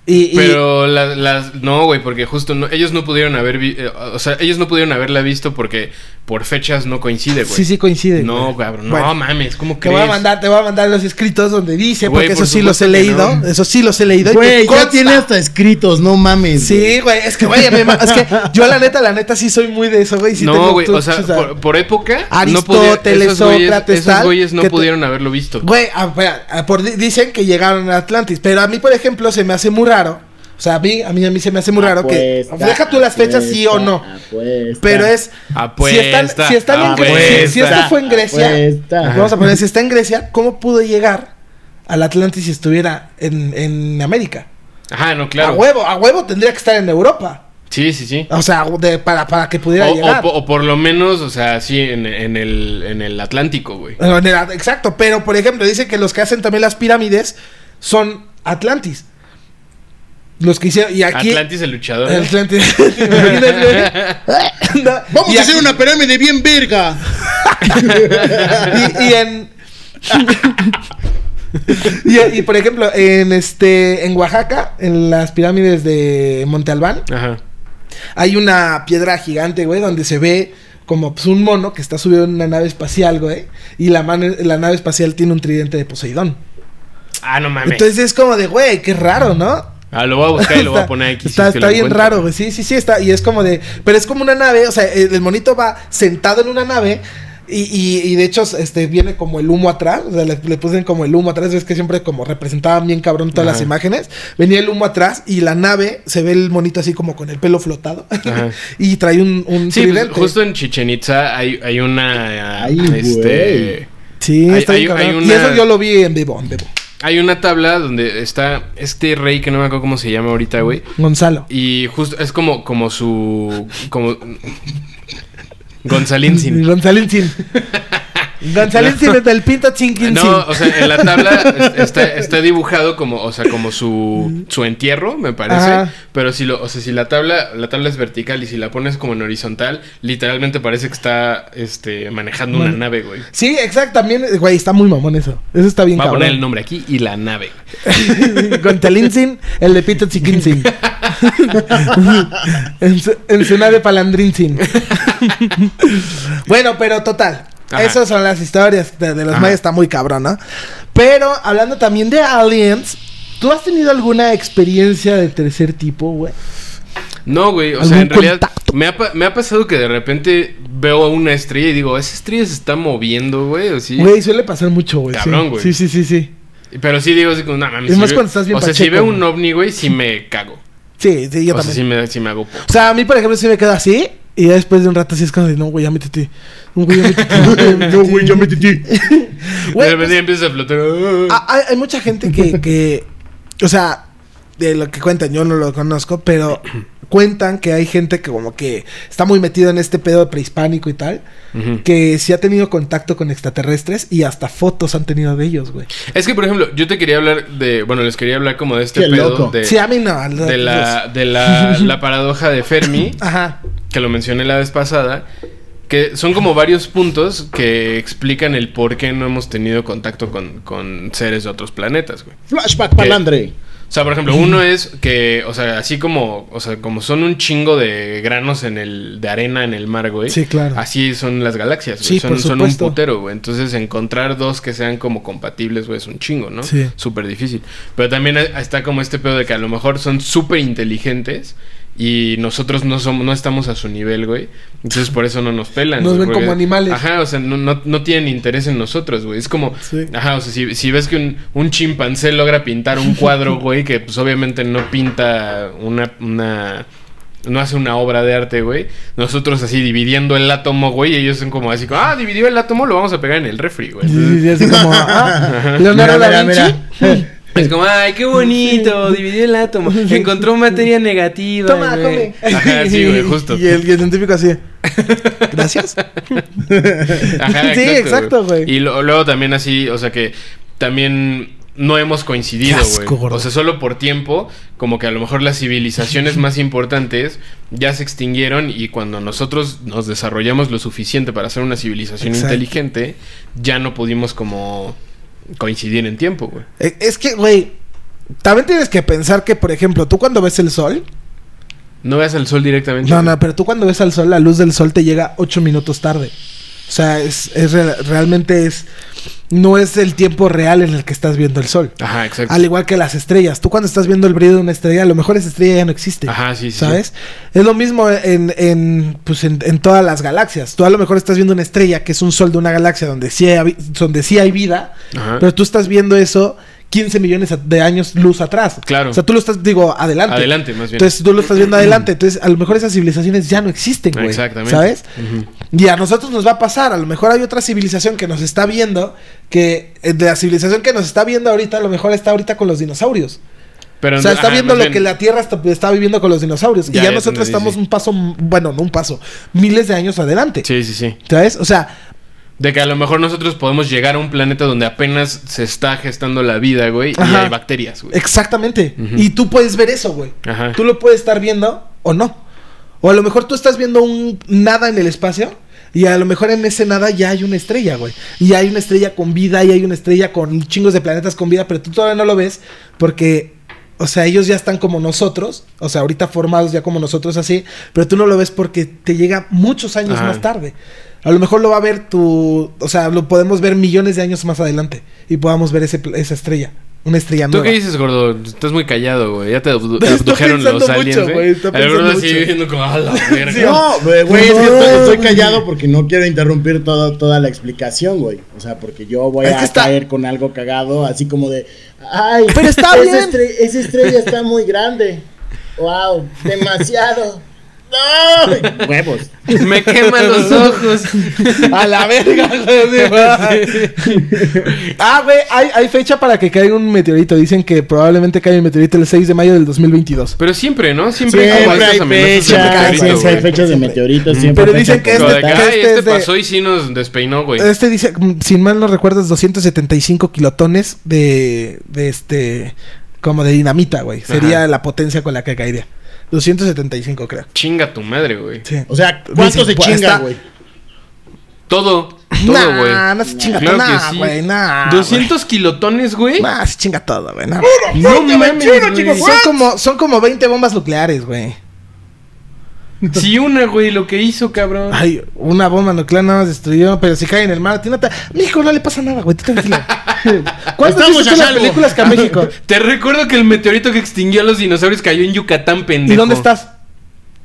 Speaker 3: Y, y-
Speaker 1: Pero las, las- no, güey, porque justo no- ellos no pudieron haber, vi- eh, o sea, ellos no pudieron haberla visto porque por fechas no coincide, güey.
Speaker 3: sí, sí coinciden.
Speaker 1: No,
Speaker 3: güey.
Speaker 1: cabrón, no
Speaker 3: Bueno,
Speaker 1: mames, ¿cómo
Speaker 3: Te
Speaker 1: crees?
Speaker 3: voy, a mandar, te voy a mandar los escritos donde dice,
Speaker 1: Güey,
Speaker 3: porque
Speaker 1: por
Speaker 3: eso sí los he
Speaker 1: supuesto que
Speaker 3: leído.
Speaker 1: no.
Speaker 3: Eso sí los he leído. y me
Speaker 2: Güey, ya
Speaker 3: consta.
Speaker 2: tiene hasta escritos, no mames.
Speaker 3: Sí, güey, es que, güey, me ma- es que yo la neta, la neta sí soy muy de eso, güey. sí
Speaker 1: no,
Speaker 3: tengo
Speaker 1: güey,
Speaker 3: tu-
Speaker 1: o sea,
Speaker 3: chusa.
Speaker 1: por, por época, no podía-
Speaker 3: Aristóteles,
Speaker 1: esos güeyes-
Speaker 3: Sócrates,
Speaker 1: esos
Speaker 3: tal,
Speaker 1: güeyes no
Speaker 3: que te-
Speaker 1: pudieron haberlo visto.
Speaker 3: Güey, ah, espera, ah, por, di- dicen que llegaron a Atlantis, pero a mí, por ejemplo, se me hace muy raro O sea, a mí, a mí, a mí se me hace muy raro que.
Speaker 2: Apuesta,
Speaker 3: Deja tú las fechas, sí o no.
Speaker 2: apuesta,
Speaker 3: Pero es.
Speaker 1: Apuesta,
Speaker 3: si están, si están en Gre-
Speaker 1: apuesta,
Speaker 3: si- si esto fue en Grecia.
Speaker 2: apuesta.
Speaker 3: Ajá. Vamos a poner, si está en Grecia, ¿cómo pudo llegar al Atlantis si estuviera en, en América?
Speaker 1: Ajá, no, claro.
Speaker 3: A huevo, a huevo tendría que estar en Europa.
Speaker 1: Sí, sí, sí.
Speaker 3: O sea, de- para, para que
Speaker 1: O,
Speaker 3: pudiera
Speaker 1: o
Speaker 3: llegar.
Speaker 1: po- o por lo menos, o sea, sí, en, en el, en el Atlántico, güey.
Speaker 3: Bueno, en el- Exacto, pero por ejemplo, dice que los que hacen también las pirámides son Atlantis. Los que hicieron. Y aquí.
Speaker 1: Atlantis el luchador.
Speaker 3: Atlantis. ¿Te imaginas, güey? No,
Speaker 2: Vamos
Speaker 3: y
Speaker 2: a hacer
Speaker 3: aquí-
Speaker 2: una pirámide bien verga.
Speaker 3: y, y en. y, y, por ejemplo, en este. En Oaxaca, en las pirámides de Monte Albán,
Speaker 1: Ajá.
Speaker 3: hay una piedra gigante, güey, donde se ve como pues, un mono que está subido en una nave espacial, güey. Y la, mano- la nave espacial tiene un tridente de Poseidón.
Speaker 1: Ah, no mames.
Speaker 3: Entonces es como de, güey, qué raro, ¿no?
Speaker 1: ah, lo voy a buscar y lo voy a poner aquí. si
Speaker 3: Está,
Speaker 1: es que
Speaker 3: está
Speaker 1: lo
Speaker 3: bien
Speaker 1: encuentro.
Speaker 3: raro, güey. Sí, sí, sí, está. Y es como de. Pero es como una nave, o sea, el el monito va sentado en una nave. Y, y- y de hecho, este, viene como el humo atrás. O sea, le, le pusieron como el humo atrás. Es que siempre como representaban bien cabrón todas las
Speaker 1: Ajá.
Speaker 3: imágenes. Venía el humo atrás y la nave se ve el monito así como con el pelo flotado.
Speaker 1: Ajá.
Speaker 3: y trae un, un
Speaker 1: Sí, pues,
Speaker 3: tridente.
Speaker 1: justo en Chichen Itza hay, hay una.
Speaker 2: Ay,
Speaker 1: este.
Speaker 2: güey.
Speaker 3: Sí,
Speaker 1: hay-
Speaker 3: está bien
Speaker 1: hay- hay
Speaker 3: cabrón. Y
Speaker 1: una-
Speaker 3: eso yo lo vi en vivo, en vivo.
Speaker 1: Hay una tabla donde está este rey que no me acuerdo cómo se llama ahorita, güey.
Speaker 3: Gonzalo.
Speaker 1: Y justo es como, como su. como. Gonzalín sin.
Speaker 3: Gonzalín Sin. Gonzalín Sin es del Pinto Chinquin Sin.
Speaker 1: No, o sea, en la tabla es- está, está dibujado como, o sea, como su, su entierro, me parece.
Speaker 3: Ajá.
Speaker 1: Pero si lo, o sea, si la tabla, la tabla es vertical y si la pones como en horizontal, literalmente parece que está este manejando una nave, güey.
Speaker 3: Sí, exacto, también, güey, está muy mamón eso. Eso está bien
Speaker 1: Va a
Speaker 3: cabrón.
Speaker 1: poner el nombre aquí y la nave.
Speaker 3: Con Talinsin, el de Pito Chiquinsin. en, su, en su nave Palandrinsin. bueno, pero total.
Speaker 1: Ajá.
Speaker 3: Esas son las historias de, de los
Speaker 1: Ajá.
Speaker 3: mayas, está muy cabrón, ¿no? Pero hablando también de aliens, ¿tú has tenido alguna experiencia de tercer tipo, güey?
Speaker 1: No, güey, o
Speaker 3: ¿Algún
Speaker 1: sea, en realidad
Speaker 3: contacto?
Speaker 1: me ha, pa- me ha pasado que de repente veo a una estrella y digo, esa estrella se está moviendo, güey, o sí.
Speaker 3: Güey, suele pasar mucho, güey. sí.
Speaker 1: Cabrón, güey.
Speaker 3: Sí, sí, sí, sí.
Speaker 1: Pero sí digo así como, no mames.
Speaker 3: Es
Speaker 1: si
Speaker 3: más
Speaker 1: veo-
Speaker 3: cuando estás bien
Speaker 1: O sea, si
Speaker 3: pacheco,
Speaker 1: veo
Speaker 3: güey.
Speaker 1: un ovni, güey, sí me cago.
Speaker 3: Sí, sí, yo
Speaker 1: o sea,
Speaker 3: también.
Speaker 1: sí me, sí me hago. po-
Speaker 3: O sea, a mí, por ejemplo, sí me quedo así. Y ya después de un rato sí es como de, no, güey, ya métete. No, güey, ya métete.
Speaker 2: No, güey, ya me tití.
Speaker 1: de
Speaker 3: Güey,
Speaker 1: repente
Speaker 3: pues, Ah.
Speaker 1: empiezas a flotar.
Speaker 3: a- hay, hay mucha gente que, que, o sea, de lo que cuentan, yo no lo conozco, pero cuentan que hay gente que como que está muy metida en este pedo prehispánico y tal,
Speaker 1: Ujú.
Speaker 3: que sí ha tenido contacto con extraterrestres y hasta fotos han tenido de ellos, güey.
Speaker 1: Es que, por ejemplo, yo te quería hablar de. Bueno, les quería hablar como de este
Speaker 2: Qué
Speaker 1: pedo
Speaker 2: loco.
Speaker 1: de.
Speaker 3: sí, ah, a mí no. al-
Speaker 1: de la, de la, la paradoja de Fermi,
Speaker 3: Ajá.
Speaker 1: que lo mencioné la vez pasada, que son como varios puntos que explican el por qué no hemos tenido contacto con, con seres de otros planetas, güey.
Speaker 2: Flashback palandre.
Speaker 1: O sea, por ejemplo, uno es que, o sea, así como, o sea, como son un chingo de granos en el, de arena en el mar, güey.
Speaker 3: Sí, claro.
Speaker 1: Así son las galaxias, güey.
Speaker 3: Sí,
Speaker 1: son,
Speaker 3: por
Speaker 1: son un
Speaker 3: supuesto.
Speaker 1: putero, güey. Entonces, encontrar dos que sean como compatibles, güey, es un chingo, ¿no?
Speaker 3: Sí.
Speaker 1: Súper difícil. Pero también eh, está como este pedo de que a lo mejor son súper inteligentes y nosotros no somos, no estamos a su nivel, güey. Entonces, por eso no nos pelan.
Speaker 3: Nos
Speaker 1: güey,
Speaker 3: ven
Speaker 1: porque-
Speaker 3: como animales.
Speaker 1: Ajá, o sea, no, no, no tienen interés en nosotros, güey. Es como,
Speaker 3: Sí.
Speaker 1: ajá, o sea, si, si ves que un, un chimpancé logra pintar un cuadro, güey, que pues obviamente no pinta una, una, no hace una obra de arte, güey. Nosotros así dividiendo el átomo, güey, y ellos son como así, como, ah, dividió el átomo, lo vamos a pegar en el refri, güey.
Speaker 3: Sí, sí, sí, así como, ah, Leonardo da Vinci.
Speaker 1: Es como, ay, qué bonito, dividió el átomo, encontró materia negativa.
Speaker 3: Toma,
Speaker 1: güey".
Speaker 3: come.
Speaker 1: Ajá, sí, güey, justo.
Speaker 3: Y el, y el científico así. Gracias.
Speaker 1: Ajá,
Speaker 3: Sí, exacto, güey.
Speaker 1: Y lo- luego también así, o sea que también no hemos coincidido,
Speaker 3: Qué asco,
Speaker 1: güey.
Speaker 3: gordo.
Speaker 1: O sea, solo por tiempo, como que a lo mejor las civilizaciones más importantes ya se extinguieron y cuando nosotros nos desarrollamos lo suficiente para ser una civilización
Speaker 3: Exacto.
Speaker 1: inteligente, ya no pudimos como coincidir en tiempo, güey.
Speaker 3: Eh, Es que, güey, también tienes que pensar que, por ejemplo, tú cuando ves el sol.
Speaker 1: No veas el sol directamente.
Speaker 3: No,
Speaker 1: güey.
Speaker 3: no, pero tú cuando ves al sol, la luz del sol te llega ocho minutos tarde. O sea, es, es re- realmente es. No es el tiempo real en el que estás viendo el sol.
Speaker 1: Ajá, exacto.
Speaker 3: Al igual que las estrellas. Tú cuando estás viendo el brillo de una estrella, a lo mejor esa estrella ya no existe.
Speaker 1: Ajá, sí, sí,
Speaker 3: ¿Sabes? Es lo mismo en, en, pues en, en todas las galaxias. Tú a lo mejor estás viendo una estrella que es un sol de una galaxia donde sí hay, donde sí hay vida,
Speaker 1: Ajá.
Speaker 3: pero tú estás viendo eso 15 millones de años luz atrás.
Speaker 1: Claro.
Speaker 3: O sea, tú lo estás, digo, adelante.
Speaker 1: Adelante, más bien.
Speaker 3: Entonces tú lo estás viendo adelante. Entonces, a lo mejor esas civilizaciones ya no existen, güey.
Speaker 1: Exactamente.
Speaker 3: ¿Sabes? Y a nosotros nos va a pasar. A lo mejor hay otra civilización que nos está viendo, que eh, de la civilización que nos está viendo ahorita, a lo mejor está ahorita con los dinosaurios.
Speaker 1: Pero,
Speaker 3: o sea, está
Speaker 1: ajá,
Speaker 3: viendo
Speaker 1: más
Speaker 3: lo
Speaker 1: bien,
Speaker 3: que la Tierra está, está viviendo con los dinosaurios.
Speaker 1: Ya,
Speaker 3: y ya
Speaker 1: ya
Speaker 3: nosotros
Speaker 1: entendí,
Speaker 3: estamos
Speaker 1: sí.
Speaker 3: un paso, bueno, no un paso, miles de años adelante.
Speaker 1: Sí, sí, sí.
Speaker 3: ¿Sabes? O sea,
Speaker 1: De que a lo mejor nosotros podemos llegar a un planeta donde apenas se está gestando la vida, güey, y
Speaker 3: Ajá.
Speaker 1: hay bacterias, güey.
Speaker 3: exactamente. Y tú puedes ver eso, güey.
Speaker 1: Ajá.
Speaker 3: Tú lo puedes estar viendo o no. O a lo mejor tú estás viendo un nada en el espacio. Y a lo mejor en ese nada ya hay una estrella, güey. Y hay una estrella con vida, y hay una estrella con chingos de planetas con vida, pero tú todavía no lo ves porque, o sea, ellos ya están como nosotros, o sea, ahorita formados ya como nosotros así, pero tú no lo ves porque te llega muchos años
Speaker 1: Ajá.
Speaker 3: más tarde. A lo mejor lo va a ver tu, o sea, lo podemos ver millones de años más adelante y podamos ver ese pl- esa estrella, una estrella
Speaker 1: ¿Tú
Speaker 3: nueva.
Speaker 1: qué dices, gordo? Estás muy callado, güey. Ya te abdu-
Speaker 3: Está
Speaker 1: abdujeron
Speaker 3: pensando
Speaker 1: los
Speaker 3: mucho,
Speaker 1: aliens,
Speaker 3: güey,
Speaker 1: güey.
Speaker 3: está
Speaker 1: El gordo
Speaker 3: pensando
Speaker 1: así
Speaker 3: mucho.
Speaker 1: viendo como a la verga.
Speaker 2: No, güey, güey, es que
Speaker 3: No,
Speaker 2: estoy, estoy
Speaker 3: güey.
Speaker 2: callado porque no quiero interrumpir todo- toda la explicación, güey. O sea, porque yo voy
Speaker 3: Es
Speaker 2: a
Speaker 3: que está-
Speaker 2: caer con algo cagado, así como de, ay,
Speaker 3: Pero está
Speaker 2: esa,
Speaker 3: bien.
Speaker 2: estre- esa estrella está muy grande. Wow, demasiado. No, huevos.
Speaker 1: Me queman los ojos.
Speaker 3: A la verga, güey. Ah, güey, hay, hay fecha para que caiga un meteorito. Dicen que probablemente caiga un meteorito el 6 de mayo del 2022.
Speaker 1: Pero siempre, ¿no? Siempre,
Speaker 2: Siempre
Speaker 1: como estas
Speaker 2: hay
Speaker 1: amenazas de meteorito,
Speaker 2: fechas, siempre hay
Speaker 1: güey.
Speaker 2: fechas de meteoritos, siempre.
Speaker 3: Pero
Speaker 2: hay
Speaker 3: dicen
Speaker 2: fechas
Speaker 3: que
Speaker 1: Como
Speaker 2: de-
Speaker 1: de que,
Speaker 3: este
Speaker 1: "Ay, este
Speaker 3: es de-
Speaker 1: pasó y sí nos despeinó, güey.
Speaker 3: Este dice, mm, sin mal no recuerdo, es 275 kilotones de, de este. Como de dinamita, güey. Sería
Speaker 1: Ajá.
Speaker 3: la potencia con la que caería. 275, creo.
Speaker 1: Chinga tu madre, güey.
Speaker 3: Sí.
Speaker 2: O sea, ¿cuánto
Speaker 3: Dicen,
Speaker 2: se
Speaker 3: pues,
Speaker 2: chinga,
Speaker 3: está-
Speaker 2: güey?
Speaker 1: Todo, todo, güey.
Speaker 3: Nah, no se chinga
Speaker 1: Claro
Speaker 3: todo.
Speaker 1: que
Speaker 3: Nah,
Speaker 1: sí.
Speaker 3: güey, nah. güey.
Speaker 1: 200 kilotones, güey.
Speaker 3: Nah, se chinga todo, güey. nah.
Speaker 1: No mames, güey.
Speaker 3: Son como, son como 20 bombas nucleares, güey.
Speaker 1: Si una, güey, lo que hizo, cabrón.
Speaker 3: Ay, una bomba nuclear nada más destruyó, pero si cae en el mar, a ti no te... México no le pasa nada, güey, tú tranquilo. ¿Cuántas
Speaker 2: Estamos
Speaker 3: veces
Speaker 2: a
Speaker 3: son las
Speaker 2: salvo.
Speaker 3: películas que a México?
Speaker 1: Te recuerdo que el meteorito que extinguió a los dinosaurios cayó en Yucatán, pendejo.
Speaker 3: ¿Y dónde estás?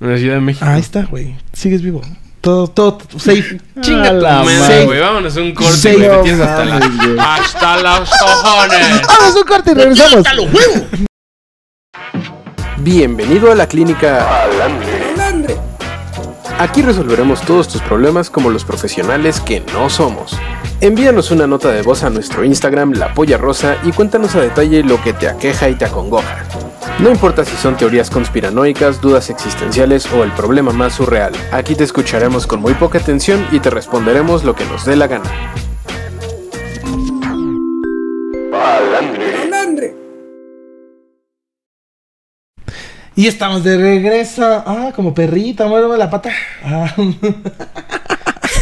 Speaker 1: En la Ciudad de México.
Speaker 3: Ah, ahí está, güey. Sigues vivo. Todo, todo safe.
Speaker 1: Chinga
Speaker 2: A
Speaker 1: tu
Speaker 2: la
Speaker 1: Ah, madre,
Speaker 2: madre.
Speaker 1: güey. Vámonos a un corte,
Speaker 3: Sí,
Speaker 1: güey.
Speaker 3: no
Speaker 1: me tienes hasta, la-
Speaker 2: mames, güey.
Speaker 1: hasta los cojones.
Speaker 3: Vamos a un corte y regresamos.
Speaker 9: Bienvenido a la clínica Alandre. Aquí resolveremos todos tus problemas como los profesionales que no somos. Envíanos una nota de voz a nuestro Instagram La Polla Rosa y cuéntanos a detalle lo que te aqueja y te acongoja. No importa si son teorías conspiranoicas, dudas existenciales o el problema más surreal, aquí te escucharemos con muy poca atención y te responderemos lo que nos dé la gana.
Speaker 3: Y estamos de regreso. Ah, como perrita, muérdame la pata. Ah.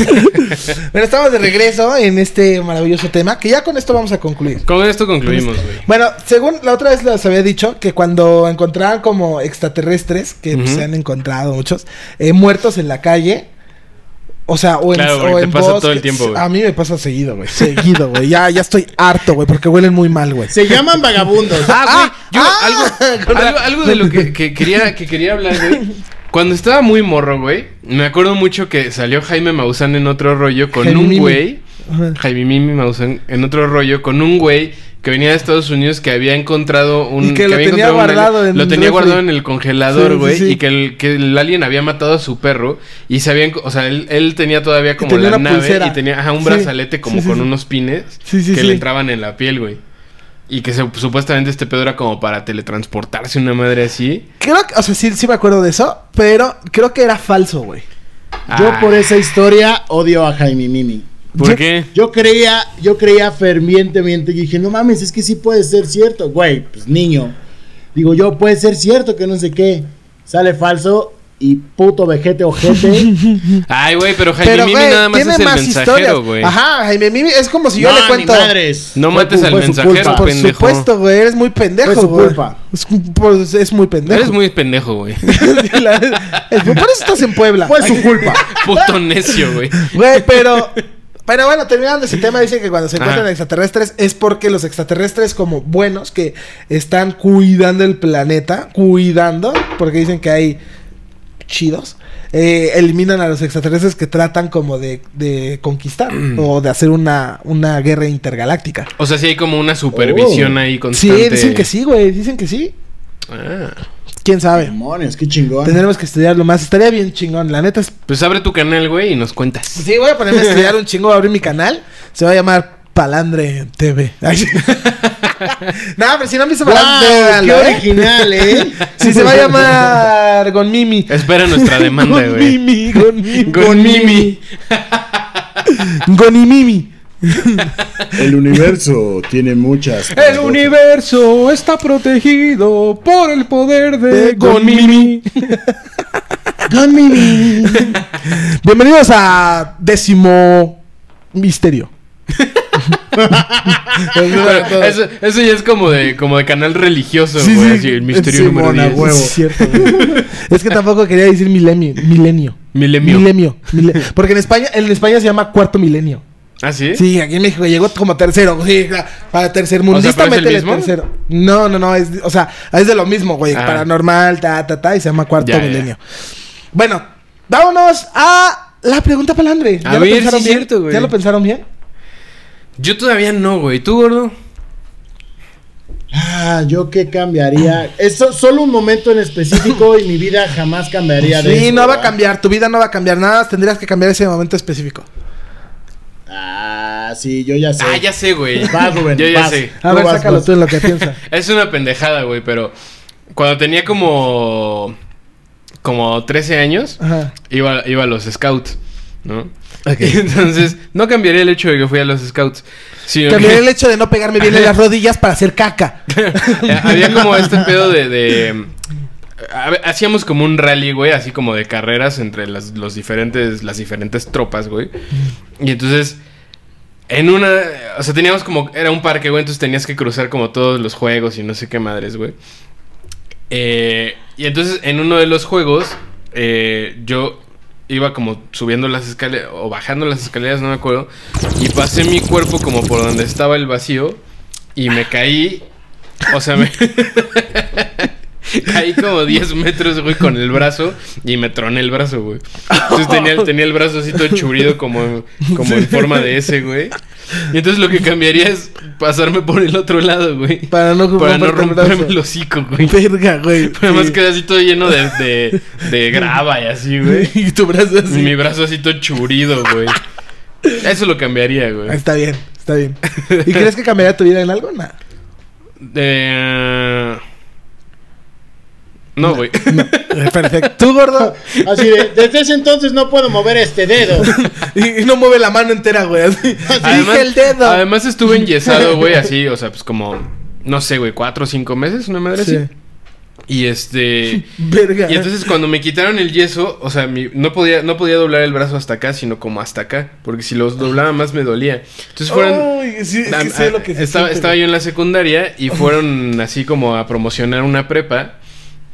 Speaker 3: Bueno, estamos de regreso en este maravilloso tema, que ya con esto vamos a concluir.
Speaker 1: Con esto concluimos, güey.
Speaker 3: Bueno, según la otra vez les había dicho que cuando encontraban como extraterrestres, que pues,
Speaker 1: Ujú.
Speaker 3: se han encontrado muchos, eh, muertos en la calle. O sea, o en,
Speaker 1: Claro,
Speaker 3: o
Speaker 1: porque te
Speaker 3: en
Speaker 1: pasa todo el
Speaker 3: bosques.
Speaker 1: tiempo, güey.
Speaker 3: A mí me pasa seguido, güey. Seguido, güey. Ya, ya estoy harto, güey, porque huelen muy mal, güey.
Speaker 2: Se llaman vagabundos.
Speaker 1: Ah, güey, yo
Speaker 3: ah,
Speaker 1: algo, algo, algo de lo que, que quería, que quería hablar, güey. Cuando estaba muy morro, güey, me acuerdo mucho que salió Jaime Maussan en otro rollo con
Speaker 3: Jaime
Speaker 1: un
Speaker 3: Mimi.
Speaker 1: güey. Jaime Mimi Maussan en otro rollo con un güey que venía de Estados Unidos que había encontrado un.
Speaker 3: Y que lo
Speaker 1: había
Speaker 3: tenía
Speaker 1: encontrado un alien-
Speaker 3: guardado en
Speaker 1: Lo tenía
Speaker 3: refri.
Speaker 1: guardado en el
Speaker 3: Sí,
Speaker 1: congelador,
Speaker 3: sí,
Speaker 1: güey.
Speaker 3: sí.
Speaker 1: Y que el, que el alien había matado a su perro. Y se habían. O sea, él, él tenía todavía como
Speaker 3: tenía
Speaker 1: la
Speaker 3: una
Speaker 1: nave
Speaker 3: pulsera.
Speaker 1: y tenía ajá, un
Speaker 3: Sí,
Speaker 1: brazalete como
Speaker 3: sí, sí,
Speaker 1: con
Speaker 3: sí.
Speaker 1: unos pines
Speaker 3: Sí, sí,
Speaker 1: que
Speaker 3: sí.
Speaker 1: le entraban en la piel, güey. Y que se- supuestamente este pedo era como para teletransportarse una madre así.
Speaker 3: Creo que, o sea, sí, sí me acuerdo de eso, pero creo que era falso, güey.
Speaker 2: Yo
Speaker 1: Ah,
Speaker 2: por esa historia odio a Jaime Mimi.
Speaker 1: ¿Por
Speaker 3: yo-
Speaker 1: qué?
Speaker 2: Yo creía, yo creía fervientemente y dije, no mames, es que sí puede ser cierto, güey, pues niño. Digo yo, puede ser cierto que no sé qué. Sale falso y puto vejete ojete.
Speaker 1: Ay, güey, pero Jaime
Speaker 3: Pero,
Speaker 1: Mimi
Speaker 3: güey,
Speaker 1: nada más
Speaker 3: tiene
Speaker 1: es el
Speaker 3: más historias.
Speaker 1: mensajero, güey.
Speaker 3: Ajá, Jaime Mimi, es como si yo
Speaker 2: No,
Speaker 3: le cuento. pues,
Speaker 2: ni madres.
Speaker 1: No
Speaker 2: Fue
Speaker 1: mates
Speaker 2: cu-
Speaker 1: al
Speaker 2: fue su
Speaker 1: mensajero,
Speaker 2: culpa.
Speaker 3: Por
Speaker 1: pendejo.
Speaker 3: supuesto, güey, eres muy pendejo,
Speaker 2: Fue su
Speaker 3: güey.
Speaker 2: culpa.
Speaker 3: Es, pues, es muy pendejo.
Speaker 1: Eres muy pendejo, güey.
Speaker 3: Sí, la- es- Por eso estás en Puebla.
Speaker 2: Fue su culpa.
Speaker 1: Puto necio, güey.
Speaker 3: Güey, pero. Pero bueno, terminando ese tema, dicen que cuando se encuentran
Speaker 1: Ajá.
Speaker 3: extraterrestres es porque los extraterrestres como buenos que están cuidando el planeta, cuidando, porque dicen que hay chidos, eh, eliminan a los extraterrestres que tratan como de, de conquistar
Speaker 2: Mm.
Speaker 3: o de hacer una, una guerra intergaláctica.
Speaker 1: O sea, sí hay como una supervisión ahí constante.
Speaker 3: Oh. Sí, dicen que sí, güey, dicen que sí.
Speaker 1: Ah.
Speaker 3: ¿Quién sabe?
Speaker 2: Demonios, qué chingón.
Speaker 3: Tendremos que estudiarlo más. Estaría bien chingón, la neta. es-
Speaker 1: Pues abre tu canal, güey, y nos cuentas.
Speaker 3: Pues Sí, voy a ponerme a estudiar un chingo, voy a abrir mi canal. Se va a llamar Palandre TV. Ay, sí. no, pero si no han visto
Speaker 2: Guau,
Speaker 3: Palandre,
Speaker 2: ¡Qué
Speaker 3: véanlo, ¿eh?
Speaker 2: original, eh!
Speaker 3: Sí, se va a llamar Con Mimi.
Speaker 1: Espera nuestra demanda,
Speaker 3: Con
Speaker 1: güey.
Speaker 3: Mimi, con Mimi.
Speaker 1: Con Mimi.
Speaker 3: Con Mimi.
Speaker 2: El universo tiene muchas.
Speaker 3: El universo está protegido por el poder de Con Mimi.
Speaker 2: Con Mimi.
Speaker 3: Bienvenidos a décimo misterio.
Speaker 1: Pero eso, eso ya es como de, como de canal religioso, güey. así, el misterio número
Speaker 2: Simona,
Speaker 1: 10.
Speaker 2: huevo.
Speaker 3: Sí, es cierto, güey. es que tampoco quería decir milenio. Milenio.
Speaker 1: Milenio.
Speaker 3: Milenio. mile- porque en España, en España se llama cuarto milenio.
Speaker 1: ¿Ah, sí?
Speaker 3: Sí, aquí en México llegó como tercero. Sí, la- para tercer mundista,
Speaker 1: O sea, ¿pero es el
Speaker 3: métele
Speaker 1: mismo?
Speaker 3: tercero. No, no, no. Es, o sea, es de lo mismo, güey.
Speaker 1: Ah.
Speaker 3: Paranormal, ta, ta, ta. Y se llama cuarto
Speaker 1: Ya, ya,
Speaker 3: milenio. Bueno, vámonos a la pregunta para Andre.
Speaker 1: A ver, sí es
Speaker 3: bien?
Speaker 1: cierto, güey.
Speaker 3: ¿Ya lo pensaron bien?
Speaker 1: Yo todavía no, güey. ¿Tú, gordo?
Speaker 2: Ah, yo qué cambiaría. Eso, solo un momento en específico y mi vida jamás cambiaría de
Speaker 3: Sí,
Speaker 2: eso,
Speaker 3: no va a
Speaker 2: ¿verdad?
Speaker 3: cambiar. Tu vida no va a cambiar nada. Tendrías que cambiar ese momento específico.
Speaker 2: Ah, sí, yo ya sé.
Speaker 1: Ah, ya sé, güey.
Speaker 2: Vas, Rubén,
Speaker 1: Yo ya
Speaker 2: vas.
Speaker 1: sé.
Speaker 3: A
Speaker 2: Tú
Speaker 3: ver,
Speaker 2: vas,
Speaker 3: sácalo
Speaker 2: vas.
Speaker 3: tú en lo que piensas.
Speaker 1: Es una pendejada, güey, pero cuando tenía como como 13 años,
Speaker 3: Ajá.
Speaker 1: iba, iba a los scouts, ¿no? Y entonces, no cambiaría el hecho de que fui a los scouts, sino
Speaker 3: Cambiaré el
Speaker 1: que
Speaker 3: hecho de no pegarme bien en las rodillas para hacer caca.
Speaker 1: había como este pedo de... de- a ver, hacíamos como un rally, güey, así como de carreras entre las, los diferentes, las diferentes tropas, güey. Y entonces... En una. O sea, teníamos como. Era un parque, güey. Entonces tenías que cruzar como todos los juegos y no sé qué madres, güey. Eh, y entonces en uno de los juegos. eh, yo iba como subiendo las escaleras. O bajando las escaleras, no me acuerdo. Y pasé mi cuerpo como por donde estaba el vacío. Y me caí. O sea, me. Caí como 10 metros, güey, con el brazo y me troné el brazo, güey. Entonces tenía, el- tenía el brazo así todo churido como, como en forma de S, güey. Y entonces lo que cambiaría es pasarme por el otro lado, güey.
Speaker 3: Para no
Speaker 1: Para no
Speaker 3: romperte el
Speaker 1: romperme
Speaker 3: brazo.
Speaker 1: el hocico, güey.
Speaker 3: Verga, güey.
Speaker 1: Pero además
Speaker 3: Sí.
Speaker 1: quedé así todo lleno de, de, de grava y así, güey.
Speaker 3: Y tu brazo
Speaker 1: Y
Speaker 3: así.
Speaker 1: Mi brazo así todo churido, güey. Eso lo cambiaría,
Speaker 3: Ah,
Speaker 1: güey.
Speaker 3: Está bien, está bien. ¿Y crees que cambiaría tu vida en algo? Nah.
Speaker 1: Eh, No, güey.
Speaker 3: Perfecto. Tú, gordo.
Speaker 2: Así de, desde ese entonces no puedo mover este dedo.
Speaker 3: Y, y no mueve la mano entera, güey. Así. Dije el dedo.
Speaker 1: Además estuve enyesado, güey, así, o sea, pues como, no sé, güey, cuatro o cinco meses, una madre
Speaker 3: Sí.
Speaker 1: así. Y este.
Speaker 3: Verga.
Speaker 1: Y entonces cuando me quitaron el yeso, o sea, mi- no, podía, no podía doblar el brazo hasta acá, sino como hasta acá. Porque si los doblaba más me dolía. Entonces fueron.
Speaker 3: Ay, sí, es
Speaker 1: Ah,
Speaker 3: que sé lo que
Speaker 1: ah,
Speaker 3: se
Speaker 1: estaba,
Speaker 3: siente,
Speaker 1: estaba
Speaker 3: güey.
Speaker 1: yo en la secundaria y fueron así como a promocionar una prepa.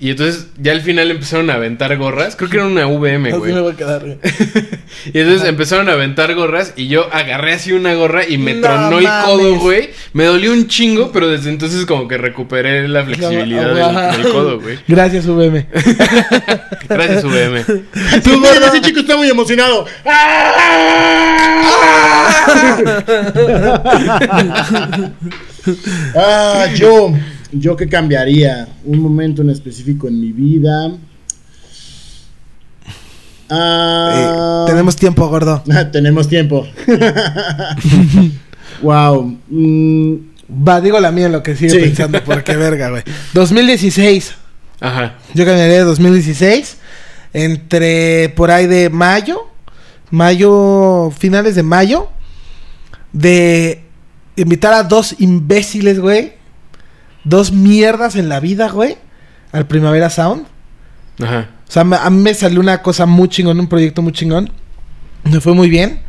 Speaker 1: Y entonces ya al final empezaron a aventar gorras. Creo que era una VM,
Speaker 3: Así
Speaker 1: güey.
Speaker 3: me voy a quedar, güey.
Speaker 1: Y entonces empezaron a aventar gorras y yo agarré así una gorra y me
Speaker 3: No
Speaker 1: tronó el codo,
Speaker 3: mames.
Speaker 1: güey. Me dolió un chingo, pero desde entonces como que recuperé la flexibilidad del-
Speaker 3: Ajá.
Speaker 1: del, codo, güey.
Speaker 3: Gracias, Eh, UVM.
Speaker 1: Gracias, UVM.
Speaker 2: Tú, miren, ese chico está muy emocionado. Ah, yo, yo qué cambiaría. Un momento en específico en mi vida. Ah,
Speaker 3: Eh, Tenemos tiempo, gordo.
Speaker 2: tenemos tiempo. wow. mm,
Speaker 3: Va, digo la mía en lo que sigue
Speaker 2: Sí.
Speaker 3: pensando, porque verga, güey. 2016.
Speaker 1: Ajá.
Speaker 3: Yo cambiaría de 2016 entre por ahí de mayo, mayo, finales de mayo, de invitar a dos imbéciles, güey, dos mierdas en la vida, güey, al Primavera Sound.
Speaker 1: Ajá.
Speaker 3: O sea, me- a mí me salió una cosa muy chingón, un proyecto muy chingón. Me fue muy bien.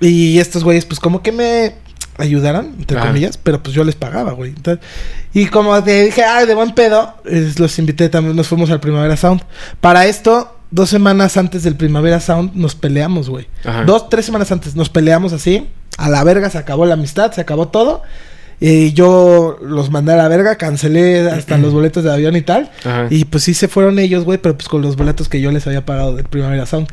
Speaker 3: Y estos güeyes, pues como que me ayudaron, entre
Speaker 1: Ajá.
Speaker 3: comillas, pero pues yo les pagaba, güey. Entonces, y como te dije, ay, de buen pedo, es- los invité también, nos fuimos al Primavera Sound. Para esto, dos semanas antes del Primavera Sound, nos peleamos, güey.
Speaker 1: Ajá.
Speaker 3: Dos, tres semanas antes, nos peleamos así. A la verga, se acabó la amistad, se acabó todo. eh, yo los mandé a la verga, cancelé hasta los boletos de avión y tal.
Speaker 1: Ajá.
Speaker 3: Y pues sí se fueron ellos, güey, pero pues con los boletos que yo les había pagado de Primavera Sound.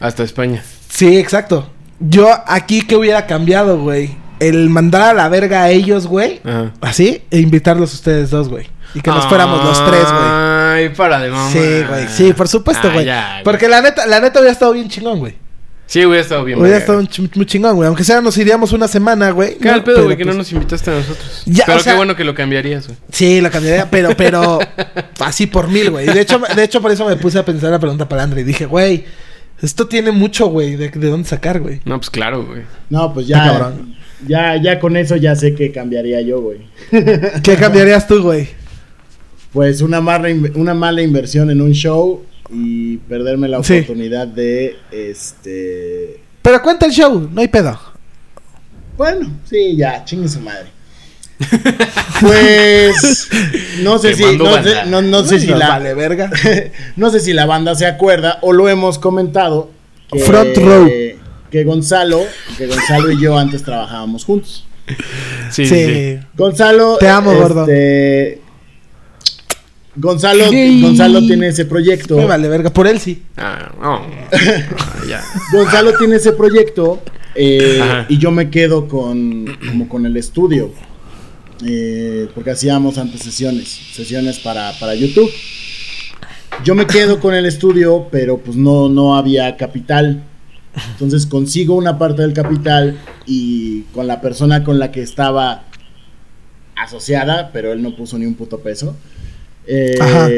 Speaker 1: Hasta España.
Speaker 3: Sí, exacto. Yo aquí que hubiera cambiado, güey. El mandar a la verga a ellos, güey.
Speaker 1: Ajá.
Speaker 3: Así, e invitarlos ustedes dos, güey. Y que nos fuéramos los tres, güey.
Speaker 1: Ay, para de mamá.
Speaker 3: Sí, güey. Sí, por supuesto,
Speaker 1: Ah,
Speaker 3: güey.
Speaker 1: ya, güey.
Speaker 3: Porque la neta, la neta hubiera estado bien chingón, güey.
Speaker 1: Sí, hubiera estado bien.
Speaker 3: Hubiera
Speaker 1: verga.
Speaker 3: estado un ch- muy chingón, güey. Aunque sea, nos iríamos una semana, güey.
Speaker 1: Qué al
Speaker 3: No,
Speaker 1: pedo,
Speaker 3: pero,
Speaker 1: güey, que no
Speaker 3: pues,
Speaker 1: nos invitaste a nosotros.
Speaker 3: Ya,
Speaker 1: pero
Speaker 3: o sea-
Speaker 1: qué bueno que lo cambiarías, güey.
Speaker 3: Sí, la cambiaría, pero, pero así por mil, güey. De hecho, de hecho, por eso me puse a pensar la pregunta para André. Y dije, güey, esto tiene mucho, güey, de, de dónde sacar, güey.
Speaker 1: No, pues claro, güey.
Speaker 2: No, pues
Speaker 3: Está
Speaker 2: ya.
Speaker 3: cabrón.
Speaker 2: Ya, ya con eso ya sé que cambiaría yo, güey.
Speaker 3: ¿Qué cambiarías tú, güey?
Speaker 2: Pues una mala, inv- una mala inversión en un show y perderme la
Speaker 3: Sí.
Speaker 2: oportunidad de este.
Speaker 3: Pero cuenta el show, no hay pedo.
Speaker 2: Bueno, sí, ya, chingue su madre. Pues no sé si
Speaker 1: Quemando
Speaker 2: no
Speaker 1: banda.
Speaker 2: sé, no- no sé si
Speaker 3: Nos
Speaker 2: la
Speaker 3: Vale, verga.
Speaker 2: no sé si la banda se acuerda o lo hemos comentado que,
Speaker 3: Front row.
Speaker 2: que Gonzalo que Gonzalo y yo antes trabajábamos juntos.
Speaker 1: Sí,
Speaker 3: Sí.
Speaker 1: sí. sí.
Speaker 2: Gonzalo. este,
Speaker 3: Te amo, gordo.
Speaker 2: Gonzalo,
Speaker 3: Yay.
Speaker 2: Gonzalo tiene ese proyecto.
Speaker 3: Me vale, verga. Por él sí.
Speaker 1: Ah, no. Ah, ya.
Speaker 2: Gonzalo tiene ese proyecto eh,
Speaker 1: Ajá.
Speaker 2: y yo me quedo con como con el estudio eh, porque hacíamos antes sesiones sesiones para, para YouTube yo me quedo con el estudio pero pues no no había capital entonces consigo una parte del capital y con la persona con la que estaba asociada pero él no puso ni un puto peso eh,
Speaker 3: Ajá.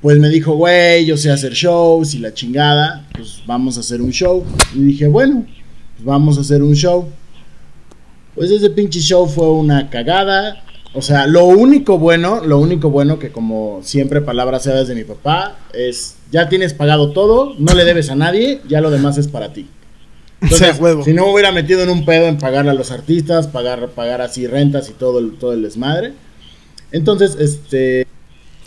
Speaker 2: pues me dijo, güey, yo sé hacer shows y la chingada, pues vamos a hacer un show. Y dije, bueno, pues vamos a hacer un show. Pues ese pinche show fue una cagada. O sea, lo único bueno, lo único bueno que como siempre palabras sabias de mi papá es, ya tienes pagado todo, no le debes a nadie, ya lo demás es para ti.
Speaker 3: o sea, huevo.
Speaker 2: Si no me hubiera metido en un pedo en pagarle a los artistas, pagar, pagar así rentas y todo el, todo el desmadre. Entonces, este,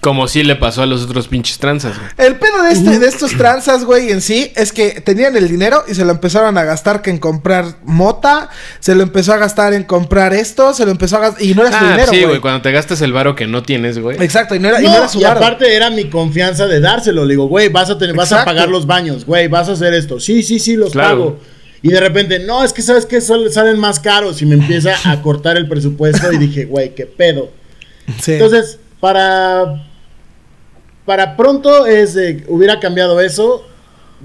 Speaker 1: Como sí le pasó a los otros pinches tranzas, güey.
Speaker 3: El pedo de, este, de estos tranzas, güey, en sí, es que tenían el dinero y se lo empezaron a gastar que en comprar mota, se lo empezó a gastar en comprar esto, se lo empezó a gastar... Y no era su
Speaker 1: Ah,
Speaker 3: dinero,
Speaker 1: sí,
Speaker 3: güey.
Speaker 1: güey. Cuando te gastas el varo que no tienes, güey.
Speaker 3: Exacto, y no era, Ah, y no
Speaker 2: No,
Speaker 3: era su
Speaker 2: y
Speaker 3: varo.
Speaker 2: aparte era mi confianza de dárselo. Le digo, güey, vas a tener, vas a
Speaker 3: Exacto.
Speaker 2: pagar los baños, güey, vas a hacer esto. Sí, sí, sí, los
Speaker 1: Claro.
Speaker 2: pago. Y de repente, no, es que sabes que salen más caros y me empieza a cortar el presupuesto y dije, güey, qué pedo.
Speaker 3: Sí.
Speaker 2: Entonces, para para pronto es de- hubiera cambiado eso,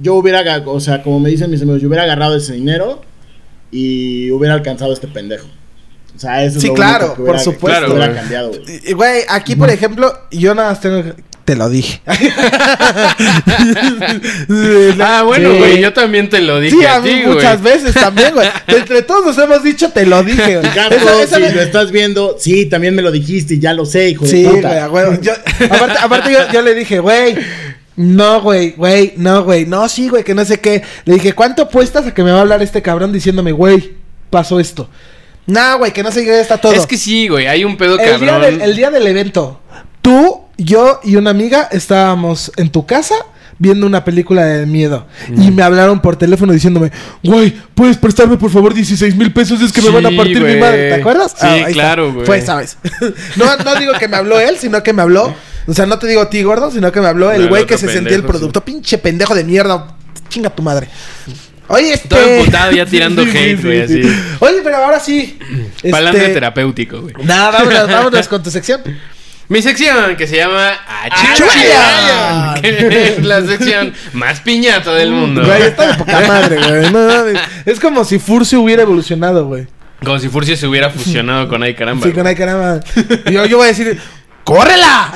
Speaker 2: yo hubiera, aga- o sea, como me dicen mis amigos, yo hubiera agarrado ese dinero y hubiera alcanzado a este pendejo. O sea, eso es
Speaker 3: Sí,
Speaker 2: lo
Speaker 3: claro,
Speaker 2: único que
Speaker 3: por
Speaker 2: hubiera- que
Speaker 3: supuesto.
Speaker 2: hubiera
Speaker 1: Claro, güey.
Speaker 2: cambiado, güey.
Speaker 3: Y- y, Güey, aquí, por ejemplo, yo nada más tengo... que- Te lo dije.
Speaker 1: Ah, bueno,
Speaker 3: Sí.
Speaker 1: güey. Yo también te lo dije
Speaker 3: Sí, a
Speaker 1: a
Speaker 3: mí
Speaker 1: ti, güey.
Speaker 3: muchas veces también, güey. Entre todos nos hemos dicho, te lo dije, güey.
Speaker 2: Gato,
Speaker 3: Esa- esa
Speaker 2: si
Speaker 3: vez-
Speaker 2: lo estás viendo, sí, también me lo dijiste y ya lo sé, hijo
Speaker 3: Sí,
Speaker 2: de
Speaker 3: güey,
Speaker 2: puta.
Speaker 3: a huevo. Yo- aparte, aparte yo, yo le dije, güey, no, güey, güey, no, güey, no, sí, güey, que no sé qué. Le dije, ¿cuánto apuestas a que me va a hablar este cabrón diciéndome, güey, pasó esto? No, güey, que no sé qué, ya está todo.
Speaker 1: Es que sí, güey. Hay un pedo
Speaker 3: el, día
Speaker 1: cabrón.
Speaker 3: del, el día del evento, tú, yo y una amiga estábamos en tu casa viendo una película de miedo.
Speaker 1: Mm.
Speaker 3: Y me hablaron por teléfono diciéndome, güey, ¿puedes prestarme por favor 16 mil pesos? Es que me
Speaker 1: Sí,
Speaker 3: van a partir mi
Speaker 1: güey.
Speaker 3: madre. ¿Te acuerdas? Ah,
Speaker 1: Sí,
Speaker 3: ahí está.
Speaker 1: claro, güey.
Speaker 3: Fue esa vez. no, no digo que me habló él, sino que me habló. O sea, no te digo a ti, gordo, sino que me habló el
Speaker 1: No, el
Speaker 3: güey que
Speaker 1: otro
Speaker 3: se sentía
Speaker 1: pendejo,
Speaker 3: el
Speaker 1: sí.
Speaker 3: producto. Pinche pendejo de mierda. Chinga tu madre. Oye, este...
Speaker 1: Todo emputado, ya tirando hate, güey, así.
Speaker 3: Oye, pero ahora sí.
Speaker 1: Palante
Speaker 3: este,
Speaker 1: terapéutico, güey.
Speaker 3: Nada, vámonos, vámonos con tu sección.
Speaker 1: Mi sección que se llama
Speaker 3: Achuchayan.
Speaker 1: Achuchayan, que es la sección más piñata del mundo.
Speaker 3: Mm, Güey, está de poca madre, güey. No mames. es como si Furcio hubiera evolucionado, güey.
Speaker 1: Como si Furcio se hubiera fusionado con Ay Caramba.
Speaker 3: Sí,
Speaker 1: güey.
Speaker 3: con ay, caramba. Yo, yo voy a decir, ¡córrela!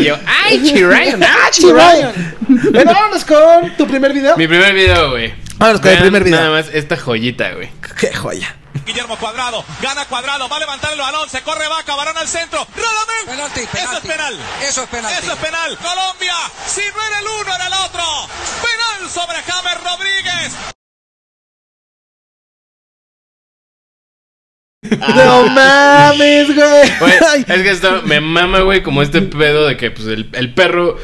Speaker 1: Y yo, ¡Ay, Chirayan! ¡Ah,
Speaker 3: Sí,
Speaker 1: Chirayan!
Speaker 3: Ryan. bueno, vámonos con tu primer video.
Speaker 1: Mi primer video, güey.
Speaker 3: Vámonos con el
Speaker 1: Vean
Speaker 3: primer video.
Speaker 1: Nada más esta joyita, güey.
Speaker 3: Qué joya.
Speaker 10: Guillermo Cuadrado, gana Cuadrado, va a levantar el balón, se corre Vaca, varón al centro, Radamel. Eso es penal. Eso es penal. Eso es penal. Colombia, si no era el uno, era el otro. Penal sobre James Rodríguez.
Speaker 3: No mames, güey.
Speaker 1: Güey,
Speaker 3: Ay,
Speaker 1: es que esto me mama, güey, como este pedo de que pues el, el perro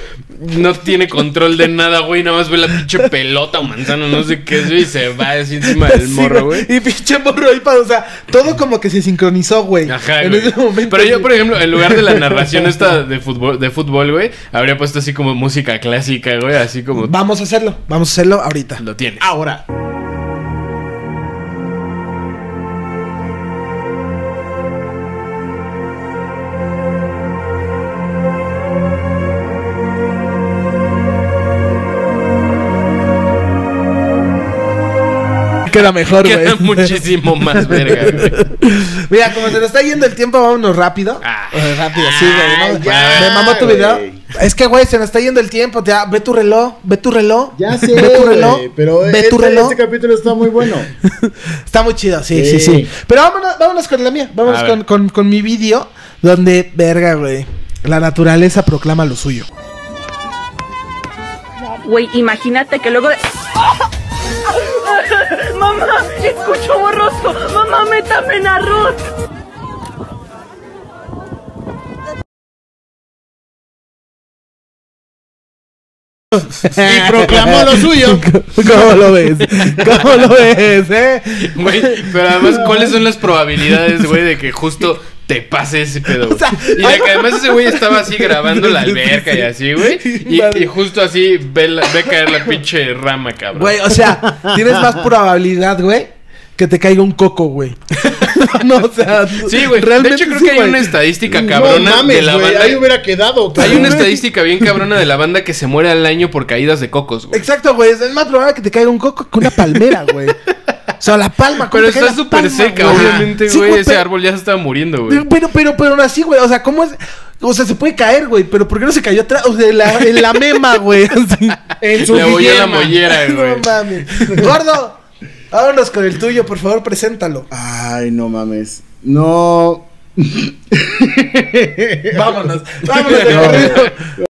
Speaker 1: no tiene control de nada, güey. Nada más ve la pinche pelota o manzana, no sé qué es, güey, y se va así encima del
Speaker 3: Sí,
Speaker 1: morro, güey.
Speaker 3: Y pinche morro ahí para, o sea, todo como que se sincronizó, güey.
Speaker 1: Ajá,
Speaker 3: en
Speaker 1: güey.
Speaker 3: ese momento.
Speaker 1: Pero yo, por ejemplo, en lugar de la narración esta de fútbol, de fútbol, güey, habría puesto así como música clásica, güey, así como
Speaker 3: Vamos a hacerlo, vamos a hacerlo ahorita.
Speaker 1: lo tienes.
Speaker 3: Ahora. Queda mejor,
Speaker 1: Queda
Speaker 3: güey.
Speaker 1: muchísimo más verga, güey.
Speaker 3: Mira, como se nos está yendo el tiempo, vámonos rápido.
Speaker 1: Ah.
Speaker 3: Eh, rápido, sí, güey. ¿no?
Speaker 2: ya,
Speaker 3: Me mamó tu
Speaker 2: güey.
Speaker 3: video. Es que, güey, se nos está yendo el tiempo. ya, ve tu reloj, ve tu reloj.
Speaker 2: Ya sé,
Speaker 3: ve tu
Speaker 2: güey,
Speaker 3: reloj.
Speaker 2: pero
Speaker 3: ve
Speaker 2: este,
Speaker 3: tu reloj.
Speaker 2: este capítulo está muy bueno.
Speaker 3: Está muy chido, sí, sí, sí.
Speaker 2: Sí.
Speaker 3: Pero vámonos, vámonos con la mía. Vámonos
Speaker 1: A
Speaker 3: con,
Speaker 1: ver.
Speaker 3: con- con mi vídeo donde, verga, güey. La naturaleza proclama lo suyo.
Speaker 11: Güey, imagínate que luego de... ¡Mamá! ¡Escucho borroso! ¡Mamá, métame en arroz!
Speaker 2: Y proclamó lo suyo.
Speaker 3: ¿Cómo lo ves? ¿Cómo lo ves, eh?
Speaker 1: Güey, pero además, ¿cuáles son las probabilidades, güey, de que justo te pase ese pedo? güey?
Speaker 3: O sea,
Speaker 1: y de que además ese güey estaba así grabando la alberca y así, güey. Y, y justo así ve, la- ve caer la pinche rama, cabrón.
Speaker 3: Güey, o sea, tienes más probabilidad, güey, que te caiga un coco, güey. no, o sea,
Speaker 1: sí, güey. De
Speaker 3: realmente
Speaker 1: hecho, creo
Speaker 3: sí,
Speaker 1: que hay
Speaker 3: güey.
Speaker 1: una estadística
Speaker 2: No
Speaker 1: cabrona de
Speaker 2: mames,
Speaker 1: la
Speaker 2: güey.
Speaker 1: banda.
Speaker 2: Ahí hubiera quedado.
Speaker 1: Hay
Speaker 2: cabrón.
Speaker 1: una estadística bien cabrona de la banda que se muere al año por caídas de cocos, güey.
Speaker 3: Exacto, güey. Es más probable que te caiga un coco que una palmera, güey. O sea, la palma, ¿cómo
Speaker 1: Pero
Speaker 3: te cae
Speaker 1: está
Speaker 3: la
Speaker 1: súper
Speaker 3: palma,
Speaker 1: seca,
Speaker 3: güey?
Speaker 1: obviamente,
Speaker 3: Sí,
Speaker 1: güey. ese
Speaker 3: pero-
Speaker 1: árbol ya se estaba muriendo, güey.
Speaker 3: Pero, pues, pero, pero, pero aún así, güey. O sea, ¿cómo es? O sea, se puede caer, güey. Pero ¿por qué no se cayó atrás? O sea, en la, en la mema, güey. Así.
Speaker 2: En su
Speaker 1: Le voy a la
Speaker 2: Guillermo.
Speaker 1: mollera, güey.
Speaker 3: No mames. Gordo, vámonos con el tuyo, por favor, preséntalo.
Speaker 2: Ay, no mames. No.
Speaker 3: Vámonos. Vámonos de corrido.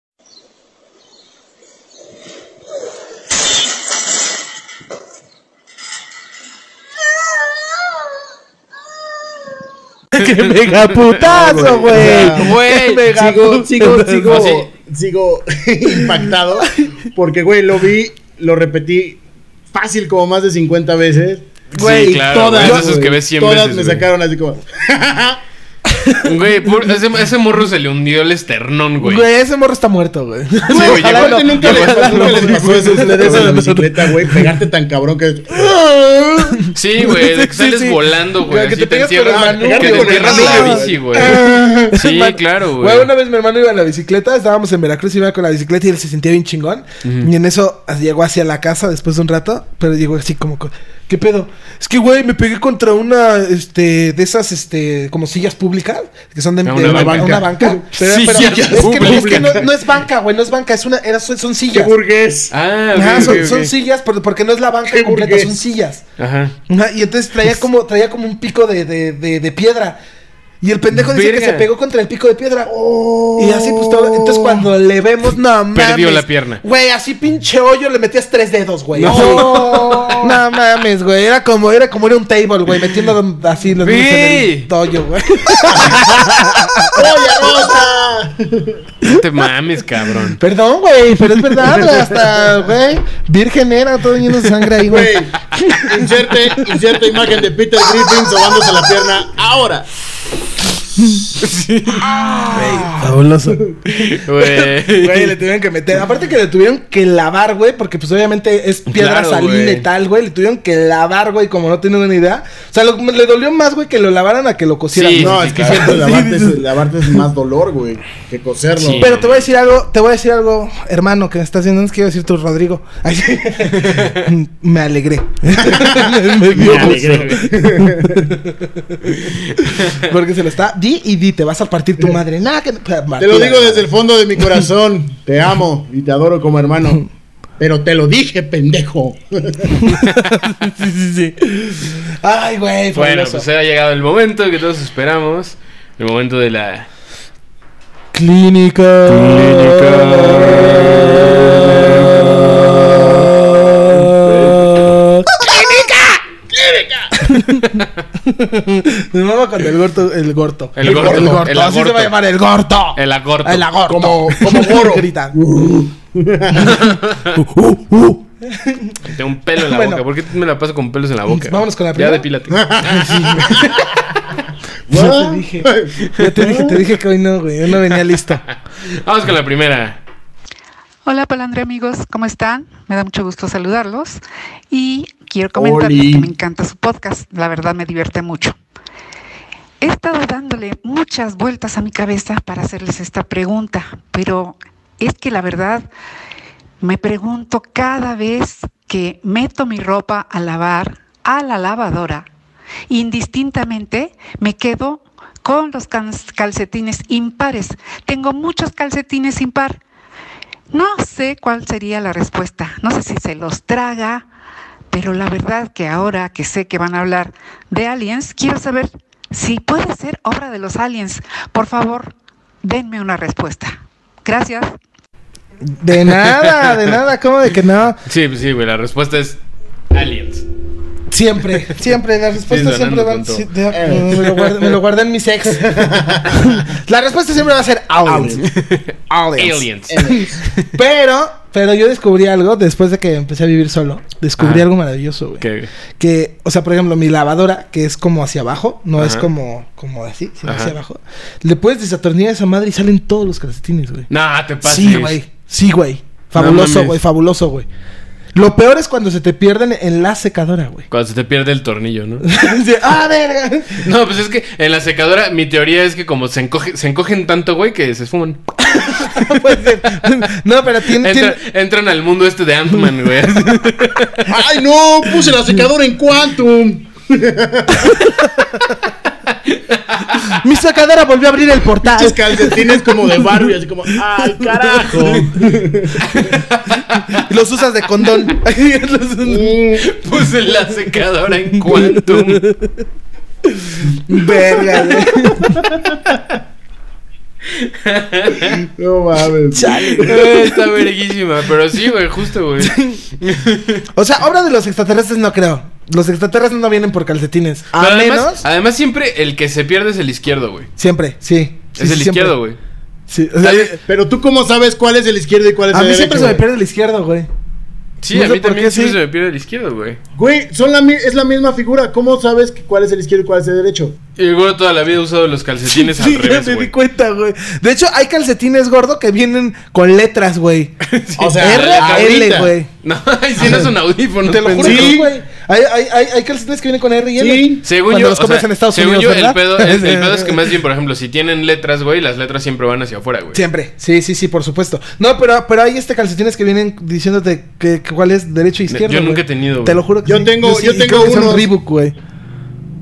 Speaker 3: ¡Qué mega putazo, güey!
Speaker 1: Güey,
Speaker 2: sigo, sigo, sigo,
Speaker 1: No, sí.
Speaker 2: sigo impactado. Porque, güey, lo vi, lo repetí fácil como más de 50 veces.
Speaker 1: Güey, Sí, claro, güey, de esos que ves 100
Speaker 2: todas
Speaker 1: veces,
Speaker 2: me
Speaker 1: güey.
Speaker 2: sacaron así como.
Speaker 1: Güey, pur- ese, ese morro se le hundió el esternón, güey.
Speaker 3: Güey, ese morro está muerto, güey.
Speaker 1: Sí, güey,
Speaker 2: Aparte,
Speaker 1: llegó-
Speaker 2: nunca,
Speaker 1: llegó
Speaker 2: les,
Speaker 1: hasta-
Speaker 2: nunca les pasó eso a ustedes en la bicicleta, güey. Pegarte tan cabrón que.
Speaker 1: Sí, güey, de que
Speaker 3: Sí,
Speaker 1: sales
Speaker 3: sí.
Speaker 1: volando, güey.
Speaker 3: Que
Speaker 1: así te,
Speaker 3: te pegas con
Speaker 1: entierras,
Speaker 3: el manubrio,
Speaker 1: que te
Speaker 2: con el
Speaker 1: entierras en la
Speaker 2: manubrio.
Speaker 1: bici, güey.
Speaker 3: Ah.
Speaker 1: Sí,
Speaker 3: Man-
Speaker 1: claro, güey.
Speaker 3: Güey, una vez mi hermano iba en la bicicleta, estábamos en Veracruz y iba con la bicicleta y él se sentía bien chingón. Y en eso as- llegó hacia la casa después de un rato, pero llegó así como, co- ¿qué pedo? Es que, güey, me pegué contra una, este, de esas, este, como sillas públicas, que son de,
Speaker 1: Ah,
Speaker 3: de-
Speaker 1: una
Speaker 3: una,
Speaker 1: banca.
Speaker 3: banca. una banca. Pero,
Speaker 1: Sillas
Speaker 3: pero- es que, no, es que
Speaker 1: públicas.
Speaker 3: no, no es banca, güey, no es banca, es una, era, son, son
Speaker 2: ¡Qué
Speaker 3: sillas.
Speaker 2: burgués!
Speaker 1: Ah,
Speaker 3: Ajá,
Speaker 1: ok,
Speaker 3: son,
Speaker 1: ok,
Speaker 3: son
Speaker 1: ok.
Speaker 3: sillas, por- porque no es la banca
Speaker 2: Qué
Speaker 3: completa,
Speaker 2: burgués.
Speaker 3: son sillas.
Speaker 1: Ajá.
Speaker 3: Ajá, Y entonces traía como, traía como un pico de, de, de- de piedra. Y el pendejo dice que
Speaker 1: Verga. Oh.
Speaker 3: se pegó contra el pico de piedra. Y así, pues todo. Entonces, cuando le vemos, no mames.
Speaker 1: Perdió la pierna.
Speaker 3: Güey, así pinche hoyo le metías tres dedos, güey.
Speaker 1: No.
Speaker 3: Así. No, mames, güey. Era como, era como era un table, güey. Metiendo así los dedos en
Speaker 1: Güey.
Speaker 3: el hoyo, güey.
Speaker 1: No te mames, cabrón.
Speaker 3: Perdón, güey, pero es verdad, güey. Hasta, güey. Virgen era todo lleno de sangre ahí, güey.
Speaker 2: Güey, inserte, inserte imagen de Peter Griffin sobándose la pierna ahora.
Speaker 3: Fabuloso. Güey, le
Speaker 1: Güey.
Speaker 3: tuvieron que meter. Aparte que le tuvieron que lavar, güey, porque pues obviamente es piedra
Speaker 1: Claro,
Speaker 3: salina
Speaker 1: güey.
Speaker 3: y tal, güey. Le tuvieron que lavar, güey, como no tienen una idea. O sea, lo- le dolió más, güey, que lo lavaran a que lo cosieran.
Speaker 1: Sí,
Speaker 3: ¿no?
Speaker 2: No,
Speaker 1: sí,
Speaker 2: es que
Speaker 1: claro.
Speaker 2: siempre lavarte, es, lavarte es más dolor, güey, que coserlo.
Speaker 1: Sí.
Speaker 3: Pero te voy a decir algo, te voy a decir algo, hermano, que me estás viendo. No es que iba a decir tú, Rodrigo. Ay, sí. me alegré. me dio gusto. Porque se lo está. Di y di, te vas a partir tu madre. Nada, que.
Speaker 2: Te lo digo desde el fondo de mi corazón. Te amo y te adoro como hermano. Pero te lo dije, pendejo.
Speaker 3: sí, sí, sí. Ay, güey,
Speaker 1: Bueno,
Speaker 3: fabuloso.
Speaker 1: pues ha llegado el momento que todos esperamos. El momento de la.
Speaker 3: Clínica. Me mama cuando el gordo. El gordo.
Speaker 1: El gordo, el
Speaker 3: Así
Speaker 1: agorto.
Speaker 3: se va a llamar el gordo.
Speaker 1: El agorto.
Speaker 3: El agorto.
Speaker 2: Como- como goro.
Speaker 3: Grita.
Speaker 1: Tengo un pelo en la
Speaker 3: Bueno.
Speaker 1: boca. ¿Por qué me la paso con pelos en la boca?
Speaker 3: Vámonos con la
Speaker 1: Ya
Speaker 3: primera.
Speaker 1: depílate.
Speaker 3: Ya te dije. Ya te dije, te dije que hoy no, güey. Hoy no venía listo.
Speaker 1: Vamos con la primera.
Speaker 12: Hola, Palandre amigos, ¿cómo están? Me da mucho gusto saludarlos y quiero comentarles
Speaker 13: Oli.
Speaker 12: que me encanta su podcast, la verdad me divierte mucho. He estado dándole muchas vueltas a mi cabeza para hacerles esta pregunta, pero es que la verdad me pregunto cada vez que meto mi ropa a lavar a la lavadora, indistintamente me quedo con los can- calcetines impares. Tengo muchos calcetines impar. No sé cuál sería la respuesta. No sé si se los traga, pero la verdad que ahora que sé que van a hablar de aliens, quiero saber si puede ser obra de los aliens. Por favor, denme una respuesta. Gracias.
Speaker 3: De nada, de nada. ¿Cómo de que no?
Speaker 1: Sí, pues sí, güey. La respuesta es Aliens.
Speaker 3: Siempre, siempre. Las respuestas
Speaker 1: Sí,
Speaker 3: siempre
Speaker 1: sonando
Speaker 3: van.
Speaker 1: tonto.
Speaker 3: sí, de- me, lo guardé, me lo guardé en mis ex. La respuesta siempre va a ser aliens.
Speaker 1: Aliens.
Speaker 3: Pero, pero yo descubrí algo después de que empecé a vivir solo. Descubrí
Speaker 1: Ah.
Speaker 3: algo maravilloso, güey.
Speaker 1: ¿Qué?
Speaker 3: Que, o sea, por ejemplo, mi lavadora, que es como hacia abajo, no es
Speaker 1: Ajá.
Speaker 3: como, como así, sino
Speaker 1: Ajá.
Speaker 3: hacia abajo. Le puedes desatornillar esa madre y salen todos los calcetines, güey.
Speaker 1: Nah, te pases.
Speaker 3: Sí, güey. Sí, güey. Fabuloso,
Speaker 1: mames.
Speaker 3: güey. fabuloso, güey. Lo peor es cuando se te pierden en la secadora, güey.
Speaker 1: Cuando se te pierde el tornillo, ¿no?
Speaker 3: Dice, ¡Ah, verga!
Speaker 1: No, pues es que en la secadora, mi teoría es que como se, encoge- se encogen tanto, güey, que se esfuman.
Speaker 3: no, pero tiene,
Speaker 1: Entra- Entran al mundo este de Ant-Man, güey.
Speaker 2: ¡Ay, no! Puse la secadora en Quantum.
Speaker 3: Mi secadora volvió a abrir el portal.
Speaker 2: Tus calcetines como de Barbie, así como, ¡ay, carajo!
Speaker 3: Los usas de condón.
Speaker 1: Puse la secadora en Quantum.
Speaker 3: Verga, güey.
Speaker 2: No mames.
Speaker 1: Eh, Está verguísima, pero sí, güey, justo, güey.
Speaker 3: O sea, obra de los extraterrestres no creo. Los extraterrestres no vienen por calcetines. A
Speaker 1: Pero además, ah,
Speaker 3: menos.
Speaker 1: además, siempre el que se pierde es el izquierdo, güey.
Speaker 3: Siempre, sí.
Speaker 1: Es el izquierdo, güey.
Speaker 2: Pero tú, ¿cómo sabes cuál es el izquierdo y cuál es
Speaker 3: A
Speaker 2: el
Speaker 3: mí
Speaker 2: derecho?
Speaker 3: siempre se me pierde el izquierdo, güey.
Speaker 1: Sí,
Speaker 3: No
Speaker 1: a
Speaker 3: sé
Speaker 1: mí
Speaker 3: por
Speaker 1: también
Speaker 3: qué,
Speaker 1: siempre
Speaker 3: sí.
Speaker 1: se me pierde el izquierdo, güey.
Speaker 2: Güey, son la mi- es la misma figura. ¿Cómo sabes que cuál es el izquierdo y cuál es el derecho?
Speaker 1: Y güey, toda la vida he usado los calcetines
Speaker 3: Sí,
Speaker 1: al
Speaker 3: ya
Speaker 1: revés,
Speaker 3: me
Speaker 1: güey.
Speaker 3: di cuenta, güey. De hecho, hay calcetines gordo que vienen con letras, güey.
Speaker 2: O sea,
Speaker 3: R, L,
Speaker 1: ahorita.
Speaker 3: güey.
Speaker 1: No, ay, si no es un audífono.
Speaker 3: Te lo juro
Speaker 1: pendejo.
Speaker 3: que sí, güey. Hay, hay, hay, hay calcetines que vienen con R y L.
Speaker 1: Según
Speaker 3: Cuando
Speaker 1: yo,
Speaker 3: los
Speaker 1: o
Speaker 3: compras
Speaker 1: sea,
Speaker 3: en Estados
Speaker 1: según
Speaker 3: Unidos,
Speaker 1: yo,
Speaker 3: ¿verdad?
Speaker 1: el pedo, el- el pedo es que más bien, por ejemplo, si tienen letras, güey, las letras siempre van hacia afuera, güey.
Speaker 3: Siempre, sí, sí, sí, por supuesto. No, pero, pero hay este calcetines que vienen diciéndote que, que cuál es derecho e izquierdo.
Speaker 1: yo nunca
Speaker 3: güey.
Speaker 1: he tenido, güey.
Speaker 3: Te lo juro que
Speaker 2: Yo
Speaker 3: sí.
Speaker 2: tengo-
Speaker 3: sí,
Speaker 2: yo
Speaker 3: y
Speaker 2: tengo
Speaker 3: creo que son
Speaker 2: unos.
Speaker 3: Reebok, güey.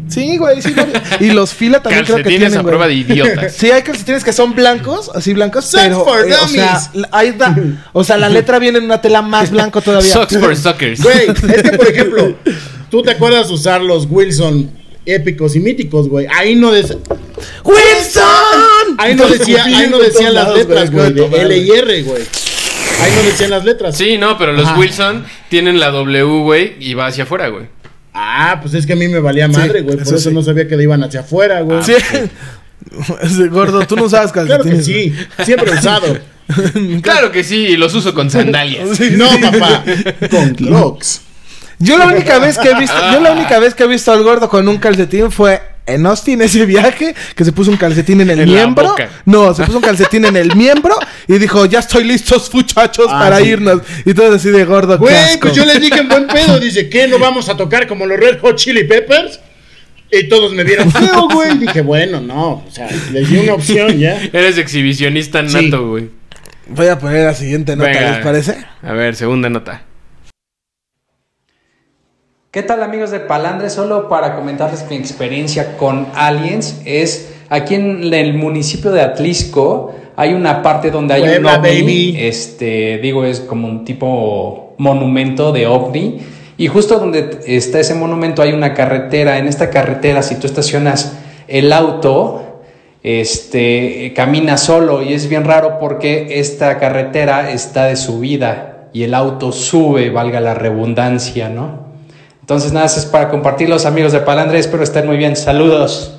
Speaker 3: Sí, güey, sí. güey. Y los fila también creo que
Speaker 1: Calcetines
Speaker 3: tienen,
Speaker 1: a
Speaker 3: güey.
Speaker 1: prueba de idiotas.
Speaker 3: Sí, hay calcetines que son blancos, así blancos,
Speaker 2: Socks
Speaker 3: pero
Speaker 2: for
Speaker 3: eh, o sea,
Speaker 2: dummies.
Speaker 3: la- ahí da- o sea, la letra viene en una tela más blanco todavía.
Speaker 1: Socks for suckers.
Speaker 2: Güey, es que, por ejemplo, tú te acuerdas usar los Wilson épicos y míticos, güey. Ahí no des-
Speaker 3: ¡Wilson!
Speaker 2: ahí no decía, ahí no decían las letras, güey, de
Speaker 3: L
Speaker 2: L y R, güey. Ahí no decían las letras.
Speaker 1: Sí, no, pero los
Speaker 2: Ajá.
Speaker 1: Wilson tienen la W, güey, y va hacia afuera, güey.
Speaker 2: Ah, pues es que a mí me valía madre, güey. Por
Speaker 3: eso
Speaker 2: eso,
Speaker 3: sí. Ah,
Speaker 2: no sabía que le iban hacia afuera, güey.
Speaker 3: Sí. Ese gordo, tú no usabas
Speaker 2: Claro que
Speaker 3: calcetines.
Speaker 2: sí, siempre usado.
Speaker 1: Claro que sí, y los uso con sandalias.
Speaker 3: Sí,
Speaker 2: No,
Speaker 3: sí.
Speaker 2: papá, con Glocks.
Speaker 3: Yo la única vez que he visto, yo la única vez que he visto al gordo con un calcetín fue en Austin ese viaje que se puso un calcetín en el
Speaker 1: En la
Speaker 3: miembro.
Speaker 1: boca.
Speaker 3: No, se puso un calcetín en el miembro y dijo, "Ya estoy listos, muchachos,
Speaker 1: Ah,
Speaker 3: para irnos." Y todos así de gordo. qué
Speaker 2: Güey,
Speaker 3: asco".
Speaker 2: pues yo les dije en buen pedo, dice, ¿qué? ¿No vamos a tocar como los Red Hot Chili Peppers? Y todos me vieron feo, güey. Y Dije, bueno, no, o sea, les di una opción ya.
Speaker 1: Eres exhibicionista
Speaker 2: Sí.
Speaker 1: nato, güey.
Speaker 3: Voy a poner la siguiente nota,
Speaker 1: Venga.
Speaker 3: ¿les parece?
Speaker 1: A ver, segunda nota.
Speaker 14: ¿Qué tal amigos de Palandre? Solo para comentarles mi experiencia con aliens es aquí en el municipio de Atlisco hay una parte donde hay
Speaker 2: Puebla,
Speaker 14: un ovni,
Speaker 2: baby.
Speaker 14: este digo es como un tipo monumento de ovni y justo donde está ese monumento hay una carretera. En esta carretera si tú estacionas el auto este, camina solo y es bien raro porque esta carretera está de subida y el auto sube, valga la redundancia, ¿no? Entonces nada, eso es para compartir los amigos de Palandre, espero estén muy bien, saludos.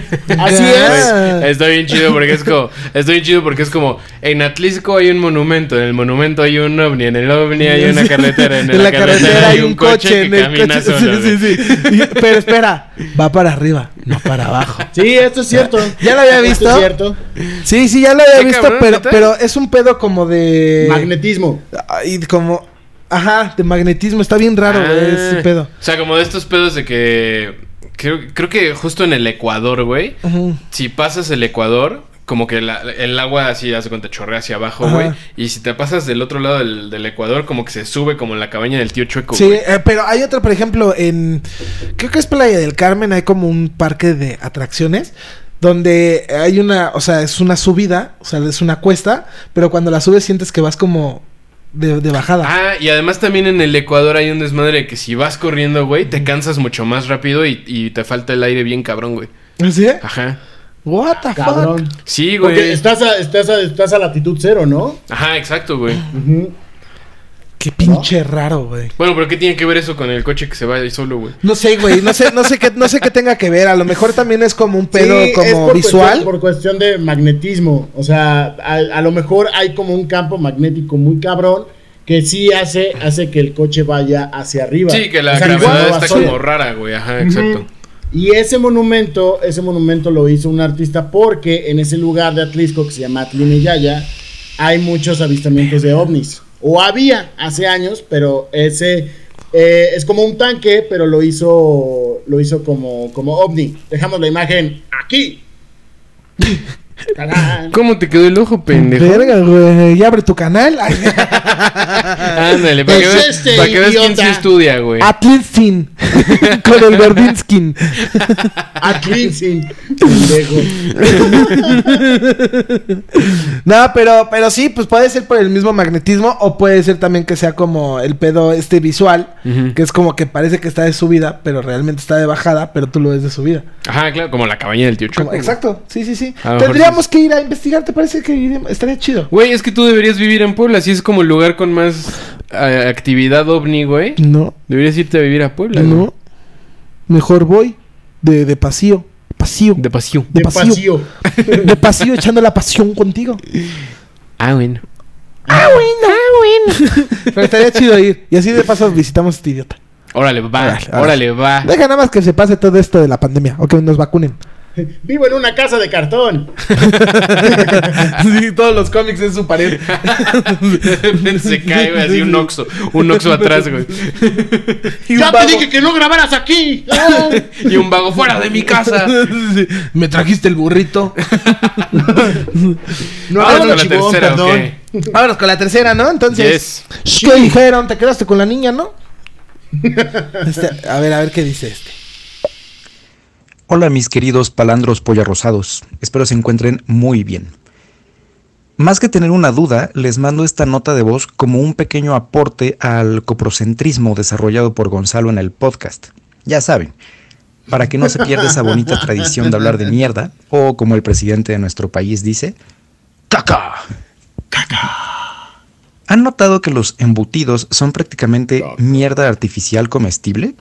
Speaker 2: Así es.
Speaker 1: Güey, Está bien chido porque es como, está bien chido porque es como, en Atlisco hay un monumento, en el monumento hay un ovni, en el ovni hay una carretera, en, la, carretera, hay un coche,
Speaker 3: en
Speaker 1: que
Speaker 3: el
Speaker 1: camina
Speaker 3: coche-
Speaker 1: solo.
Speaker 3: sí,
Speaker 1: güey.
Speaker 3: sí, sí. Y- Pero espera, va para arriba, no para abajo.
Speaker 2: Sí, esto es cierto.
Speaker 3: ¿Ya lo había
Speaker 2: Esto
Speaker 3: visto?
Speaker 2: es cierto.
Speaker 3: Sí, sí, ya lo había
Speaker 2: Qué
Speaker 3: visto,
Speaker 2: cabrón,
Speaker 3: pero,
Speaker 2: ¿neta?
Speaker 3: pero es un pedo como de.
Speaker 2: Eh, Magnetismo.
Speaker 3: Ay, como. Ajá, de magnetismo. Está bien raro,
Speaker 1: Ah,
Speaker 3: güey, ese pedo.
Speaker 1: O sea, como de estos pedos de que creo, creo que justo en el Ecuador, güey,
Speaker 3: Ujú.
Speaker 1: si pasas el Ecuador, como que la- el agua así hace cuenta chorrea hacia abajo,
Speaker 3: Ajá.
Speaker 1: güey, y si te pasas del otro lado del, del Ecuador, como que se sube como en la cabaña del tío Chueco,
Speaker 3: Sí,
Speaker 1: güey.
Speaker 3: eh, pero hay otra, por ejemplo, en. Creo que es Playa del Carmen, hay como un parque de atracciones. Donde hay una. O sea, es una subida, o sea, es una cuesta. Pero cuando la subes sientes que vas como. De, de bajada.
Speaker 1: Ah, y además también en el Ecuador hay un desmadre de que si vas corriendo, güey, te cansas mucho más rápido y, y te falta el aire bien cabrón, güey.
Speaker 3: ¿Sí?
Speaker 2: Ah.
Speaker 1: Ajá.
Speaker 3: What the
Speaker 2: Cabrón.
Speaker 3: fuck?
Speaker 1: Sí, güey.
Speaker 2: Porque estás a, estás, a, estás a latitud cero, ¿no?
Speaker 1: Ajá, exacto, güey.
Speaker 3: Qué pinche raro, güey.
Speaker 1: Bueno, pero ¿qué tiene que ver eso con el coche que se va ahí solo, güey?
Speaker 3: No sé, güey, no sé, no sé qué, no sé qué tenga que ver. A lo mejor también es como un pedo
Speaker 2: Sí, es
Speaker 3: como
Speaker 2: por
Speaker 3: visual.
Speaker 2: cuestión- por cuestión de magnetismo. O sea, a, a lo mejor hay como un campo magnético muy cabrón que sí hace, hace que el coche vaya hacia arriba.
Speaker 1: Sí, que la
Speaker 2: O sea,
Speaker 1: gravedad
Speaker 2: igual no va
Speaker 1: está
Speaker 2: solo.
Speaker 1: como rara, güey. Ajá, exacto.
Speaker 2: Y ese monumento, ese monumento lo hizo un artista porque en ese lugar de Atlisco que se llama Atlineyaya hay muchos avistamientos de ovnis. O había hace años, pero ese eh, es como un tanque, pero lo hizo lo hizo como, como ovni. Dejamos la imagen aquí. Tarán.
Speaker 1: ¿Cómo te quedó el ojo, pendejo?
Speaker 3: Verga, güey. Ya abre tu canal. Ay,
Speaker 1: Ándale, para que
Speaker 2: Es
Speaker 1: veas,
Speaker 2: este,
Speaker 1: para que veas quién
Speaker 2: idiota. Ah,
Speaker 1: se estudia, güey.
Speaker 3: Atlinskin. Con el Gordinskin.
Speaker 2: Atlinsin. Pendejo.
Speaker 3: No, pero, pero sí, pues puede ser por el mismo magnetismo o puede ser también que sea como el pedo este visual, que es como que parece que está de subida, pero realmente está de bajada, pero tú lo ves de subida.
Speaker 1: Ajá, claro, como la cabaña del tío Chueco.
Speaker 3: Como-
Speaker 1: güey.
Speaker 3: exacto, sí, sí, sí.
Speaker 1: Oh. A lo mejor
Speaker 3: Tendríamos que ir a investigar, ¿te parece que iremos? estaría chido?
Speaker 1: Güey, es que tú deberías vivir en Puebla, así es como el lugar con más eh, actividad ovni, güey.
Speaker 3: No,
Speaker 1: Deberías irte a vivir a Puebla. güey.
Speaker 3: no. Mejor voy de, de pasío. Pasío.
Speaker 1: De pasión.
Speaker 3: De
Speaker 2: De
Speaker 3: pasío.
Speaker 2: paseo.
Speaker 3: De pasío echando la pasión contigo.
Speaker 1: Ah, bueno.
Speaker 3: Ah, Pero estaría chido ir. Y así de paso visitamos a este idiota.
Speaker 1: Órale, va.
Speaker 3: Órale,
Speaker 1: Órale, va.
Speaker 3: Deja nada más que se pase todo esto de la pandemia o que nos vacunen.
Speaker 2: Vivo en una casa de cartón.
Speaker 3: sí, todos los cómics en su pared.
Speaker 1: se cae, güey, así un oxo. Un oxo atrás, güey.
Speaker 3: Y un
Speaker 2: Ya te
Speaker 3: vago.
Speaker 2: dije que no grabaras aquí.
Speaker 1: Y un vago fuera de mi casa.
Speaker 3: Sí, sí. Me trajiste el burrito.
Speaker 2: No
Speaker 1: Vámonos
Speaker 2: hagas
Speaker 1: con la
Speaker 2: chivón,
Speaker 1: tercera,
Speaker 2: perdón.
Speaker 1: ok.
Speaker 3: Vámonos con la tercera, ¿no? Entonces,
Speaker 1: Yes.
Speaker 3: ¿qué dijeron? ¿Te quedaste con la niña, no? Este, a ver, a ver qué dice este.
Speaker 13: Hola mis queridos palandros polla rosados, espero se encuentren muy bien. Más que tener una duda, les mando esta nota de voz como un pequeño aporte al coprocentrismo desarrollado por Gonzalo en el podcast. Ya saben, para que no se pierda esa bonita tradición de hablar de mierda, o como el presidente de nuestro país dice, ¡caca! ¿Han notado que los embutidos son prácticamente mierda artificial comestible?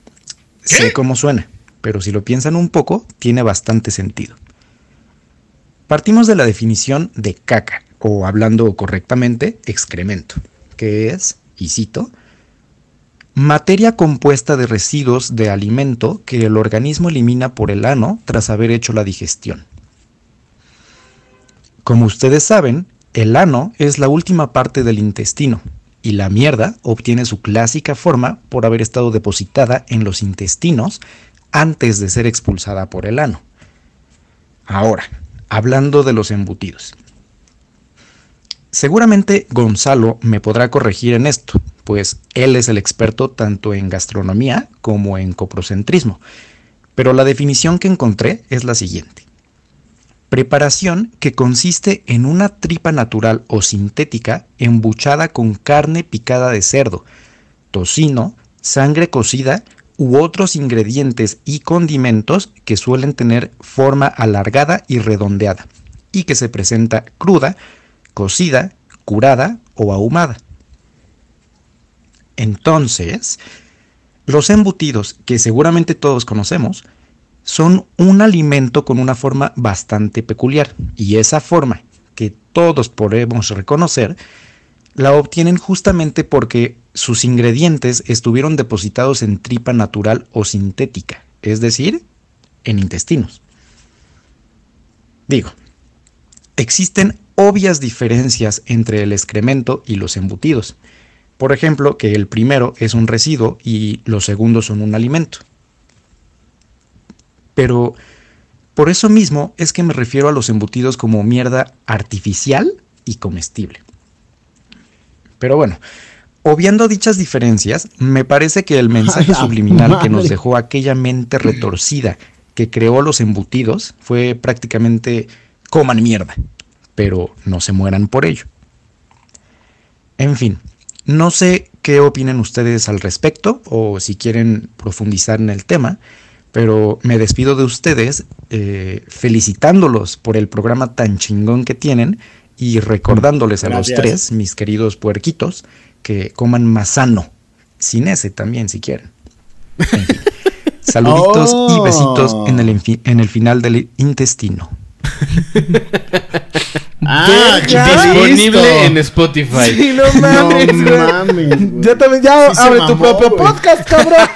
Speaker 13: Sé cómo suena, pero si lo piensan un poco, tiene bastante sentido. Partimos de la definición de caca, o hablando correctamente, excremento, que es, y cito, materia compuesta de residuos de alimento que el organismo elimina por el ano tras haber hecho la digestión. Como ustedes saben, el ano es la última parte del intestino y la mierda obtiene su clásica forma por haber estado depositada en los intestinos antes de ser expulsada por el ano. Ahora, hablando de los embutidos. Seguramente Gonzalo me podrá corregir en esto, pues él es el experto tanto en gastronomía como en coprocentrismo, pero la definición que encontré es la siguiente. Preparación que consiste en una tripa natural o sintética embuchada con carne picada de cerdo, tocino, sangre cocida u otros ingredientes y condimentos que suelen tener forma alargada y redondeada y que se presenta cruda, cocida, curada o ahumada. Entonces, los embutidos que seguramente todos conocemos son un alimento con una forma bastante peculiar y esa forma que todos podemos reconocer la obtienen justamente porque sus ingredientes estuvieron depositados en tripa natural o sintética, es decir, en intestinos. Digo, existen obvias diferencias entre el excremento y los embutidos. Por ejemplo, que el primero es un residuo y los segundos son un alimento. Pero por eso mismo es que me refiero a los embutidos como mierda artificial y comestible. Pero bueno, obviando dichas diferencias, me parece que el mensaje subliminal que nos dejó aquella mente retorcida que creó los embutidos fue prácticamente coman mierda, pero no se mueran por ello. En fin, no sé qué opinen ustedes al respecto o si quieren profundizar en el tema, pero me despido de ustedes eh, felicitándolos por el programa tan chingón que tienen y recordándoles a
Speaker 2: Gracias.
Speaker 13: los tres, mis queridos puerquitos, que coman más sano, sin ese también si quieren. En fin, saluditos y
Speaker 2: Oh.
Speaker 13: besitos en el, infi- en el final del intestino.
Speaker 2: Ah,
Speaker 3: Ya.
Speaker 1: Disponible en Spotify.
Speaker 3: Sí, no mames,
Speaker 2: No
Speaker 3: güey.
Speaker 2: mames,
Speaker 3: Ya también, ya
Speaker 2: Sí se
Speaker 3: abre tu
Speaker 2: mamó,
Speaker 3: propio
Speaker 2: güey.
Speaker 3: podcast, cabrón.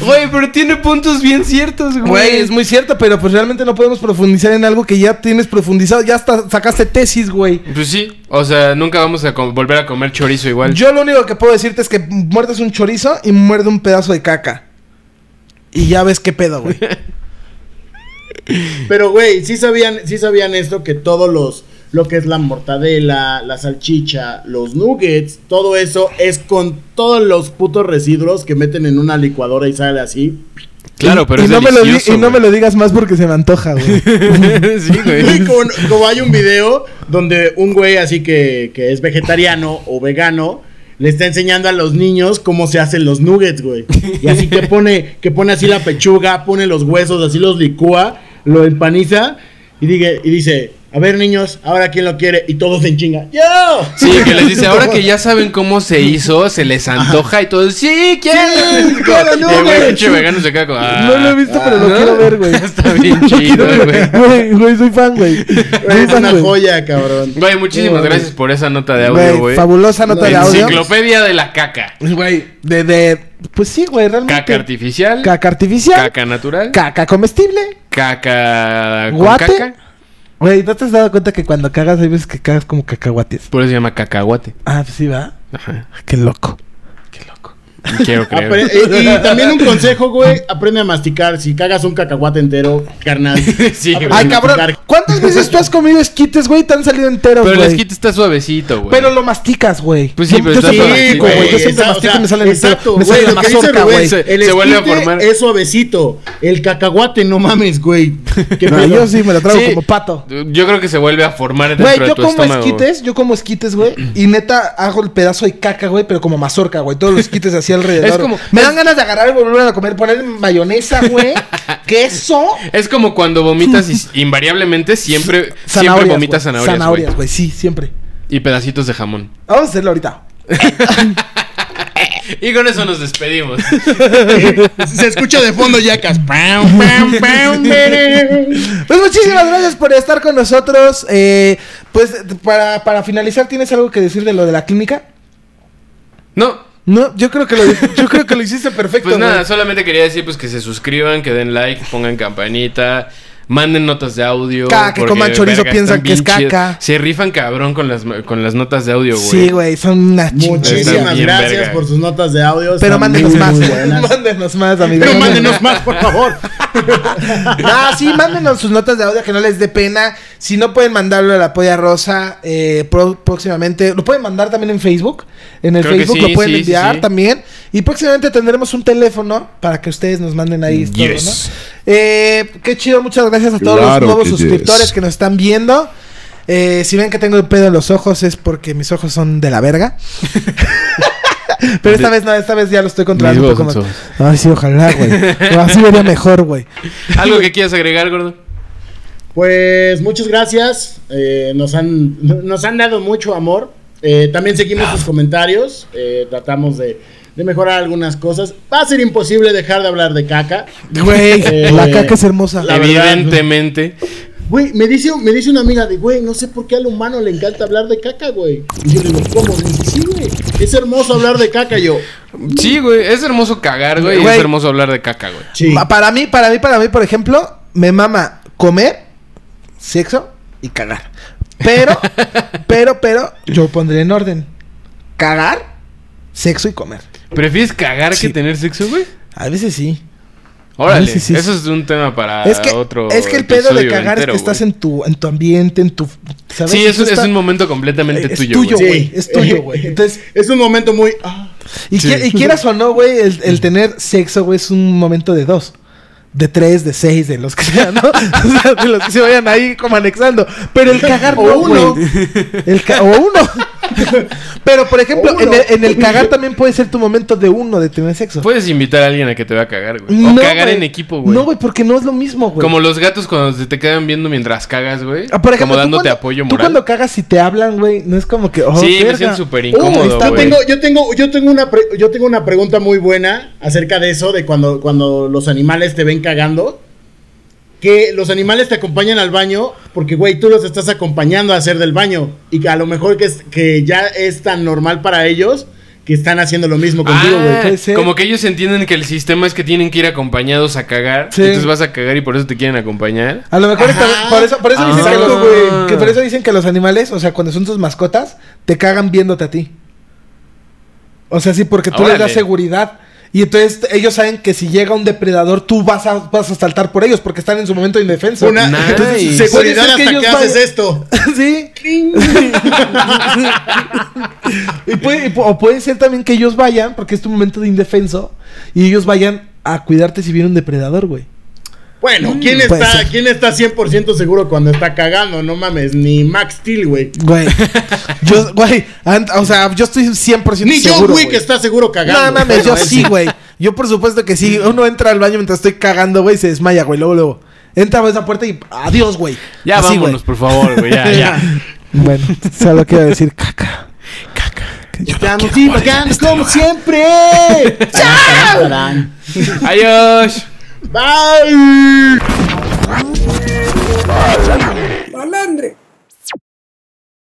Speaker 1: Güey, pero tiene puntos bien ciertos, güey.
Speaker 3: Güey, es muy cierto, pero pues realmente no podemos profundizar en algo que ya tienes profundizado. Ya hasta sacaste tesis, güey.
Speaker 1: Pues sí, o sea, nunca vamos a com- volver a comer chorizo igual.
Speaker 3: Yo lo único que puedo decirte es que muerdes un chorizo y muerde un pedazo de caca. Y ya ves qué pedo, güey.
Speaker 2: Pero, güey, sí sabían, sí sabían esto que todos los. Lo que es la mortadela, la salchicha, los nuggets, todo eso es con todos los putos residuos que meten en una licuadora y sale así.
Speaker 1: Claro, pero
Speaker 3: y
Speaker 1: es
Speaker 3: no me lo di-
Speaker 1: delicioso,
Speaker 3: Y no me
Speaker 1: güey.
Speaker 3: lo digas más porque se me antoja, güey.
Speaker 1: Sí,
Speaker 2: Güey,
Speaker 1: güey.
Speaker 2: como, como hay un video donde un güey así que, que es vegetariano o vegano le está enseñando a los niños cómo se hacen los nuggets, güey. Y así que pone, que pone así la pechuga, pone los huesos, así los licúa, lo empaniza y, digue- y dice, a ver niños, ahora quién lo quiere. Y todos en chinga. ¡Yo!
Speaker 1: Sí, que les dice, ahora que ya saben cómo se hizo, se les antoja y todo. Sí, ¿quién?
Speaker 3: Sí, claro,
Speaker 1: Y,
Speaker 3: no,
Speaker 1: güey,
Speaker 3: güey.
Speaker 1: pinche vegano se queda como, ah,
Speaker 3: No lo he visto, pero lo quiero ver, güey.
Speaker 1: Está bien chido, güey.
Speaker 3: Güey, güey, soy fan, güey. Soy
Speaker 2: Es
Speaker 3: fan,
Speaker 2: una
Speaker 3: güey.
Speaker 2: joya, cabrón.
Speaker 1: Güey, muchísimas gracias por esa nota de
Speaker 3: Güey,
Speaker 1: audio, güey.
Speaker 3: fabulosa nota de audio.
Speaker 1: Enciclopedia de la caca.
Speaker 3: Güey, de, de. Pues sí, güey, realmente.
Speaker 1: Caca artificial.
Speaker 3: Caca artificial. Caca,
Speaker 1: Caca natural.
Speaker 3: comestible.
Speaker 1: Caca con
Speaker 3: Guate.
Speaker 1: caca.
Speaker 3: Güey, ¿no te has dado cuenta que cuando cagas hay veces que cagas como cacahuates?
Speaker 1: Por eso se llama cacahuate.
Speaker 3: Ah, pues sí, va.
Speaker 1: Ajá.
Speaker 3: Qué loco.
Speaker 1: Quiero
Speaker 2: Apre-
Speaker 1: creer.
Speaker 2: y, y también un consejo, güey, aprende a masticar. Si cagas un cacahuate entero, carnal.
Speaker 1: Sí, güey.
Speaker 3: Ay, cabrón.
Speaker 2: masticar.
Speaker 3: ¿Cuántas veces tú has comido esquites, güey? y Te han salido enteros,
Speaker 1: Pero
Speaker 3: güey.
Speaker 1: el esquite está suavecito, güey.
Speaker 3: Pero lo masticas, güey.
Speaker 1: Pues sí,
Speaker 3: Yo-
Speaker 1: pero
Speaker 3: yo
Speaker 1: está
Speaker 3: siempre
Speaker 1: suavecito,
Speaker 3: mastico, güey. Yo
Speaker 1: güey.
Speaker 3: siempre
Speaker 2: Esa-
Speaker 3: mastico y
Speaker 2: o
Speaker 3: me
Speaker 2: sea,
Speaker 3: sale entero.
Speaker 2: Exacto,
Speaker 3: Me
Speaker 2: güey.
Speaker 3: sale la
Speaker 2: Lo que dice
Speaker 3: mazorca,
Speaker 2: Rubén,
Speaker 3: güey.
Speaker 1: Se-
Speaker 2: el
Speaker 1: se vuelve a
Speaker 2: esquite
Speaker 1: formar.
Speaker 2: Es suavecito. El cacahuate, no mames, güey. Qué
Speaker 3: No,
Speaker 2: pedo.
Speaker 3: yo sí me lo trago
Speaker 1: Sí.
Speaker 3: como pato.
Speaker 1: Yo creo que se vuelve a formar dentro
Speaker 3: Güey,
Speaker 1: de
Speaker 3: yo
Speaker 1: tu
Speaker 3: como
Speaker 1: estómago.
Speaker 3: esquites, yo como esquites, güey. Y neta hago el pedazo de caca, güey, pero como mazorca, güey. Todos los esquites así alrededor.
Speaker 1: Es como-
Speaker 3: Me dan ganas de agarrar y volver a comer, poner mayonesa, güey. queso.
Speaker 1: Es como cuando vomitas y- invariablemente siempre, siempre
Speaker 3: zanahorias,
Speaker 1: vomitas
Speaker 3: güey.
Speaker 1: zanahorias,
Speaker 3: Zanahorias,
Speaker 1: güey.
Speaker 3: güey, sí, siempre.
Speaker 1: Y pedacitos de jamón.
Speaker 3: Vamos a hacerlo ahorita.
Speaker 1: Y con eso nos despedimos.
Speaker 2: Se escucha de fondo yacas. Pam, pam, pam, merem.
Speaker 3: Pues muchísimas gracias por estar con nosotros. Eh, pues para, para finalizar, ¿tienes algo que decir de lo de la clínica?
Speaker 1: No,
Speaker 3: No, yo creo que lo, yo creo que lo hiciste perfecto.
Speaker 1: pues nada,
Speaker 3: güey.
Speaker 1: solamente quería decir pues que se suscriban, que den like, pongan campanita, manden notas de audio.
Speaker 3: Caca, que
Speaker 1: porque,
Speaker 3: coman chorizo,
Speaker 1: verga,
Speaker 3: piensan
Speaker 1: están
Speaker 3: que es
Speaker 1: bien chidas.
Speaker 3: caca.
Speaker 1: Se rifan cabrón con las, con las notas de audio, güey.
Speaker 3: Sí, güey, son unas
Speaker 1: Está
Speaker 2: Muchísimas
Speaker 1: bien,
Speaker 2: gracias
Speaker 1: verga.
Speaker 2: por sus notas de audio.
Speaker 3: Pero
Speaker 2: están
Speaker 3: mándenos
Speaker 2: muy,
Speaker 3: más.
Speaker 2: muy buenas.
Speaker 3: mándenos más, amigos.
Speaker 2: Pero mándenos más, por favor.
Speaker 3: Ah, sí, mándenos sus notas de audio que no les dé pena. Si no pueden mandarlo a la polla rosa eh, pro- próximamente. Lo pueden mandar también en Facebook. En el
Speaker 1: Creo que
Speaker 3: Facebook
Speaker 1: sí,
Speaker 3: lo pueden
Speaker 1: sí, sí,
Speaker 3: enviar
Speaker 1: sí.
Speaker 3: también. Y próximamente tendremos un teléfono para que ustedes nos manden ahí. todo,
Speaker 1: Yes.
Speaker 3: ¿no? Eh, qué chido, muchas gracias a todos los
Speaker 5: Claro
Speaker 3: nuevos
Speaker 5: que yes.
Speaker 3: suscriptores que nos están viendo. Eh, si ven que tengo el pedo en los ojos es porque mis ojos son de la verga. Pero esta vez no, esta vez ya lo estoy controlando un
Speaker 1: Mis
Speaker 3: poco
Speaker 1: huevos
Speaker 3: más.
Speaker 1: son
Speaker 3: Ay, sí, ojalá, güey. Así vería mejor, güey.
Speaker 1: ¿Algo que quieras agregar, gordo?
Speaker 2: Pues muchas gracias. eh, nos, han,
Speaker 3: Ah.
Speaker 2: nos han dado mucho amor. Eh, también seguimos sus comentarios. eh, tratamos de, de mejorar algunas cosas. Va a ser imposible dejar de hablar de caca.
Speaker 3: Güey,
Speaker 2: Eh,
Speaker 3: la caca es hermosa.
Speaker 2: la verdad,
Speaker 1: Evidentemente.
Speaker 2: Güey, me dice, me dice una amiga de, güey, no sé por qué al humano le encanta hablar de caca, güey. Y yo le digo, ¿cómo? Me dice, sí, güey, es hermoso hablar de caca. Yo,
Speaker 1: Sí, güey. Es hermoso cagar, güey. y
Speaker 3: Güey.
Speaker 1: Es hermoso hablar de caca, güey.
Speaker 3: Ma- Para mí, para mí, para mí, por ejemplo, me mama comer, sexo y cagar. Pero, pero, pero, yo pondré en orden. Cagar, sexo y comer.
Speaker 1: ¿Prefieres cagar que tener sexo, güey?
Speaker 3: A veces sí.
Speaker 1: Órale.
Speaker 3: Sí, sí, sí.
Speaker 1: Eso es un tema para
Speaker 3: es que,
Speaker 1: Ah, otro.
Speaker 3: es que el pedo de
Speaker 1: episodio
Speaker 3: cagar
Speaker 1: entero,
Speaker 3: es que estás en tu, en tu ambiente, en tu...
Speaker 1: güey.
Speaker 3: ¿sabes?
Speaker 1: Sí, es,
Speaker 3: Eso
Speaker 1: un- es
Speaker 3: está- Eh,
Speaker 1: un momento completamente
Speaker 3: es
Speaker 1: tuyo.
Speaker 3: tuyo, güey.
Speaker 1: Sí.
Speaker 3: Es tuyo, güey. Entonces,
Speaker 2: eh, es un momento muy... ah.
Speaker 3: Y,
Speaker 1: Sí.
Speaker 3: qui- y quieras o no, güey, el, el tener sexo, güey, es un momento de dos. De tres, de seis, de los que sean, ¿no? O sea, de los que se vayan ahí como anexando. Pero el cagar
Speaker 2: O
Speaker 3: no,
Speaker 2: uno.
Speaker 3: güey. El ca- o uno. Pero, por ejemplo, en el, en el cagar también puede ser tu momento de uno, de tener sexo.
Speaker 1: Puedes invitar a alguien a que te vea a cagar, güey. O
Speaker 3: No,
Speaker 1: cagar
Speaker 3: güey.
Speaker 1: en equipo, güey.
Speaker 3: No, güey, porque no es lo mismo, güey.
Speaker 1: Como los gatos cuando se te quedan viendo mientras cagas, güey.
Speaker 3: Ah, por
Speaker 1: como
Speaker 3: ejemplo, tú
Speaker 1: dándote
Speaker 3: cuando-
Speaker 1: apoyo
Speaker 3: Tú
Speaker 1: moral.
Speaker 3: cuando cagas y te hablan, güey, no es como que... oh,
Speaker 1: Sí, me
Speaker 3: verga.
Speaker 1: siento súper
Speaker 3: Oh,
Speaker 1: incómodo,
Speaker 3: está-
Speaker 2: Yo tengo, yo tengo, yo tengo una pre- yo tengo una pregunta muy buena acerca de eso, de cuando, cuando los animales te ven cagando. Que los animales te acompañan al baño porque, güey, tú los estás acompañando a hacer del baño. Y que a lo mejor que, es- que ya es tan normal para ellos que están haciendo lo mismo contigo,
Speaker 1: Ah,
Speaker 2: güey.
Speaker 1: como que ellos entienden que el sistema es que tienen que ir acompañados a cagar.
Speaker 3: Sí.
Speaker 1: Entonces vas a cagar y por eso te quieren acompañar.
Speaker 3: A lo mejor es por, por eso, por eso
Speaker 1: Ah.
Speaker 3: dicen que,
Speaker 1: Exacto, güey.
Speaker 3: que por eso dicen que los animales, o sea, cuando son tus mascotas, te cagan viéndote a ti. O sea, sí, porque tú les
Speaker 1: Órale.
Speaker 3: das seguridad. Y entonces t- ellos saben que si llega un depredador, tú vas a, vas a saltar por ellos porque están en su momento indefenso.
Speaker 2: Una
Speaker 3: Entonces,
Speaker 2: Entonces,
Speaker 3: puede ser
Speaker 2: seguridad hasta que,
Speaker 3: ellos
Speaker 2: haces
Speaker 3: vayan-
Speaker 2: esto.
Speaker 3: sí. Y puede- y pu- o puede ser también que ellos vayan, porque es tu momento de indefenso, y ellos vayan a cuidarte si viene un depredador, güey.
Speaker 2: Bueno, ¿quién
Speaker 3: Mm, puede
Speaker 2: está,
Speaker 3: ser.
Speaker 2: ¿quién está 100% seguro cuando está cagando? No mames, ni Max Steel, güey.
Speaker 3: Güey. Yo, güey, an- o sea, yo estoy 100%
Speaker 2: Ni
Speaker 3: seguro.
Speaker 2: John Wick
Speaker 3: güey.
Speaker 2: está seguro cagando.
Speaker 3: No mames, yo
Speaker 2: Bueno,
Speaker 3: sí,
Speaker 2: ese-
Speaker 3: güey. Yo por supuesto que sí. Uno entra al baño mientras estoy cagando, güey, y se desmaya, güey. Luego, luego. Entra por esa puerta y adiós, güey.
Speaker 1: Ya
Speaker 3: Así,
Speaker 1: vámonos,
Speaker 3: güey.
Speaker 1: por favor, güey. Ya, ya.
Speaker 3: Bueno, solo quiero decir caca.
Speaker 2: Estamos divagando como siempre. ¡Chao!
Speaker 1: Adiós.
Speaker 2: Bye.